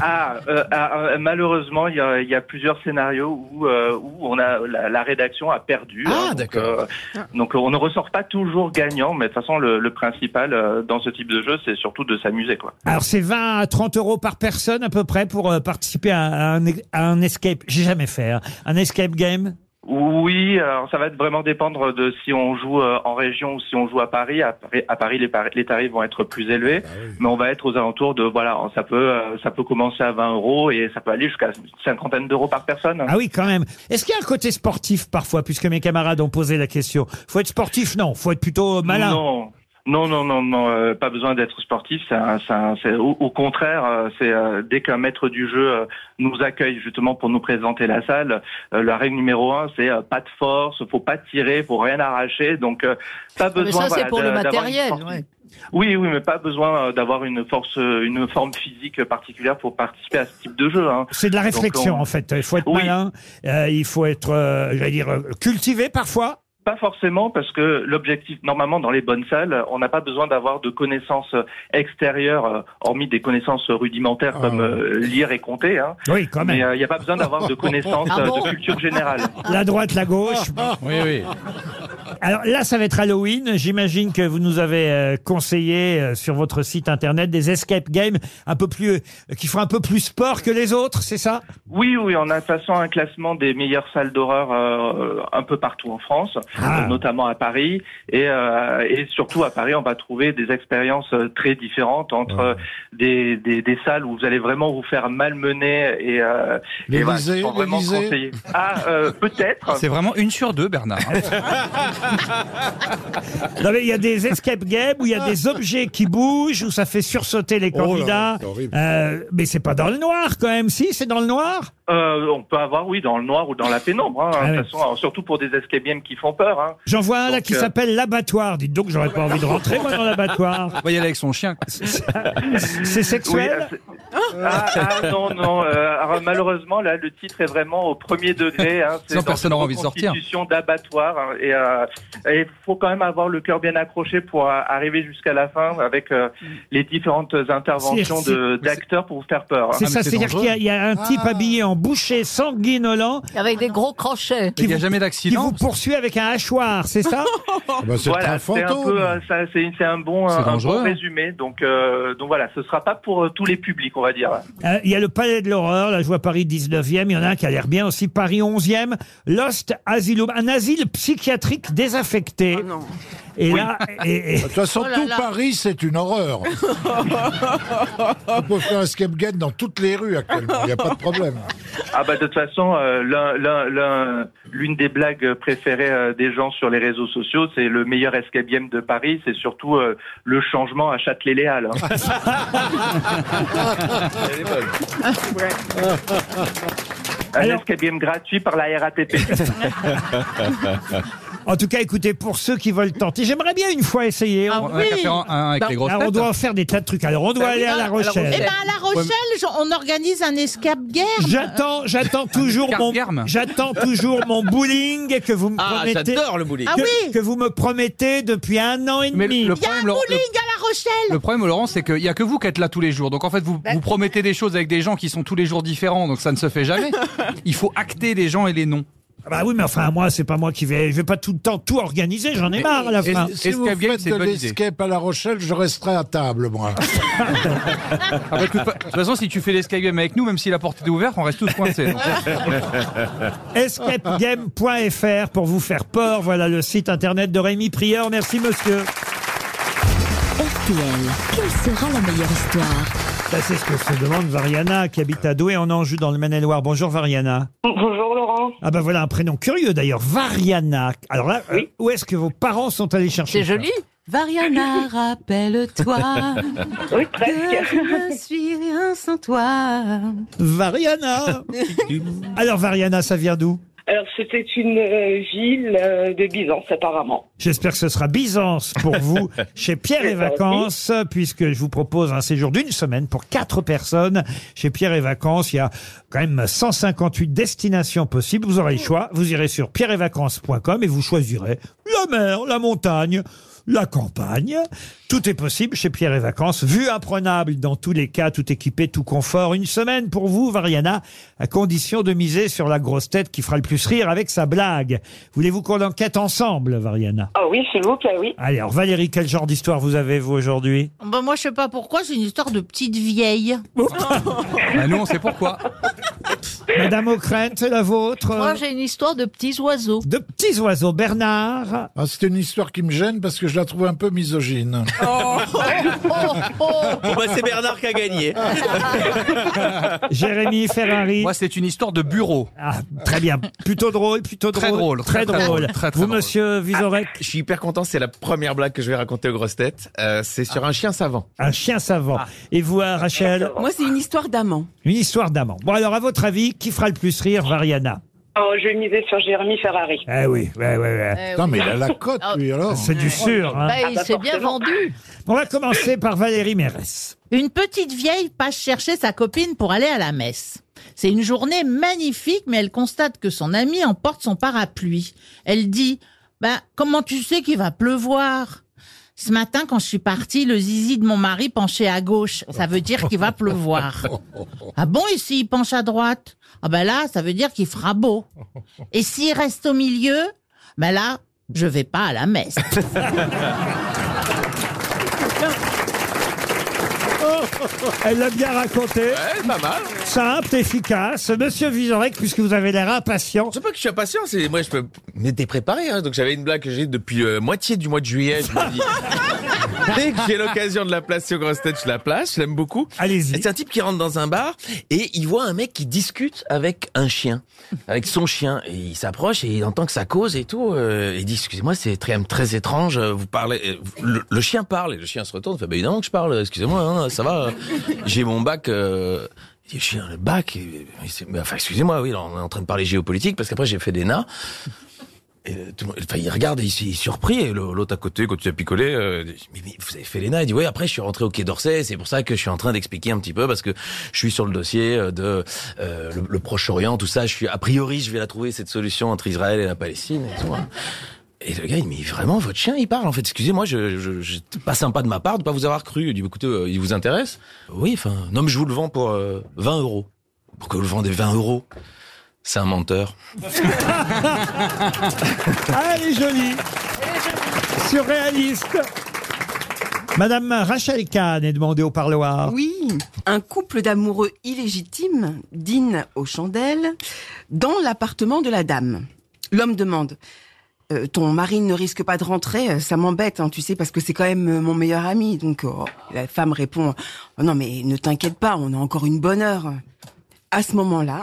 Speaker 18: Ah, euh, ah, euh, malheureusement, il y a, il y a plusieurs scénarios où, euh, où on a la, la rédaction a perdu. Ah, d'accord. donc, euh, on ne ressort pas toujours gagnant, mais de toute façon, le, le principal euh, dans ce type de jeu, c'est surtout de s'amuser, quoi.
Speaker 2: Alors, c'est 20 à 30 euros par personne à peu près pour euh, participer à un, à un escape. J'ai jamais fait hein, un escape game.
Speaker 18: Oui, alors ça va vraiment dépendre de si on joue euh, en région ou si on joue à Paris. À Paris, à Paris, les, pari- les tarifs vont être plus élevés, mais on va être aux alentours de voilà, ça peut euh, ça peut commencer à 20 euros et ça peut aller jusqu'à une cinquantaine d'euros par personne.
Speaker 2: Ah oui, quand même. Est-ce qu'il y a un côté sportif parfois, puisque mes camarades ont posé la question Faut être sportif Non, faut être plutôt malin.
Speaker 18: Non. Non, non, non, non, euh, pas besoin d'être sportif. C'est un- c'est un- c'est- au, au contraire, euh, c'est euh, dès qu'un maître du jeu euh, nous accueille justement pour nous présenter la salle, euh, la règle numéro un, c'est euh, pas de force, faut pas tirer, faut rien arracher. Donc euh, pas
Speaker 9: Ah, Mais
Speaker 18: besoin.
Speaker 9: ça, c'est
Speaker 18: voilà,
Speaker 9: pour le
Speaker 18: d'a- d'avoir une
Speaker 9: matériel.
Speaker 18: force-
Speaker 9: ouais.
Speaker 18: Oui, oui, mais pas besoin euh, d'avoir une force, euh, une forme physique particulière pour participer à ce type de jeu. hein.
Speaker 2: C'est de la
Speaker 18: Donc,
Speaker 2: réflexion
Speaker 18: on-
Speaker 2: en fait. Il faut être
Speaker 18: Oui.
Speaker 2: malin, euh, il faut être, euh, j'allais dire, euh, cultivé parfois.
Speaker 18: Pas forcément, parce que l'objectif, normalement, dans les bonnes salles, on n'a pas besoin d'avoir de connaissances extérieures, euh, hormis des connaissances rudimentaires comme euh, lire et compter. Hein.
Speaker 2: Ah. Oui, quand même.
Speaker 18: Mais euh, il n'y a pas besoin d'avoir de connaissances
Speaker 2: Ah
Speaker 18: euh,
Speaker 2: bon
Speaker 18: de culture générale.
Speaker 2: La droite, la gauche.
Speaker 6: Oui, oui.
Speaker 2: Alors là, ça va être Halloween. J'imagine que vous nous avez euh, conseillé euh, sur votre site internet des escape games un peu plus, euh, qui font un peu plus sport que les autres, c'est ça
Speaker 18: Oui, oui, on a de toute façon un classement des meilleures salles d'horreur euh, un peu partout en France, euh, notamment à Paris. Et, euh, et surtout à Paris, on va trouver des expériences euh, très différentes entre euh, des, des, des salles où vous allez vraiment vous faire malmener et, euh, et voilà, qui
Speaker 3: L'Élysée,
Speaker 18: sont vraiment
Speaker 3: l'Élysée.
Speaker 18: conseillées. Ah, euh, peut-être.
Speaker 6: C'est vraiment une sur deux, Bernard. hein.
Speaker 2: Non mais il y a des escape games où il y a des objets qui bougent, où ça fait sursauter les
Speaker 18: Oh là là,
Speaker 2: candidats.
Speaker 18: c'est horrible.
Speaker 2: Euh, mais c'est pas dans le noir quand même, si c'est dans le noir.
Speaker 18: Euh, on peut avoir, oui, dans le noir ou dans la pénombre. hein,
Speaker 2: Ah
Speaker 18: de
Speaker 2: oui.
Speaker 18: toute façon, alors, surtout pour des escape games qui font peur. Hein.
Speaker 2: J'en vois un là
Speaker 18: Donc,
Speaker 2: qui
Speaker 18: euh,
Speaker 2: s'appelle l'abattoir. Dites donc, j'aurais pas envie de rentrer moi dans l'abattoir.
Speaker 6: va y aller avec son chien.
Speaker 2: C'est
Speaker 18: Oui,
Speaker 2: sexuel.
Speaker 18: euh, c'est- ah, ah, non, non. euh, alors, malheureusement, là, le titre est vraiment au premier degré. Hein, c'est
Speaker 6: Sinon,
Speaker 18: dans
Speaker 6: personne
Speaker 18: une
Speaker 6: n'aura envie de sortir.
Speaker 18: reconstitution d'abattoir. hein, et il faut quand même avoir le cœur bien accroché pour euh, arriver jusqu'à la fin avec euh, les différentes interventions
Speaker 2: C'est-
Speaker 18: de- d'acteurs pour vous faire
Speaker 6: Ah,
Speaker 18: peur. hein.
Speaker 2: C'est ça, c'est-à-dire qu'il y a- il y, a un
Speaker 3: Ah.
Speaker 2: type habillé en boucher sanguinolent. Avec des gros crochets.
Speaker 6: Il n'y a jamais d'accident.
Speaker 2: Qui vous poursuit avec un hachoir, c'est ça
Speaker 18: Voilà, c'est un peu, euh, ça, c'est c'est un bon,
Speaker 2: C'est
Speaker 18: un
Speaker 2: dangereux.
Speaker 6: hein.
Speaker 18: bon résumé. Donc, euh, donc voilà, ce sera pas pour euh, tous les publics, on va dire.
Speaker 2: Euh, Il y a le Palais de l'Horreur, là je vois Paris 19e, il y en a un qui a l'air bien aussi, Paris 11e, Lost Asylum, un asile psychiatrique
Speaker 6: Ah
Speaker 9: Ah,
Speaker 2: désaffecté. Et là, et, et-
Speaker 3: De toute façon,
Speaker 2: Oh là
Speaker 3: tout
Speaker 2: là.
Speaker 3: Paris, c'est une horreur. On peut faire un escape game dans toutes les rues actuellement, il n'y a pas de problème.
Speaker 18: Ah bah de toute façon, euh, l'un- l'un- l'un- l'une des blagues préférées euh, des gens sur les réseaux sociaux, c'est le meilleur escape game de Paris, c'est surtout euh, le changement à Châtelet-Léal. hein. Un escape game gratuit par la RATP.
Speaker 2: En tout cas, écoutez, pour ceux qui veulent tenter, j'aimerais bien une fois essayer.
Speaker 5: Ah
Speaker 6: on va oui. faire un- un
Speaker 5: Bah,
Speaker 6: avec les grosses
Speaker 2: Alors, on
Speaker 6: têtes.
Speaker 2: doit en faire des tas de trucs. Alors on doit
Speaker 6: Bah oui,
Speaker 2: aller à
Speaker 6: non,
Speaker 2: La
Speaker 6: à La Rochelle.
Speaker 2: Rochelle.
Speaker 5: Eh ben à La Rochelle, j'en- on organise un escape game.
Speaker 2: J'attends, j'attends toujours mon, j'attends toujours mon bowling que vous me
Speaker 5: Ah,
Speaker 2: promettez.
Speaker 5: j'adore le bowling.
Speaker 2: Que,
Speaker 5: Ah oui.
Speaker 2: que vous me promettez depuis un an et demi.
Speaker 6: Mais le
Speaker 2: Il y a
Speaker 6: problème, Laurent- le-
Speaker 5: Bowling à La Rochelle.
Speaker 6: Le problème, Laurent, c'est qu'il n'y a que vous qui êtes là tous les jours. Donc en fait,
Speaker 9: Bah-
Speaker 6: vous, vous promettez des choses avec des gens qui sont tous les jours différents, donc ça ne se fait jamais. Il faut acter les gens et les noms.
Speaker 2: Ah Bah oui, mais enfin, moi, c'est pas moi qui vais. Je vais pas tout le temps tout organiser, j'en ai
Speaker 6: Mais-
Speaker 2: marre à la
Speaker 6: Est-ce-
Speaker 2: fin.
Speaker 6: est-ce Si vous qu'Abiel, faites c'est
Speaker 3: De
Speaker 6: une bonne idée.
Speaker 3: l'escape à La Rochelle, je resterai à table, moi.
Speaker 6: Ah bah, de toute fa- de toute façon, si tu fais l'escape game avec nous, même si la porte est ouverte, on reste tous coincés. donc.
Speaker 2: Escapegame.fr pour vous faire peur. Voilà le site internet de Rémi Prieur. Merci, monsieur.
Speaker 11: RTL, quelle sera la meilleure histoire
Speaker 2: Ça, Ben, c'est ce que se demande Variana, qui habite à Douai en Anjou, dans le Maine-et-Loire. Bonjour, Variana.
Speaker 10: Bonjour Laurent.
Speaker 2: Ah ben voilà un prénom curieux d'ailleurs, Variana. Alors là, euh, où est-ce que vos parents sont allés chercher
Speaker 7: C'est
Speaker 2: ça
Speaker 7: joli. Variana, rappelle-toi.
Speaker 10: Oui,
Speaker 7: que Je ne suis rien sans toi.
Speaker 2: Variana. Alors Variana, ça vient d'où
Speaker 10: Alors c'était une euh, ville euh, de Byzance apparemment.
Speaker 2: J'espère que ce sera Byzance pour vous chez Pierre et Vacances, puisque je vous propose un séjour d'une semaine pour quatre personnes chez Pierre et Vacances. Il y a quand même 158 destinations possibles. Vous aurez le choix. Vous irez sur pierreetvacances.com et vous choisirez la mer, la montagne, la campagne. Tout est possible chez Pierre et Vacances. Vue imprenable dans tous les cas, tout équipé, tout confort. Une semaine pour vous, Variana, à condition de miser sur la grosse tête qui fera le plus rire avec sa blague. Voulez-vous qu'on l'enquête ensemble, Variana
Speaker 10: Ah oui, s'il vous plaît, oui.
Speaker 2: Allez, alors Valérie, quel genre d'histoire vous avez, vous, aujourd'hui
Speaker 5: Bah, moi, je sais pas pourquoi, c'est une histoire de petite vieille.
Speaker 6: Bah, nous, on sait pourquoi.
Speaker 2: Madame O'Krent, c'est la vôtre
Speaker 9: Moi, j'ai une histoire de petits oiseaux.
Speaker 2: De petits oiseaux, Bernard
Speaker 3: Ah, C'est une histoire qui me gêne parce que je la trouve un peu misogyne.
Speaker 13: Bon, bah, c'est Bernard qui a gagné.
Speaker 2: Jérémy Ferrari.
Speaker 6: Moi, c'est une histoire de bureau.
Speaker 2: Ah, très bien. Plutôt drôle, plutôt drôle.
Speaker 6: Très drôle,
Speaker 2: Très,
Speaker 6: très, très
Speaker 2: drôle.
Speaker 6: drôle, très, très
Speaker 2: vous,
Speaker 6: drôle.
Speaker 2: monsieur Vizorek
Speaker 13: Ah, Je suis hyper content, c'est la première blague que je vais raconter aux grosses têtes. Euh, c'est sur un chien savant. Ah.
Speaker 2: Un chien savant. Et vous, euh, Rachel
Speaker 7: Moi, c'est une histoire d'amant.
Speaker 2: Une histoire d'amant. Bon, alors, à votre avis, qui fera le plus rire, Variana
Speaker 10: Oh, je vais miser sur Jérémy Ferrari.
Speaker 2: Eh oui, ouais, ouais, ouais.
Speaker 9: Eh Putain, oui. mais il a la
Speaker 3: cote, lui, alors.
Speaker 2: C'est du sûr, hein.
Speaker 9: Bah, il s'est bien vendu.
Speaker 2: On va commencer par Valérie Mérès.
Speaker 5: Une petite vieille passe chercher sa copine pour aller à la messe. C'est une journée magnifique, mais elle constate que son amie emporte son parapluie. Elle dit Bah, comment tu sais qu'il va pleuvoir Ce matin, quand je suis partie, le zizi de mon mari penchait à gauche. Ça veut dire qu'il va pleuvoir. Ah bon, et s'il penche à bah droite Ah ben là, ça veut dire qu'il fera beau. Et s'il reste au milieu Ben là, je vais pas à la messe.
Speaker 2: Elle l'a bien raconté.
Speaker 13: pas mal.
Speaker 2: Simple, efficace. Monsieur Vizorek, puisque vous avez l'air impatient.
Speaker 13: C'est pas que je suis impatient, c'est moi je peux m'étais préparé hein, donc j'avais une blague que j'ai depuis euh, moitié du mois de juillet, je me dis Dès que j'ai l'occasion de la placer au grand tête, je la place, je l'aime beaucoup.
Speaker 2: Allez-y.
Speaker 13: C'est un type qui rentre dans un bar et il voit un mec qui discute avec un chien, avec son chien. Et il s'approche et il entend que ça cause et tout. euh, et il dit, excusez-moi, c'est très, très étrange, euh, vous parlez... euh, Le, le chien parle et le chien se retourne, fait, bah, évidemment que je parle, excusez-moi, hein, ça va, euh, j'ai mon bac... euh, il dit, chien, le bac, et- et c'est- mais enfin, excusez-moi, oui, là, on est en train de parler géopolitique parce qu'après j'ai fait des nas. Et euh, tout le monde- enfin, il regarde et il s- il est surpris. Et le- l'autre à côté, quand tu as picolé, euh, il dit, mais, mais vous avez fait l'ENA. Il dit, ouais, après, je suis rentré au Quai d'Orsay. C'est pour ça que je suis en train d'expliquer un petit peu parce que je suis sur le dossier euh, de euh, le, le Proche-Orient, tout ça. Je suis, a priori, je vais la trouver, cette solution entre Israël et la Palestine. Et, tout, hein. Et le gars, il dit, mais vraiment, votre chien, il parle. En fait, excusez-moi, je, je, je- c'est pas sympa de ma part de pas vous avoir cru. Il dit, écoutez, euh, il vous intéresse? Oui, enfin, non, mais je vous le vends pour euh, 20 euros. Pourquoi vous le vendez 20 euros? C'est un menteur.
Speaker 2: Ah, elle est jolie. Surréaliste. Madame Rachel Kahn est demandée au parloir.
Speaker 7: Oui, un couple d'amoureux illégitimes dîne aux chandelles dans l'appartement de la dame. L'homme demande Euh, Ton mari ne risque pas de rentrer, euh, ça m'embête, hein, tu sais, parce que c'est quand même euh, mon meilleur ami. Donc oh, la femme répond Oh Non, mais ne t'inquiète pas, on a encore une bonne heure. À ce moment-là,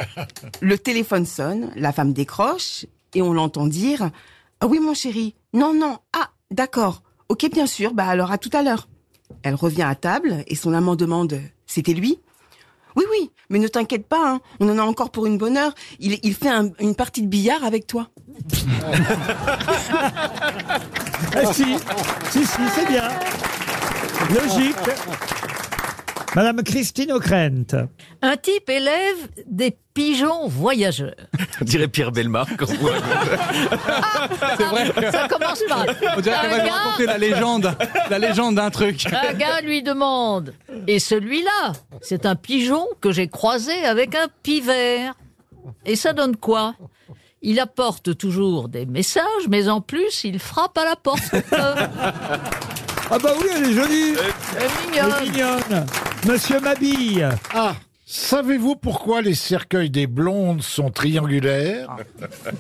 Speaker 7: le téléphone sonne, la femme décroche et on l'entend dire Ah oui, mon chéri, non, non, ah, d'accord, ok, bien sûr, bah alors à tout à l'heure. Elle revient à table et son amant demande C'était lui Oui, oui, mais ne t'inquiète pas, hein, on en a encore pour une bonne heure. Il, il fait un- une partie de billard avec toi.
Speaker 2: Eh si, si, si, c'est bien. Logique. Madame Christine O'Krent.
Speaker 9: Un type élève des pigeons voyageurs.
Speaker 13: On dirait Pierre Belmar quand on voit.
Speaker 6: C'est vrai.
Speaker 9: Ah, Ça commence mal.
Speaker 6: On dirait qu'elle va
Speaker 9: Un
Speaker 6: nous
Speaker 9: gars-
Speaker 6: raconter la légende, la légende d'un truc.
Speaker 9: Un gars lui demande Et celui-là, c'est un pigeon que j'ai croisé avec un pivert. Et ça donne quoi Il apporte toujours des messages, mais en plus, il frappe à la porte. Euh,
Speaker 2: Ah bah oui, elle est jolie.
Speaker 9: Elle est mignonne.
Speaker 2: Elle est mignonne. Monsieur Mabille.
Speaker 3: Ah, savez-vous pourquoi les cercueils des blondes sont triangulaires
Speaker 2: Ah.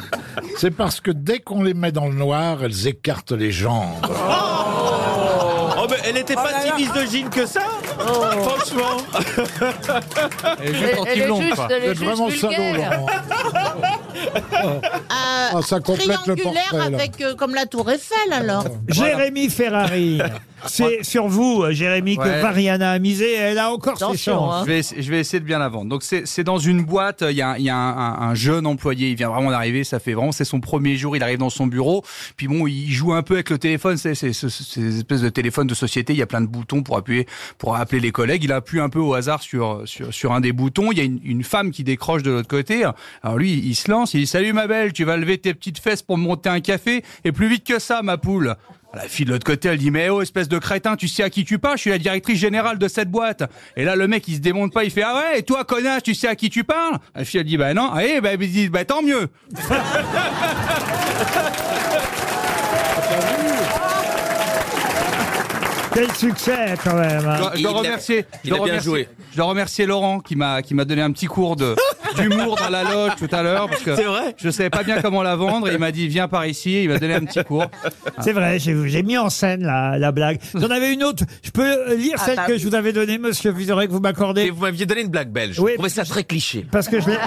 Speaker 3: C'est parce que dès qu'on les met dans le noir, elles écartent les jambes.
Speaker 8: Oh, mais elle n'était pas si misogyne que ça Franchement
Speaker 3: Oh. Elle est juste Elle- elle est anti-blonde, juste- quoi. elle est Vous êtes juste vraiment vulgaire. salaud, Laurent.
Speaker 5: Ah,
Speaker 3: Oh. ça complète le
Speaker 5: triangulaire
Speaker 3: portrait, là.
Speaker 5: avec euh, comme la Tour Eiffel alors.
Speaker 2: Jérémy Ferrari. C'est sur vous, euh, Jérémy, que
Speaker 6: Ouais.
Speaker 2: Variana a misé. Elle a encore ses chances.
Speaker 6: Je, vais, essa- je vais essayer de bien la vendre. Donc, c'est c'est dans une boîte. Il y a, un- il y a un, un- un jeune employé. Il vient vraiment d'arriver. Ça fait vraiment, c'est son premier jour. Il arrive dans son bureau. Puis bon, il joue un peu avec le téléphone. C'est c'est- c'est- c'est des espèces de téléphone de société. Il y a plein de boutons pour appuyer, pour appeler les collègues. Il appuie un peu au hasard sur, sur, sur un des boutons. Il y a une, une femme qui décroche de l'autre côté. Alors lui, il se lance. Il dit Salut ma belle, tu vas lever tes petites fesses pour me monter un café. Et plus vite que ça, ma poule. La fille de l'autre côté, elle dit Mais oh, espèce de crétin, tu sais à qui tu parles Je suis la directrice générale de cette boîte. Et là, le mec, il se démonte pas, il fait Ah ouais, et toi, connasse, tu sais à qui tu parles La fille, elle dit Bah non, allez, bah, il dit, bah tant mieux
Speaker 3: Ah,
Speaker 2: Quel succès, quand même. hein.
Speaker 6: Je dois remercier, je dois remercier- je dois remercier Laurent qui m'a qui m'a donné un petit cours de d'humour dans la loge tout à l'heure parce que
Speaker 2: C'est vrai
Speaker 6: je savais pas bien comment la vendre et il m'a dit viens par ici il m'a donné un petit cours
Speaker 2: C'est vrai, j'ai j'ai mis en scène la, la blague. Vous en avez une autre Je peux euh, lire
Speaker 6: Ah,
Speaker 2: celle
Speaker 6: bah
Speaker 2: que
Speaker 6: oui.
Speaker 2: je vous avais donnée, monsieur Vizorek, vous m'accordez
Speaker 13: Et vous m'aviez donné une blague belge.
Speaker 2: Oui,
Speaker 13: Je trouvais ça très cliché.
Speaker 2: Parce que je l'ai-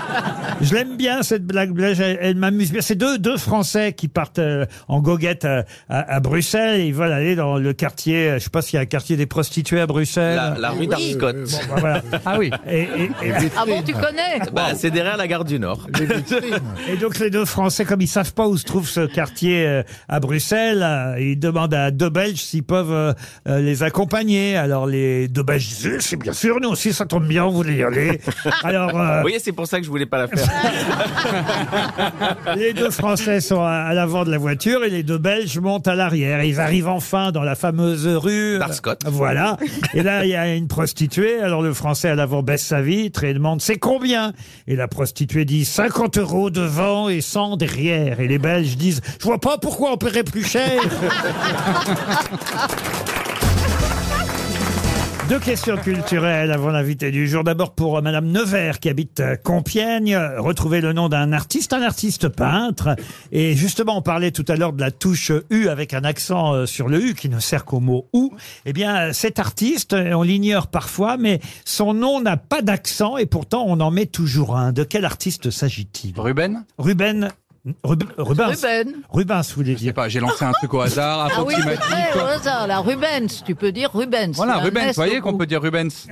Speaker 2: je l'aime bien, cette blague belge. Elle, elle m'amuse bien. C'est deux, deux Français qui partent euh, en goguette à, à- à Bruxelles. Ils veulent aller dans le quartier, euh, je sais pas s'il y a un quartier des prostituées à Bruxelles.
Speaker 13: La, la rue d'Arscott.
Speaker 2: Ah oui. Et, et-
Speaker 9: Ah bon, tu connais
Speaker 13: Bah, c'est derrière la gare du Nord.
Speaker 2: et donc les deux Français, comme ils savent pas où se trouve ce quartier euh, à Bruxelles, euh, ils demandent à deux Belges s'ils peuvent euh, euh, les accompagner. Alors les deux Belges disent, c'est bien sûr, nous aussi ça tombe bien, on voulait y aller. Alors euh, Ah.
Speaker 13: Vous voyez, c'est pour ça que je voulais pas la faire.
Speaker 2: Les deux Français sont à, à l'avant de la voiture et les deux Belges montent à l'arrière. Ils arrivent enfin dans la fameuse rue.
Speaker 13: D'Arscott.
Speaker 2: Voilà. Et là, il y a une prostituée. Alors le Français à l'avant baisse sa vitre et demande c'est combien Et la prostituée dit 50 euros devant et 100 derrière. Et les Belges disent Je vois pas pourquoi on paierait plus cher. Deux questions culturelles avant l'invité du jour. D'abord pour euh, Madame Nevers qui habite euh, Compiègne. Euh, Retrouver le nom d'un artiste, un artiste peintre. Et justement, on parlait tout à l'heure de la touche U avec un accent euh, sur le U qui ne sert qu'au mot ou. Eh bien, euh, cet artiste, euh, on l'ignore parfois, mais son nom n'a pas d'accent et pourtant on en met toujours un. De quel artiste s'agit-il Ruben Ruben. Rub- Rubens.
Speaker 9: Ruben.
Speaker 2: Rubens, vous voulez dire. Je sais
Speaker 6: pas, j'ai lancé un truc au hasard,
Speaker 9: Ah oui, c'est
Speaker 6: approximatif.
Speaker 9: vrai, au hasard, là, Rubens, tu peux dire Rubens.
Speaker 6: voilà,
Speaker 9: là,
Speaker 6: Rubens, vous
Speaker 9: Ernest
Speaker 6: voyez
Speaker 9: au
Speaker 6: qu'on
Speaker 9: bout.
Speaker 6: peut dire Rubens.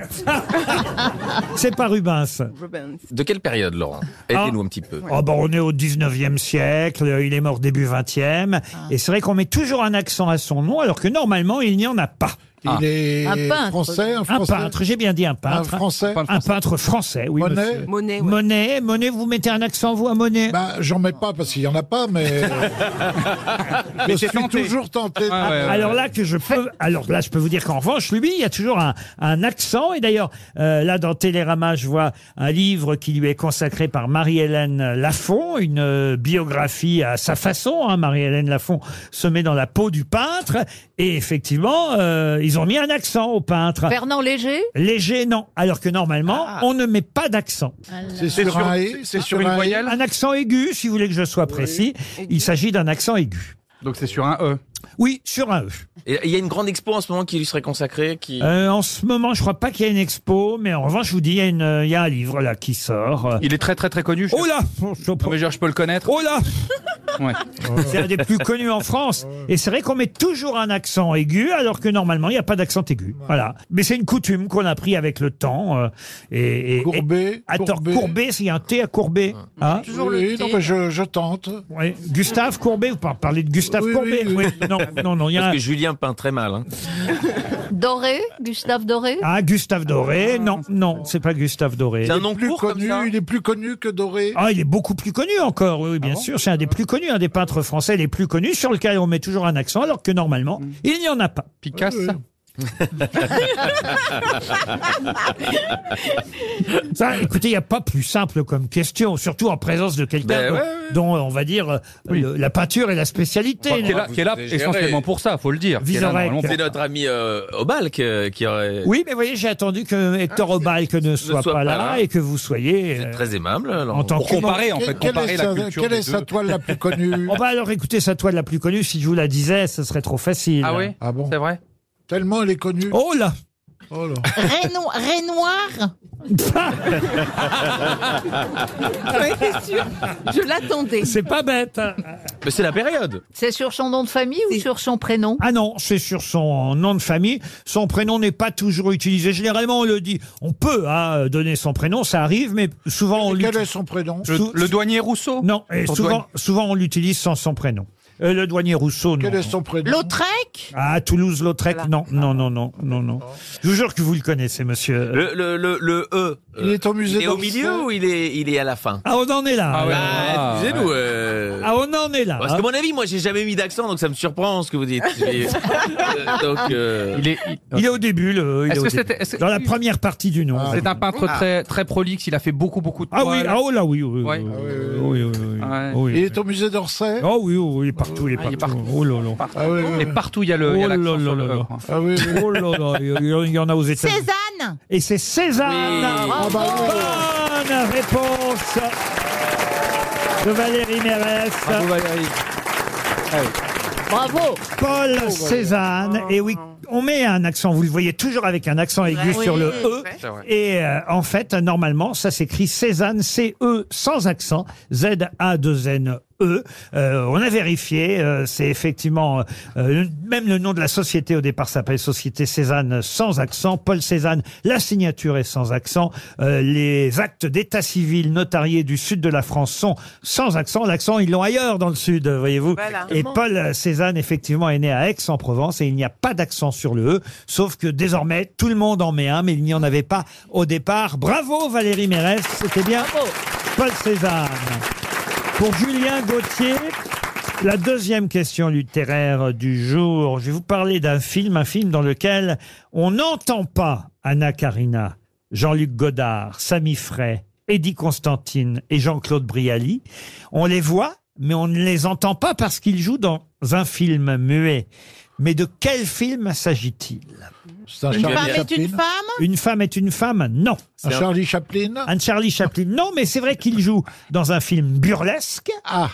Speaker 2: C'est pas Rubens.
Speaker 13: De quelle période, Laurent Aidez-nous un petit peu.
Speaker 2: Oh, bon, on est au 19e siècle, euh, il est mort début 20e.
Speaker 3: Ah.
Speaker 2: Et c'est vrai qu'on met toujours un accent à son nom, alors que normalement, il n'y en a pas.
Speaker 3: Il Ah. est Un peintre. français, un français
Speaker 2: peintre, j'ai bien dit un peintre.
Speaker 3: Un français
Speaker 2: Un peintre français, Eh oui.
Speaker 3: Monet
Speaker 2: monsieur.
Speaker 7: Monet,
Speaker 3: ouais.
Speaker 2: Monet, Monet, vous mettez un accent, vous, à Monet
Speaker 3: Bah, j'en mets pas parce qu'il y en a pas, mais. je suis toujours tenté. de-
Speaker 2: Ah, alors là que je peux, alors là je peux vous dire qu'en revanche, lui, il y a toujours un, un accent. Et d'ailleurs, euh, là dans Télérama, je vois un livre qui lui est consacré par Marie-Hélène Lafont, une euh, biographie à sa façon. hein. Marie-Hélène Lafont se met dans la peau du peintre, et effectivement, euh, ils ont mis un accent au peintre.
Speaker 9: Fernand Léger
Speaker 2: Léger, non. Alors que normalement, on ne met pas d'accent.
Speaker 3: Ah. C'est sur un E, c'est sur un E.
Speaker 2: Un accent aigu, si vous voulez que je sois précis. Il s'agit d'un accent aigu.
Speaker 6: Donc c'est sur un E.
Speaker 2: Oui, sur un E.
Speaker 13: Et Il y a une grande expo en ce moment qui lui serait consacrée. Qui...
Speaker 2: Euh, en ce moment, je crois pas qu'il y a une expo, mais en revanche, je vous dis, il y a, une, euh, il y a un livre là qui sort. Euh,
Speaker 6: Il est très très très connu.
Speaker 2: Oh là
Speaker 6: mais genre, je peux le connaître.
Speaker 2: Oh là
Speaker 6: Ouais.
Speaker 2: C'est un des plus connus en France. Et c'est vrai qu'on met toujours un accent aigu, alors que normalement, il n'y a pas d'accent aigu. Voilà. Mais c'est une coutume qu'on a pris avec le temps. euh, et, et,
Speaker 3: Courbet,
Speaker 2: Attends,
Speaker 3: Courbet.
Speaker 2: Courbet, s'il y a un T à Courbet. Hein
Speaker 3: Toujours le Oui, T. non, mais je- tente.
Speaker 2: Oui. Gustave Courbet, vous par- parlez de Gustave
Speaker 13: Oui,
Speaker 2: Courbet
Speaker 13: oui, oui.
Speaker 2: Oui, Non, non, non. il Y a
Speaker 13: Parce
Speaker 2: un-
Speaker 13: que Julien peint très mal. hein.
Speaker 9: Doré, Gustave Doré
Speaker 2: Ah, Gustave Doré. non, non, c'est pas Gustave Doré.
Speaker 3: Il est plus connu, il est plus connu que Doré.
Speaker 2: Ah, il est beaucoup plus connu encore, oui, oui,
Speaker 6: Ah
Speaker 2: bien sûr. C'est un des plus connus, un des peintres français les plus connus, sur lequel on met toujours un accent, alors que normalement, il n'y en a pas.
Speaker 6: Mm. Picasso.
Speaker 2: Ça, écoutez, il n'y a pas plus simple comme question, surtout en présence de quelqu'un
Speaker 6: Ben
Speaker 2: dont,
Speaker 6: ouais,
Speaker 2: dont, on va dire, euh, le- la peinture est la spécialité.
Speaker 6: Enfin, qui est là, qui est là
Speaker 13: Vous exagérez.
Speaker 6: essentiellement pour ça, faut le dire. Qui est là,
Speaker 2: Vizorek.
Speaker 6: normalement, pour-
Speaker 13: C'est notre ami euh, Obal que- qui aurait.
Speaker 2: Oui, mais voyez, j'ai attendu que Hector Obal que ne soit,
Speaker 13: soit
Speaker 2: pas
Speaker 13: pas
Speaker 2: là,
Speaker 13: là.
Speaker 2: et que vous soyez... euh,
Speaker 13: Très aimable.
Speaker 2: en tant
Speaker 13: Pour
Speaker 2: qu'humain.
Speaker 13: comparer, en fait,
Speaker 3: Quelle
Speaker 13: comparer
Speaker 3: est
Speaker 13: la
Speaker 3: sa-
Speaker 13: culture.
Speaker 3: quelle
Speaker 13: des
Speaker 3: est sa
Speaker 13: deux.
Speaker 3: toile la plus connue
Speaker 2: On va Oh, bah, alors écouter sa toile la plus connue. Si je vous la disais, ce serait trop facile.
Speaker 3: Ah oui
Speaker 2: Ah bon
Speaker 6: C'est vrai
Speaker 3: Tellement elle est connue.
Speaker 2: Oh là
Speaker 3: Oh là.
Speaker 5: Reno- Renoir
Speaker 7: Ouais, c'est sûr. Je l'attendais.
Speaker 2: C'est pas bête.
Speaker 13: Mais c'est la période.
Speaker 9: C'est sur son nom de famille ou sur son prénom
Speaker 2: Ah non, c'est sur son nom de famille. Son prénom n'est pas toujours utilisé. Généralement, on le dit. On peut hein, donner son prénom, ça arrive, mais souvent on
Speaker 3: Quel est
Speaker 2: l'utilise.
Speaker 3: son prénom
Speaker 6: Le,
Speaker 2: Sous-
Speaker 6: le douanier Rousseau
Speaker 2: Non, et souvent, souvent on l'utilise sans son prénom. Euh, le douanier Rousseau, non.
Speaker 3: Quel est son prénom
Speaker 5: Lautrec
Speaker 2: Ah, Toulouse-Lautrec, non, non, non, non, non,
Speaker 3: Ah.
Speaker 2: non. Je vous jure que vous le connaissez, monsieur.
Speaker 13: Le, le, le, le E.
Speaker 3: Il est au musée
Speaker 13: Il est au
Speaker 3: d'Orsay.
Speaker 13: milieu ou il est, il est à la fin
Speaker 2: Ah, on en est là.
Speaker 13: Ah,
Speaker 2: Ah,
Speaker 13: excusez-nous. euh.
Speaker 2: Ah, on en est là.
Speaker 13: Parce que, à mon avis, moi, j'ai jamais mis d'accent, donc ça me surprend ce que vous dites. Mais, euh, donc, euh,
Speaker 6: Il est,
Speaker 2: Il est au début, le. euh, il
Speaker 6: Est-ce
Speaker 2: est au
Speaker 6: que
Speaker 2: début.
Speaker 6: c'était- est-ce que- Ah,
Speaker 2: Dans la première partie du nom.
Speaker 6: C'est un peintre très, très prolixe, il a fait beaucoup, beaucoup de
Speaker 2: Ah oui,
Speaker 6: toiles.
Speaker 2: ah oh là oui, oui, oui,
Speaker 6: Ouais.
Speaker 2: oui, oui, oui, oui, Oh,
Speaker 6: Ouais. Ah,
Speaker 2: oui.
Speaker 3: Il est au musée d'Orsay
Speaker 2: Oh oui, oh oui, partout, il est partout. Oh là là.
Speaker 3: Ah oui, Ah,
Speaker 6: Et
Speaker 3: oui.
Speaker 6: partout, il y a le. il y a
Speaker 2: Oh là
Speaker 6: l'accent sur
Speaker 2: là
Speaker 6: le
Speaker 2: là
Speaker 6: E.
Speaker 2: là. Oh là là, il y en- il y en a aux États-Unis.
Speaker 5: Cézanne
Speaker 2: Et c'est Cézanne. Ah,
Speaker 6: Ah,
Speaker 5: Bravo.
Speaker 2: Bonne réponse de Valérie Mérès.
Speaker 9: Bravo
Speaker 3: Oh,
Speaker 2: Paul Cézanne. Et oui, on met un accent, vous le voyez toujours avec un accent aigu
Speaker 9: vrai.
Speaker 2: sur le
Speaker 9: Oui,
Speaker 2: E.
Speaker 9: c'est vrai.
Speaker 2: Et euh, en fait, normalement, ça s'écrit Cézanne, C-E sans accent, Z-A-2-N-E. Euh, on a vérifié, euh, c'est effectivement, euh, le- même le nom de la société au départ s'appelle Société Cézanne sans accent, Paul Cézanne, la signature est sans accent, Euh, les actes d'état civil notariés du sud de la France sont sans accent, l'accent ils l'ont ailleurs dans le sud, voyez-vous.
Speaker 7: Voilà.
Speaker 2: Et Paul Cézanne, effectivement, est né à Aix-en-Provence et il n'y a pas d'accent sur le E, sauf que désormais, tout le monde en met un, mais il n'y en avait pas au départ. Bravo Valérie Mérès, c'était bien Paul Cézanne. Pour Julien Gauthier, la deuxième question littéraire du jour, je vais vous parler d'un film, un film dans lequel on n'entend pas Anna Karina, Jean-Luc Godard, Sami Frey, Eddie Constantine et Jean-Claude Brialy. On les voit, mais on ne les entend pas parce qu'ils jouent dans un film muet. Mais de quel film s'agit-il
Speaker 3: un Une Charlie femme est Chaplin une femme
Speaker 2: Une femme est une femme Non.
Speaker 3: Un Charlie Chaplin
Speaker 2: Un Charlie Chaplin Non, mais c'est vrai qu'il joue dans un film burlesque.
Speaker 3: Ah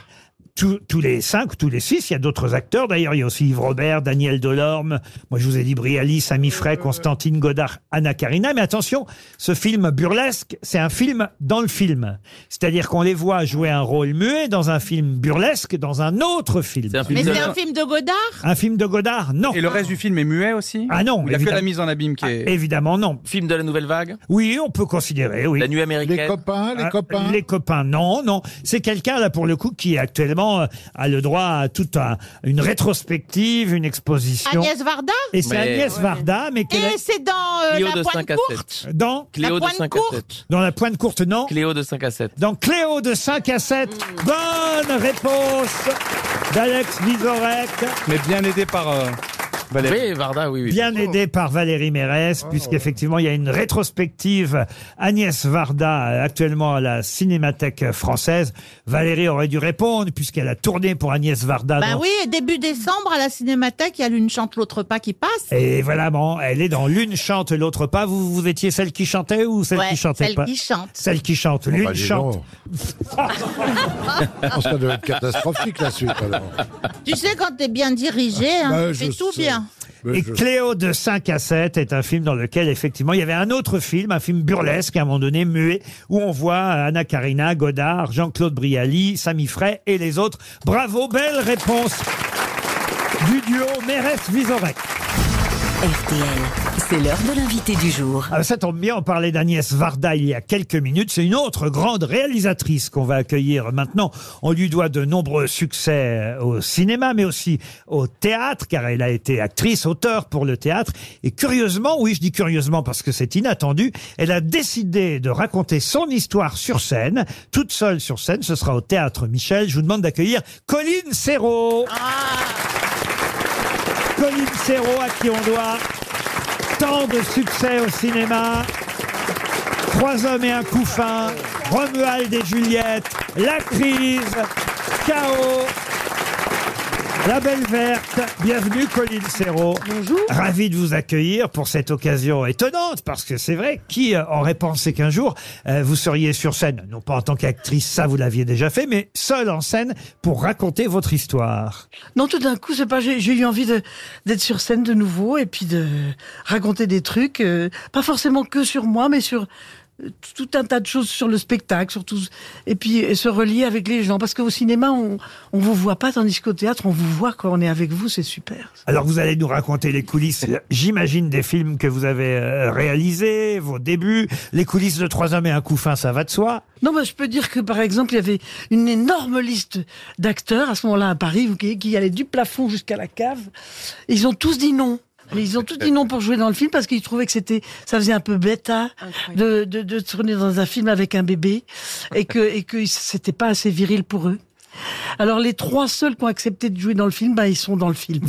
Speaker 2: tous, tous les cinq, ou tous les six, il y a d'autres acteurs. D'ailleurs, il y a aussi Yves Robert, Daniel Delorme. Moi, je vous ai dit Brialy, Sami Frey, Constantine Godard, Anna Karina. Mais attention, ce film burlesque, c'est un film dans le film. C'est-à-dire qu'on les voit jouer un rôle muet dans un film burlesque, dans un autre film.
Speaker 5: Mais c'est un film de Godard
Speaker 2: Un film de Godard, non.
Speaker 6: Et le reste du film est muet aussi
Speaker 2: Ah non,
Speaker 6: Il n'y a que
Speaker 2: évidemment. Ah,
Speaker 6: la mise en abîme qui est.
Speaker 2: Évidemment, non.
Speaker 13: Film de la nouvelle vague
Speaker 2: Oui, on peut considérer, oui.
Speaker 13: La nuit américaine
Speaker 2: Les
Speaker 3: copains,
Speaker 2: les copains. Les copains, non, non. C'est quelqu'un, là, pour le coup, qui actuellement euh, a le droit à toute un- une rétrospective, une exposition.
Speaker 5: Agnès Varda
Speaker 2: Et c'est
Speaker 5: Mais-
Speaker 2: Agnès
Speaker 5: Ouais.
Speaker 2: Varda, mais qu'elle
Speaker 5: Et
Speaker 2: est-
Speaker 5: c'est dans euh, La Pointe Courte
Speaker 2: Dans
Speaker 13: Cléo
Speaker 5: La
Speaker 13: de
Speaker 5: pointe
Speaker 13: 5
Speaker 5: courte.
Speaker 13: à 7.
Speaker 2: Dans la pointe courte, non.
Speaker 13: Cléo de 5 à 7.
Speaker 2: Dans Cléo de 5 à 7.
Speaker 5: Mm.
Speaker 2: Bonne réponse d'Alex Vizorek.
Speaker 6: Mais bien aidé par euh, Valérie.
Speaker 13: Oui, Varda, oui, oui.
Speaker 2: Bien aidé par Valérie Mérès, puisqu'effectivement, il y a une rétrospective Agnès Varda euh, actuellement à la Cinémathèque française. Valérie aurait dû répondre, puisqu'elle a tourné pour Agnès Varda.
Speaker 5: Bah
Speaker 2: dans-
Speaker 5: oui, et début décembre, à la Cinémathèque, il y a l'une chante l'autre pas qui passe.
Speaker 2: Et voilà, bon, elle est dans l'une chante, l'autre pas. Vous, vous étiez celle qui chantait ou celle
Speaker 5: Ouais,
Speaker 2: qui chantait
Speaker 5: celle
Speaker 2: pas
Speaker 5: qui chante.
Speaker 2: Celle qui chante,
Speaker 3: bah,
Speaker 2: l'une chante.
Speaker 3: Oh, ça doit être catastrophique la suite alors.
Speaker 5: Tu sais, quand t'es bien dirigé, hein,
Speaker 3: Bah,
Speaker 5: tu fais
Speaker 3: je
Speaker 5: tout
Speaker 3: sais.
Speaker 5: bien.
Speaker 2: Et Cléo de 5 à 7 est un film dans lequel, effectivement, il y avait un autre film, un film burlesque, à un moment donné, muet, où on voit Anna Karina, Godard, Jean-Claude Brialy, Sami Frey et les autres. Bravo, belle réponse du duo Mérès-Vizorek.
Speaker 11: RTL, c'est l'heure de l'invité du jour.
Speaker 2: Ah, ça tombe bien, on parlait d'Agnès Varda il y a quelques minutes. C'est une autre grande réalisatrice qu'on va accueillir maintenant. On lui doit de nombreux succès euh, au cinéma, mais aussi au théâtre, car elle a été actrice, auteure pour le théâtre. Et curieusement, oui, je dis curieusement parce que c'est inattendu, elle a décidé de raconter son histoire sur scène, toute seule sur scène. Ce sera au théâtre Michel. Je vous demande d'accueillir Colline Serrault. Colline Serrault, à qui on doit tant de succès au cinéma. Trois hommes et un couffin, Romuald et Juliette, La crise, Chaos, La Belle Verte. Bienvenue, Colline Serrault. Bonjour. Ravi de vous accueillir pour cette occasion étonnante, parce que c'est vrai, qui euh, aurait pensé qu'un jour euh, vous seriez sur scène, non pas en tant qu'actrice, ça vous l'aviez déjà fait, mais seule en scène pour raconter votre histoire.
Speaker 19: Non, tout d'un coup, c'est pas. J'ai j'ai eu envie de- d'être sur scène de nouveau et puis de raconter des trucs, euh, pas forcément que sur moi, mais sur euh, tout un tas de choses sur le spectacle, surtout et puis euh, se relier avec les gens. Parce qu'au cinéma, on on vous voit pas, tandis qu'au théâtre, on vous voit quand on est avec vous. C'est super.
Speaker 2: Alors vous allez nous raconter les coulisses, j'imagine, des films que vous avez euh, réalisés, vos débuts, les coulisses de Trois hommes et un couffin, ça va de soi.
Speaker 19: Non, bah, je peux dire que par exemple, il y avait une énorme liste d'acteurs à ce moment-là à Paris vous voyez, qui allait du plafond jusqu'à la cave. Et ils ont tous dit non. Mais ils ont tous dit non pour jouer dans le film parce qu'ils trouvaient que c'était, ça faisait un peu bêta de, de, de tourner dans un film avec un bébé et que, et que c'était pas assez viril pour eux. Alors les trois seuls qui ont accepté de jouer dans le film, bah, ils sont dans le film.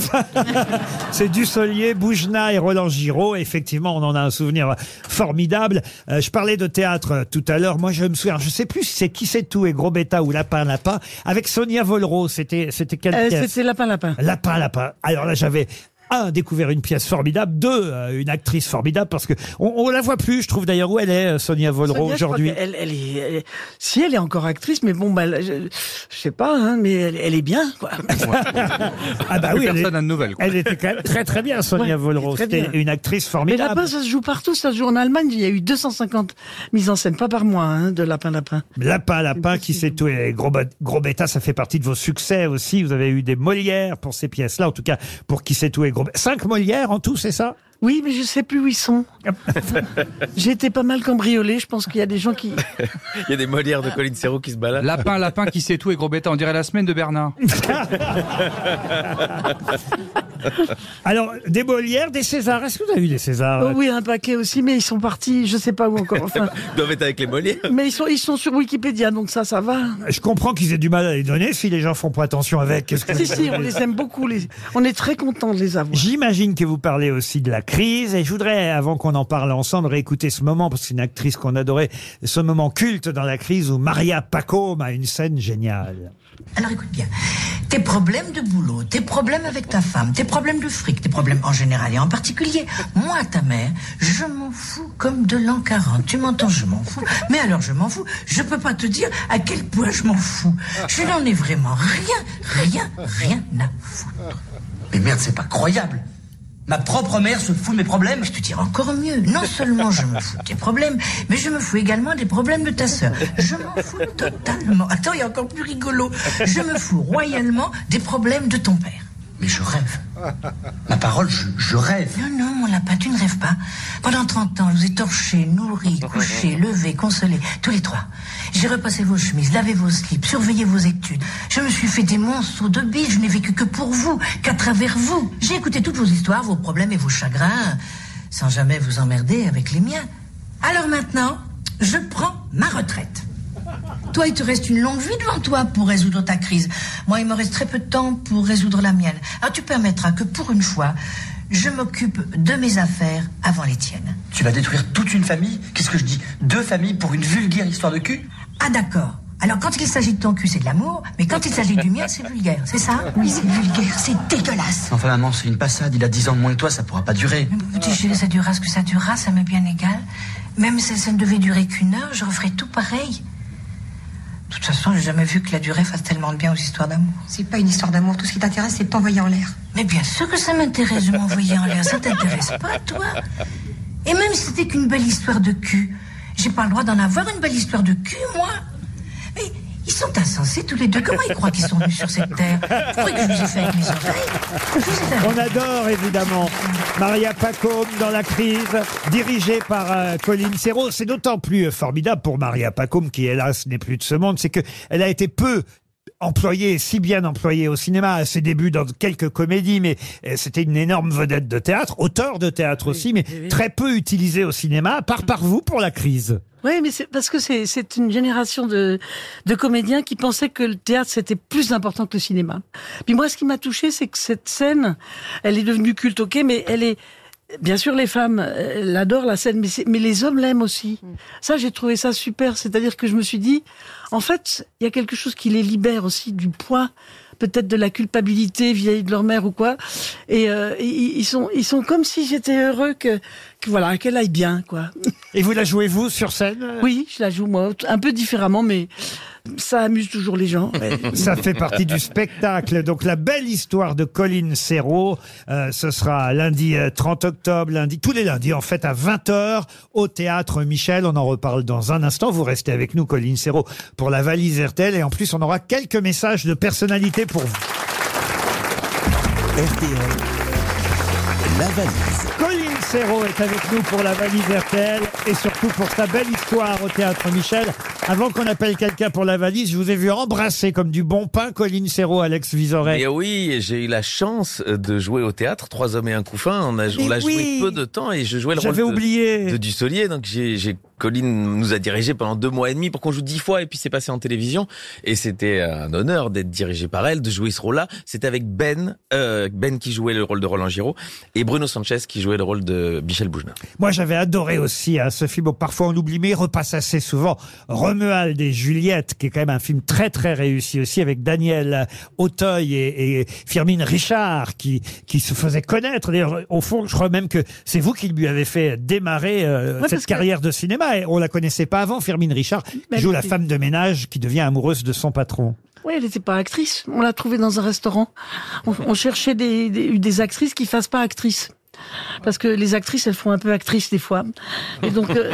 Speaker 2: C'est Dussolier, Boujna et Roland Giraud. Effectivement, on en a un souvenir formidable. Euh, je parlais de théâtre euh, tout à l'heure. Moi, je me souviens, je sais plus si c'est qui c'est tout et Gros Bêta ou Lapin Lapin. Avec Sonia Volro, c'était c'était quelle
Speaker 19: Euh,
Speaker 2: pièce
Speaker 19: c'était Lapin Lapin.
Speaker 2: Lapin Lapin. Alors là, j'avais un découvert une pièce formidable, deux euh, une actrice formidable parce que on, on la voit plus. Je trouve d'ailleurs où elle est euh, Sonia Volro
Speaker 19: Sonia, je crois
Speaker 2: aujourd'hui.
Speaker 19: qu'elle- Elle, est- elle est- si elle est encore actrice, mais bon, bah, là, je, je sais pas, hein, mais elle, elle est bien. Quoi.
Speaker 2: Ah bah
Speaker 6: Plus
Speaker 2: oui, elle,
Speaker 6: personne
Speaker 2: est-
Speaker 6: n'a de nouvelles, quoi.
Speaker 2: elle était quand même très très bien Sonia
Speaker 19: Ouais,
Speaker 2: Volro.
Speaker 19: très
Speaker 2: C'était
Speaker 19: bien.
Speaker 2: une actrice
Speaker 19: mais
Speaker 2: formidable.
Speaker 19: Lapin, ça se joue partout, ça se joue en Allemagne. Il y a eu 250 mises en scène, pas par mois, hein, de Lapin Lapin.
Speaker 2: Lapin, lapin, qui sait tout. Et gros, Bê- gros bêta, ça fait partie de vos succès aussi. Vous avez eu des Molières pour ces pièces-là, en tout cas pour qui sait tout et gros. Bê- Cinq Molières en tout, c'est ça
Speaker 19: Oui, mais je sais plus où ils sont. J'ai été pas mal cambriolée. Je pense qu'il y a des gens qui.
Speaker 13: Il y a des Molières de Colin Serrault qui se baladent.
Speaker 6: Lapin, lapin qui sait tout et gros bêta. On dirait la semaine de Bernard.
Speaker 2: Alors, des Molières, des Césars. Est-ce que vous avez eu des Césars
Speaker 19: Oh oui, un paquet aussi, mais ils sont partis. Je sais pas où encore. Enfin,
Speaker 13: Ils doivent être avec les Molières.
Speaker 19: mais ils sont, ils sont sur Wikipédia, donc ça, ça va.
Speaker 2: Je comprends qu'ils aient du mal à les donner si les gens font pas attention avec. Qu'est-ce que
Speaker 19: Si
Speaker 2: vous
Speaker 19: si, on
Speaker 2: voulez
Speaker 19: les aime beaucoup. les- On est très contents de les avoir.
Speaker 2: J'imagine que vous parlez aussi de la crise. Et je voudrais, avant qu'on en parle ensemble, réécouter ce moment, parce que c'est une actrice qu'on adorait, ce moment culte dans la crise où Maria Paco a une scène géniale.
Speaker 20: Alors écoute bien, tes problèmes de boulot, tes problèmes avec ta femme, tes problèmes de fric, tes problèmes en général et en particulier, moi, ta mère, je m'en fous comme de l'an 40. Tu m'entends, je m'en fous. Mais alors, je m'en fous. Je peux pas te dire à quel point je m'en fous. Je n'en ai vraiment rien, rien, rien à foutre.
Speaker 21: Mais merde, c'est pas croyable. Ma propre mère se fout de mes problèmes.
Speaker 20: Je te dirais encore mieux. Non seulement je me fous de tes problèmes, mais je me fous également des problèmes de ta sœur. Je m'en fous totalement. Attends, il y a encore plus rigolo. Je me fous royalement des problèmes de ton père.
Speaker 21: Mais je rêve. Ma parole, je, je rêve.
Speaker 20: Non, non, mon lapin, tu ne rêves pas. Pendant 30 ans, je vous ai torché, nourri, couché, levé, consolé, tous les trois. J'ai repassé vos chemises, lavé vos slips, surveillé vos études. Je me suis fait des monstres de billes, je n'ai vécu que pour vous, qu'à travers vous. J'ai écouté toutes vos histoires, vos problèmes et vos chagrins, sans jamais vous emmerder avec les miens. Alors maintenant, je prends ma retraite. Toi, il te reste une longue vie devant toi pour résoudre ta crise. Moi, il me reste très peu de temps pour résoudre la mienne. Alors tu permettras que pour une fois, je m'occupe de mes affaires avant les tiennes.
Speaker 21: Tu vas détruire toute une famille Qu'est-ce que je dis Deux familles pour une vulgaire histoire de cul
Speaker 20: Ah d'accord. Alors quand il s'agit de ton cul, c'est de l'amour, mais quand il s'agit du mien, c'est vulgaire, c'est ça Oui, c'est vulgaire, c'est dégueulasse.
Speaker 21: Enfin, maman, c'est une passade. Il a 10 ans de moins que toi, ça pourra pas durer.
Speaker 20: Petit chéri, ça durera ce que ça durera, ça m'est bien égal. Même si ça ne devait durer qu'une heure, je referais tout pareil. De toute façon, j'ai jamais vu que la durée fasse tellement de bien aux histoires d'amour.
Speaker 22: C'est pas une histoire d'amour. Tout ce qui t'intéresse, c'est de t'envoyer en l'air.
Speaker 20: Mais bien sûr que ça m'intéresse de m'envoyer en l'air. Ça t'intéresse pas, toi Et même si c'était qu'une belle histoire de cul, j'ai pas le droit d'en avoir une belle histoire de cul, moi Mais ils sont insensés tous les deux. Comment ils croient qu'ils sont venus sur cette terre Vous croyez que je vous ai fait avec mes oreilles Je vous ai fait avec-
Speaker 2: On adore évidemment Maria Pacôme dans la crise, dirigée par euh, Colin Serrault. C'est d'autant plus euh, formidable pour Maria Pacôme, qui hélas n'est plus de ce monde, c'est qu'elle a été peu employée, si bien employée au cinéma à ses débuts dans quelques comédies, mais euh, c'était une énorme vedette de théâtre, auteur de théâtre aussi, mais
Speaker 19: oui.
Speaker 2: très peu utilisée au cinéma, à part par vous pour la crise.
Speaker 19: Oui, mais c'est parce que c'est- c'est une génération de, de comédiens qui pensaient que le théâtre c'était plus important que le cinéma. Puis moi, ce qui m'a touché, c'est que cette scène, elle est devenue culte, ok, mais elle est. Bien sûr, les femmes euh, l'adorent la scène, mais, c'est- mais les hommes l'aiment aussi. Ça, j'ai trouvé ça super. C'est-à-dire que je me suis dit, en fait, il y a quelque chose qui les libère aussi du poids, peut-être de la culpabilité vieille de leur mère ou quoi. Et euh, ils, ils sont, ils sont comme si j'étais heureux que, que voilà, qu'elle aille bien, quoi.
Speaker 2: Et vous la jouez vous sur scène
Speaker 19: Oui, je la joue moi, un peu différemment, mais ça amuse toujours les gens.
Speaker 2: Ça fait partie du spectacle. Donc la belle histoire de Colline Serrault, euh, ce sera lundi euh, 30 octobre, lundi tous les lundis en fait à 20h au théâtre Michel. On en reparle dans un instant. Vous restez avec nous Colline Serrault pour la valise RTL et en plus on aura quelques messages de personnalité pour vous.
Speaker 1: La valise.
Speaker 2: Colline Serrault est avec nous pour la valise RTL et surtout pour sa belle histoire au théâtre Michel. Avant qu'on appelle quelqu'un pour la valise, je vous ai vu embrasser comme du bon pain Colline Serrault, Alex Vizorek.
Speaker 13: Et oui, et j'ai eu la chance de jouer au théâtre Trois hommes et un couffin. On, a, on
Speaker 2: Mais
Speaker 13: l'a joué
Speaker 2: oui.
Speaker 13: peu de temps et je jouais le rôle
Speaker 2: J'avais
Speaker 13: de,
Speaker 2: oublié.
Speaker 13: de Dussolier. Donc j'ai, j'ai- Colline nous a dirigé pendant deux mois et demi pour qu'on joue dix fois et puis c'est passé en télévision. Et c'était un honneur d'être dirigé par elle, de jouer ce rôle-là. C'était avec Ben, euh, Ben qui jouait le rôle de Roland Giraud et Bruno Sanchez qui jouait le rôle de Michel Bougenat.
Speaker 2: Moi, j'avais adoré aussi hein, ce film. Bon, parfois, on l'oublie, mais il repasse assez souvent. Romuald et Juliette, qui est quand même un film très, très réussi aussi, avec Daniel Auteuil et, et Firmin Richard, qui, qui se faisait connaître. D'ailleurs, au fond, je crois même que c'est vous qui lui avez fait démarrer euh,
Speaker 19: Ouais,
Speaker 2: cette
Speaker 19: parce que-
Speaker 2: carrière de cinéma. Et on la connaissait pas avant, Firmin Richard, qui
Speaker 19: Mais
Speaker 2: joue
Speaker 19: oui.
Speaker 2: la femme de ménage qui devient amoureuse de son patron.
Speaker 19: Oui, elle n'était pas actrice. On l'a trouvée dans un restaurant. On, on cherchait des, des, des actrices qui fassent pas actrice. Parce que les actrices, elles font un peu actrice des fois. Et donc, euh,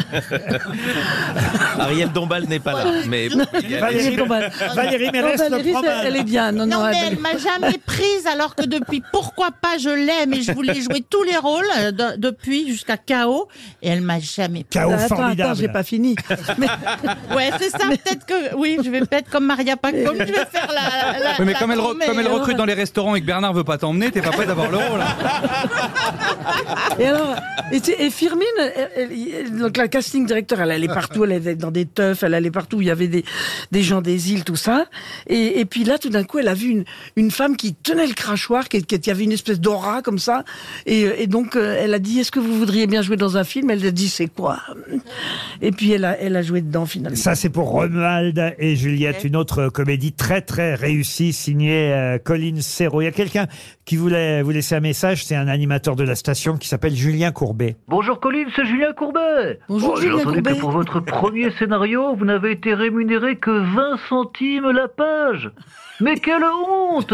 Speaker 13: Ariel Dombal n'est pas là, mais
Speaker 19: Valérie Dombal.
Speaker 2: bah, Valérie Mérès
Speaker 19: Non, Valérie,
Speaker 2: le prend mal.
Speaker 19: elle est bien. Non, non,
Speaker 5: Non, mais
Speaker 19: elle-
Speaker 5: elle m'a jamais prise, alors que depuis Pourquoi pas je l'aime et je voulais jouer tous les rôles euh, de- depuis jusqu'à KO et elle m'a jamais prise.
Speaker 19: Attends, Attends, j'ai pas fini.
Speaker 5: Ouais, c'est ça, peut-être que. Oui, je vais peut-être comme Maria Pacom, je vais faire la. la-
Speaker 6: Oui, mais
Speaker 5: la
Speaker 6: comme elle, re-
Speaker 5: grand-mère.
Speaker 6: comme elle recrute dans les restaurants et que Bernard veut pas t'emmener, t'es pas prêt d'avoir le rôle. hein.
Speaker 19: Et alors, et, tu sais, et Firmin, elle- elle- elle- donc la casting directeur, elle allait partout, elle allait dans des teufs, elle allait partout, où il y avait des, des gens des îles, tout ça. Et, et puis là, tout d'un coup, elle a vu une, une femme qui tenait le crachoir, qui, qui- qui avait une espèce d'aura comme ça. Et, et donc, euh, elle a dit, est-ce que vous voudriez bien jouer dans un film Elle a dit, c'est quoi Et puis, elle a, elle a joué dedans, finalement.
Speaker 2: Ça, c'est pour Romuald et Juliette,
Speaker 19: Ok.
Speaker 2: une autre comédie très, très réussie, signée euh, Colin Serrault. Il y a quelqu'un qui voulait vous laisser un message, c'est un animateur de la station qui s'appelle Julien Courbet.
Speaker 4: Bonjour Colline, c'est Julien Courbet.
Speaker 2: Bonjour,
Speaker 4: J'ai
Speaker 2: Julien
Speaker 4: entendu
Speaker 2: Courbet.
Speaker 4: que pour votre premier scénario, vous n'avez été rémunéré que 20 centimes la page. Mais quelle honte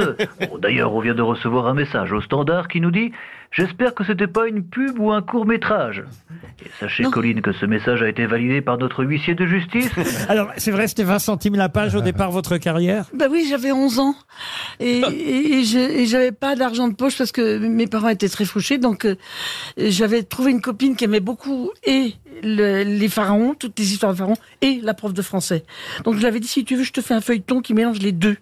Speaker 4: Bon, D'ailleurs, on vient de recevoir un message au standard qui nous dit J'espère que c'était pas une pub ou un court métrage. Et sachez, Colline, que ce message a été validé par notre huissier de justice.
Speaker 2: Alors, c'est vrai, c'était 20 centimes la page au départ, votre carrière
Speaker 19: Ben oui, j'avais 11 ans. Et, et, et je- et j'avais pas d'argent de poche parce que mes parents étaient très fauchés. Donc, euh, j'avais trouvé une copine qui aimait beaucoup et le- les pharaons, toutes les histoires de pharaons, et la prof de français. Donc, je lui avais dit, si tu veux, je te fais un feuilleton qui mélange les deux.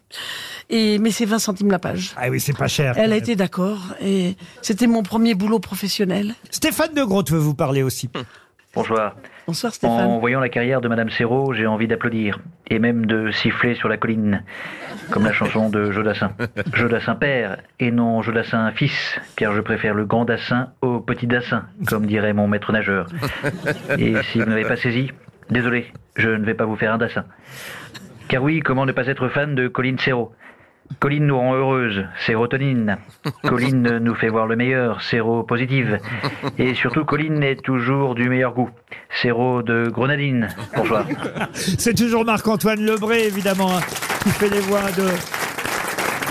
Speaker 19: Et, mais c'est 20 centimes la page.
Speaker 2: Ah oui, c'est pas cher.
Speaker 19: Elle a été d'accord. Et c'était mon premier boulot professionnel.
Speaker 2: Stéphane de Groot veut vous parler aussi.
Speaker 4: Bonsoir.
Speaker 19: Bonsoir
Speaker 4: En voyant la carrière de Madame Serrault, j'ai envie d'applaudir et même de siffler sur la colline, comme la chanson de Jodassin. Jodassin père et non Jodassin fils, car je préfère le grand Dassin au petit Dassin, comme dirait mon maître nageur. Et si vous n'avez pas saisi, désolé, je ne vais pas vous faire un Dassin. Car oui, comment ne pas être fan de Colline Serrault Colline nous rend heureuse, sérotonine. Colline nous fait voir le meilleur, séropositive. Et surtout, Colline est toujours du meilleur goût. Séro de grenadine. Bonsoir.
Speaker 2: C'est toujours Marc-Antoine Lebré, évidemment, hein, qui fait les voix de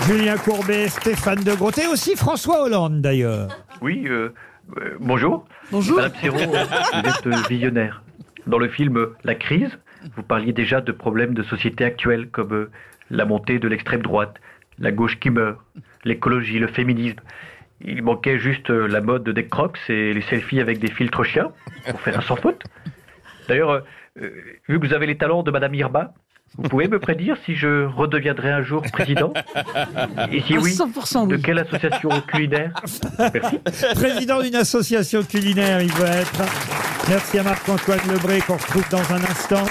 Speaker 2: Julien Courbet, Stéphane de Groot et aussi François Hollande, d'ailleurs.
Speaker 4: Oui, euh, euh, bonjour.
Speaker 2: Bonjour.
Speaker 4: Madame Serrault, vous êtes euh, visionnaire. Dans le film euh, La crise, vous parliez déjà de problèmes de société actuels comme euh, la montée de l'extrême droite, la gauche qui meurt, l'écologie, le féminisme. Il manquait juste euh, la mode des crocs et les selfies avec des filtres chiens pour faire un sans faute. D'ailleurs, euh, euh, vu que vous avez les talents de Madame Irma, vous pouvez me prédire si je redeviendrai un jour président Et si
Speaker 19: À
Speaker 4: oui,
Speaker 19: 100%
Speaker 4: de quelle association culinaire Merci.
Speaker 2: Président d'une association culinaire, il veut être. Merci à Marc-Antoine Lebré qu'on retrouve dans un instant.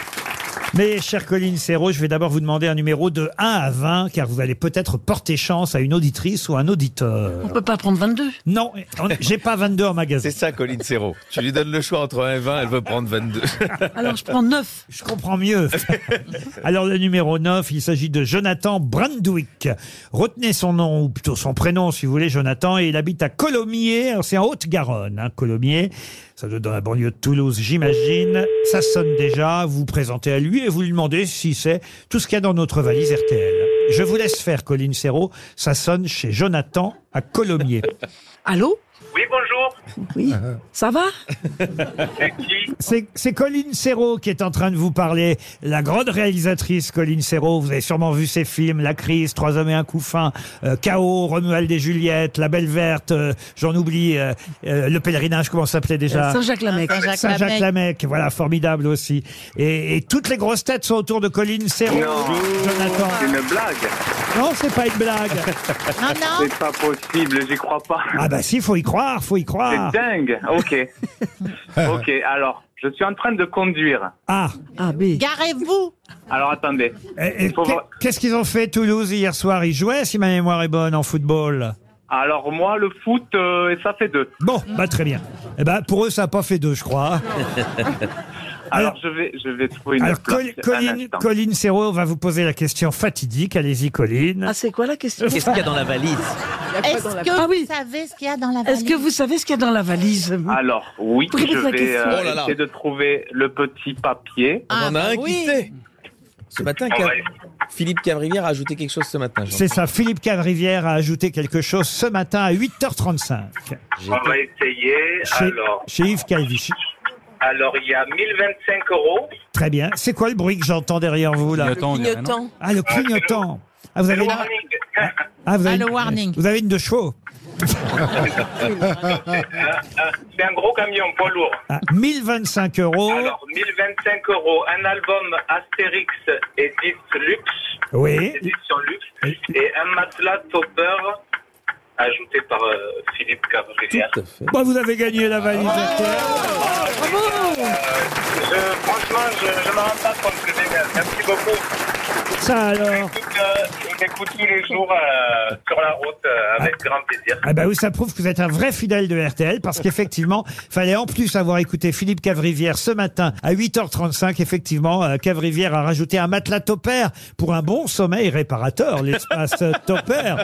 Speaker 2: Mais chère Colline Serrault, je vais d'abord vous demander un numéro de 1 à 20, car vous allez peut-être porter chance à une auditrice ou un auditeur.
Speaker 19: On peut pas prendre 22.
Speaker 2: Non, on- j'ai pas 22 en magasin.
Speaker 13: C'est ça, Colline Serrault. Tu lui donnes le choix entre 1 et 20, elle veut prendre 22.
Speaker 19: Alors, je prends 9.
Speaker 2: Je comprends mieux. Alors, le numéro 9, il s'agit de Jonathan Brandwick. Retenez son nom, ou plutôt son prénom, si vous voulez, Jonathan, et il habite à Colomiers. Alors, C'est en Haute-Garonne, hein, Colomiers. Ça doit être dans la banlieue de Toulouse, j'imagine. Ça sonne déjà. Vous vous présentez à lui et vous lui demandez si c'est tout ce qu'il y a dans notre valise RTL. Je vous laisse faire, Colline Serrault. Ça sonne chez Jonathan à Colomiers.
Speaker 19: Allô
Speaker 2: Oui, bonjour. Oui,
Speaker 19: ça va
Speaker 2: c'est c'est Colline Serrault qui est en train de vous parler, la grande réalisatrice Colline Serrault. Vous avez sûrement vu ses films, La Crise, Trois hommes et un couffin, euh, Chaos, Romuald et Juliette, La Belle Verte, euh, j'en oublie, euh, euh, Le Pèlerinage, comment ça s'appelait déjà
Speaker 19: Euh, Saint-Jacques-Lamec. Saint-Jacques-Lamec.
Speaker 2: Saint-Jacques-Lamec, voilà, formidable aussi. Et, et toutes les grosses têtes sont autour de Colline Serrault. Jonathan.
Speaker 8: C'est une blague.
Speaker 2: Non, c'est pas une blague.
Speaker 8: C'est pas possible, j'y crois pas.
Speaker 2: Ah bah si, faut y croire, faut y croire.
Speaker 8: C'est dingue. Ok. ok, alors, je suis en train de conduire.
Speaker 2: Ah. Ah B.
Speaker 5: Garez-vous
Speaker 8: Alors attendez.
Speaker 2: Et- et
Speaker 8: Faut voir-
Speaker 2: qu'est- Qu'est-ce qu'ils ont fait Toulouse hier soir Ils jouaient, si ma mémoire est bonne, en football.
Speaker 8: Alors moi, le foot, euh, ça fait deux.
Speaker 2: Bon, bah très bien. Eh ben, pour eux, ça n'a pas fait deux, je crois.
Speaker 8: Alors je vais, je vais trouver une
Speaker 2: Alors,
Speaker 8: place.
Speaker 2: Col-
Speaker 8: Un
Speaker 2: Colline,
Speaker 8: instant.
Speaker 2: Colline Serrault va vous poser la question fatidique. Allez-y, Colline.
Speaker 19: Ah, c'est quoi la question
Speaker 2: Qu'est-ce qu'il y a dans
Speaker 19: la valise
Speaker 5: Est-ce que
Speaker 19: Ah oui.
Speaker 5: vous savez ce qu'il y a dans la valise
Speaker 19: Est-ce que vous savez ce qu'il y a dans la valise
Speaker 8: Alors, oui,
Speaker 19: Vous répétez
Speaker 8: je
Speaker 19: la
Speaker 8: vais
Speaker 19: question. Ah,
Speaker 8: euh,
Speaker 19: Oh là là.
Speaker 8: essayer de trouver le petit papier.
Speaker 13: On
Speaker 19: bah
Speaker 13: en a un
Speaker 8: oui.
Speaker 13: qui sait. Ah Ce matin, Cam- Philippe Camrivière a ajouté quelque chose ce matin. Jean.
Speaker 2: C'est ça. Philippe Cavrivière a ajouté quelque chose ce matin à 8h35.
Speaker 14: On va essayer.
Speaker 2: Chez,
Speaker 14: Alors,
Speaker 2: chez Yves Calvi.
Speaker 14: alors, il y a 1025 euros.
Speaker 2: Très bien. C'est quoi le bruit que j'entends derrière vous, là
Speaker 14: clignotant, on dirait, non Clignotant.
Speaker 2: Ah, le clignotant. Ah, vous avez
Speaker 14: Le
Speaker 2: une...
Speaker 14: warning.
Speaker 2: Ah, vous avez
Speaker 14: Ah, le
Speaker 2: une-
Speaker 14: warning.
Speaker 2: Vous avez une de chevaux.
Speaker 14: Euh, C'est un gros camion, poids lourd.
Speaker 2: Ah, 1025 euros.
Speaker 14: Alors, 1025 euros, un album Astérix édition luxe.
Speaker 2: Oui.
Speaker 14: Édition luxe. Et un matelas topper ajouté par euh, Philippe Cavrivière.
Speaker 2: Bon, vous avez gagné la valise.
Speaker 14: Je, franchement, je ne me rends pas compte que c'est bien. Merci beaucoup.
Speaker 2: Ça alors
Speaker 14: Écoute, euh, je m'écoute tous les jours euh, sur la route euh, avec grand plaisir.
Speaker 2: Ah bah oui, ça prouve que vous êtes un vrai fidèle de RTL parce qu'effectivement, fallait en plus avoir écouté Philippe Cavrivière ce matin à 8h35. Effectivement, euh, Cavrivière a rajouté un matelas Topper pour un bon sommeil réparateur, l'espace euh, Topper.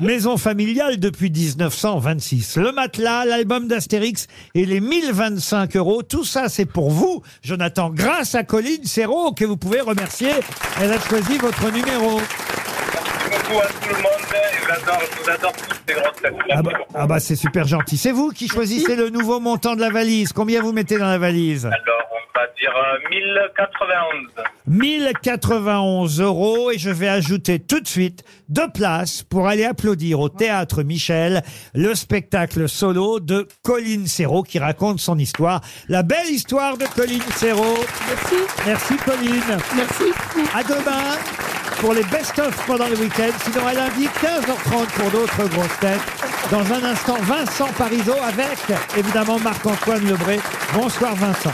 Speaker 2: Maison familiale depuis 1926. Le matelas, l'album d'Astérix et les 1025 euros, tout ça c'est pour vous, Jonathan, grâce à Colline Serrault que vous pouvez remercier. Elle a choisi votre numéro.
Speaker 14: Merci beaucoup à tout le monde. Et J'adore, je vous adore tous ces grosses têtes.
Speaker 2: Ah bah, ah bah, c'est super gentil. C'est vous qui choisissez le nouveau montant de la valise. Combien vous mettez dans la valise
Speaker 14: Alors, on va dire euh, 1091.
Speaker 2: 1091 euros et je vais ajouter tout de suite deux places pour aller applaudir au Théâtre Michel le spectacle solo de Colline Serrault qui raconte son histoire, la belle histoire de Colline Serrault. Merci. Merci Colline. Merci. À demain pour les best-of pendant le week-end, sinon à lundi 15h30 pour d'autres grosses têtes. Dans un instant, Vincent Parisot avec évidemment Marc-Antoine Lebré. Bonsoir Vincent.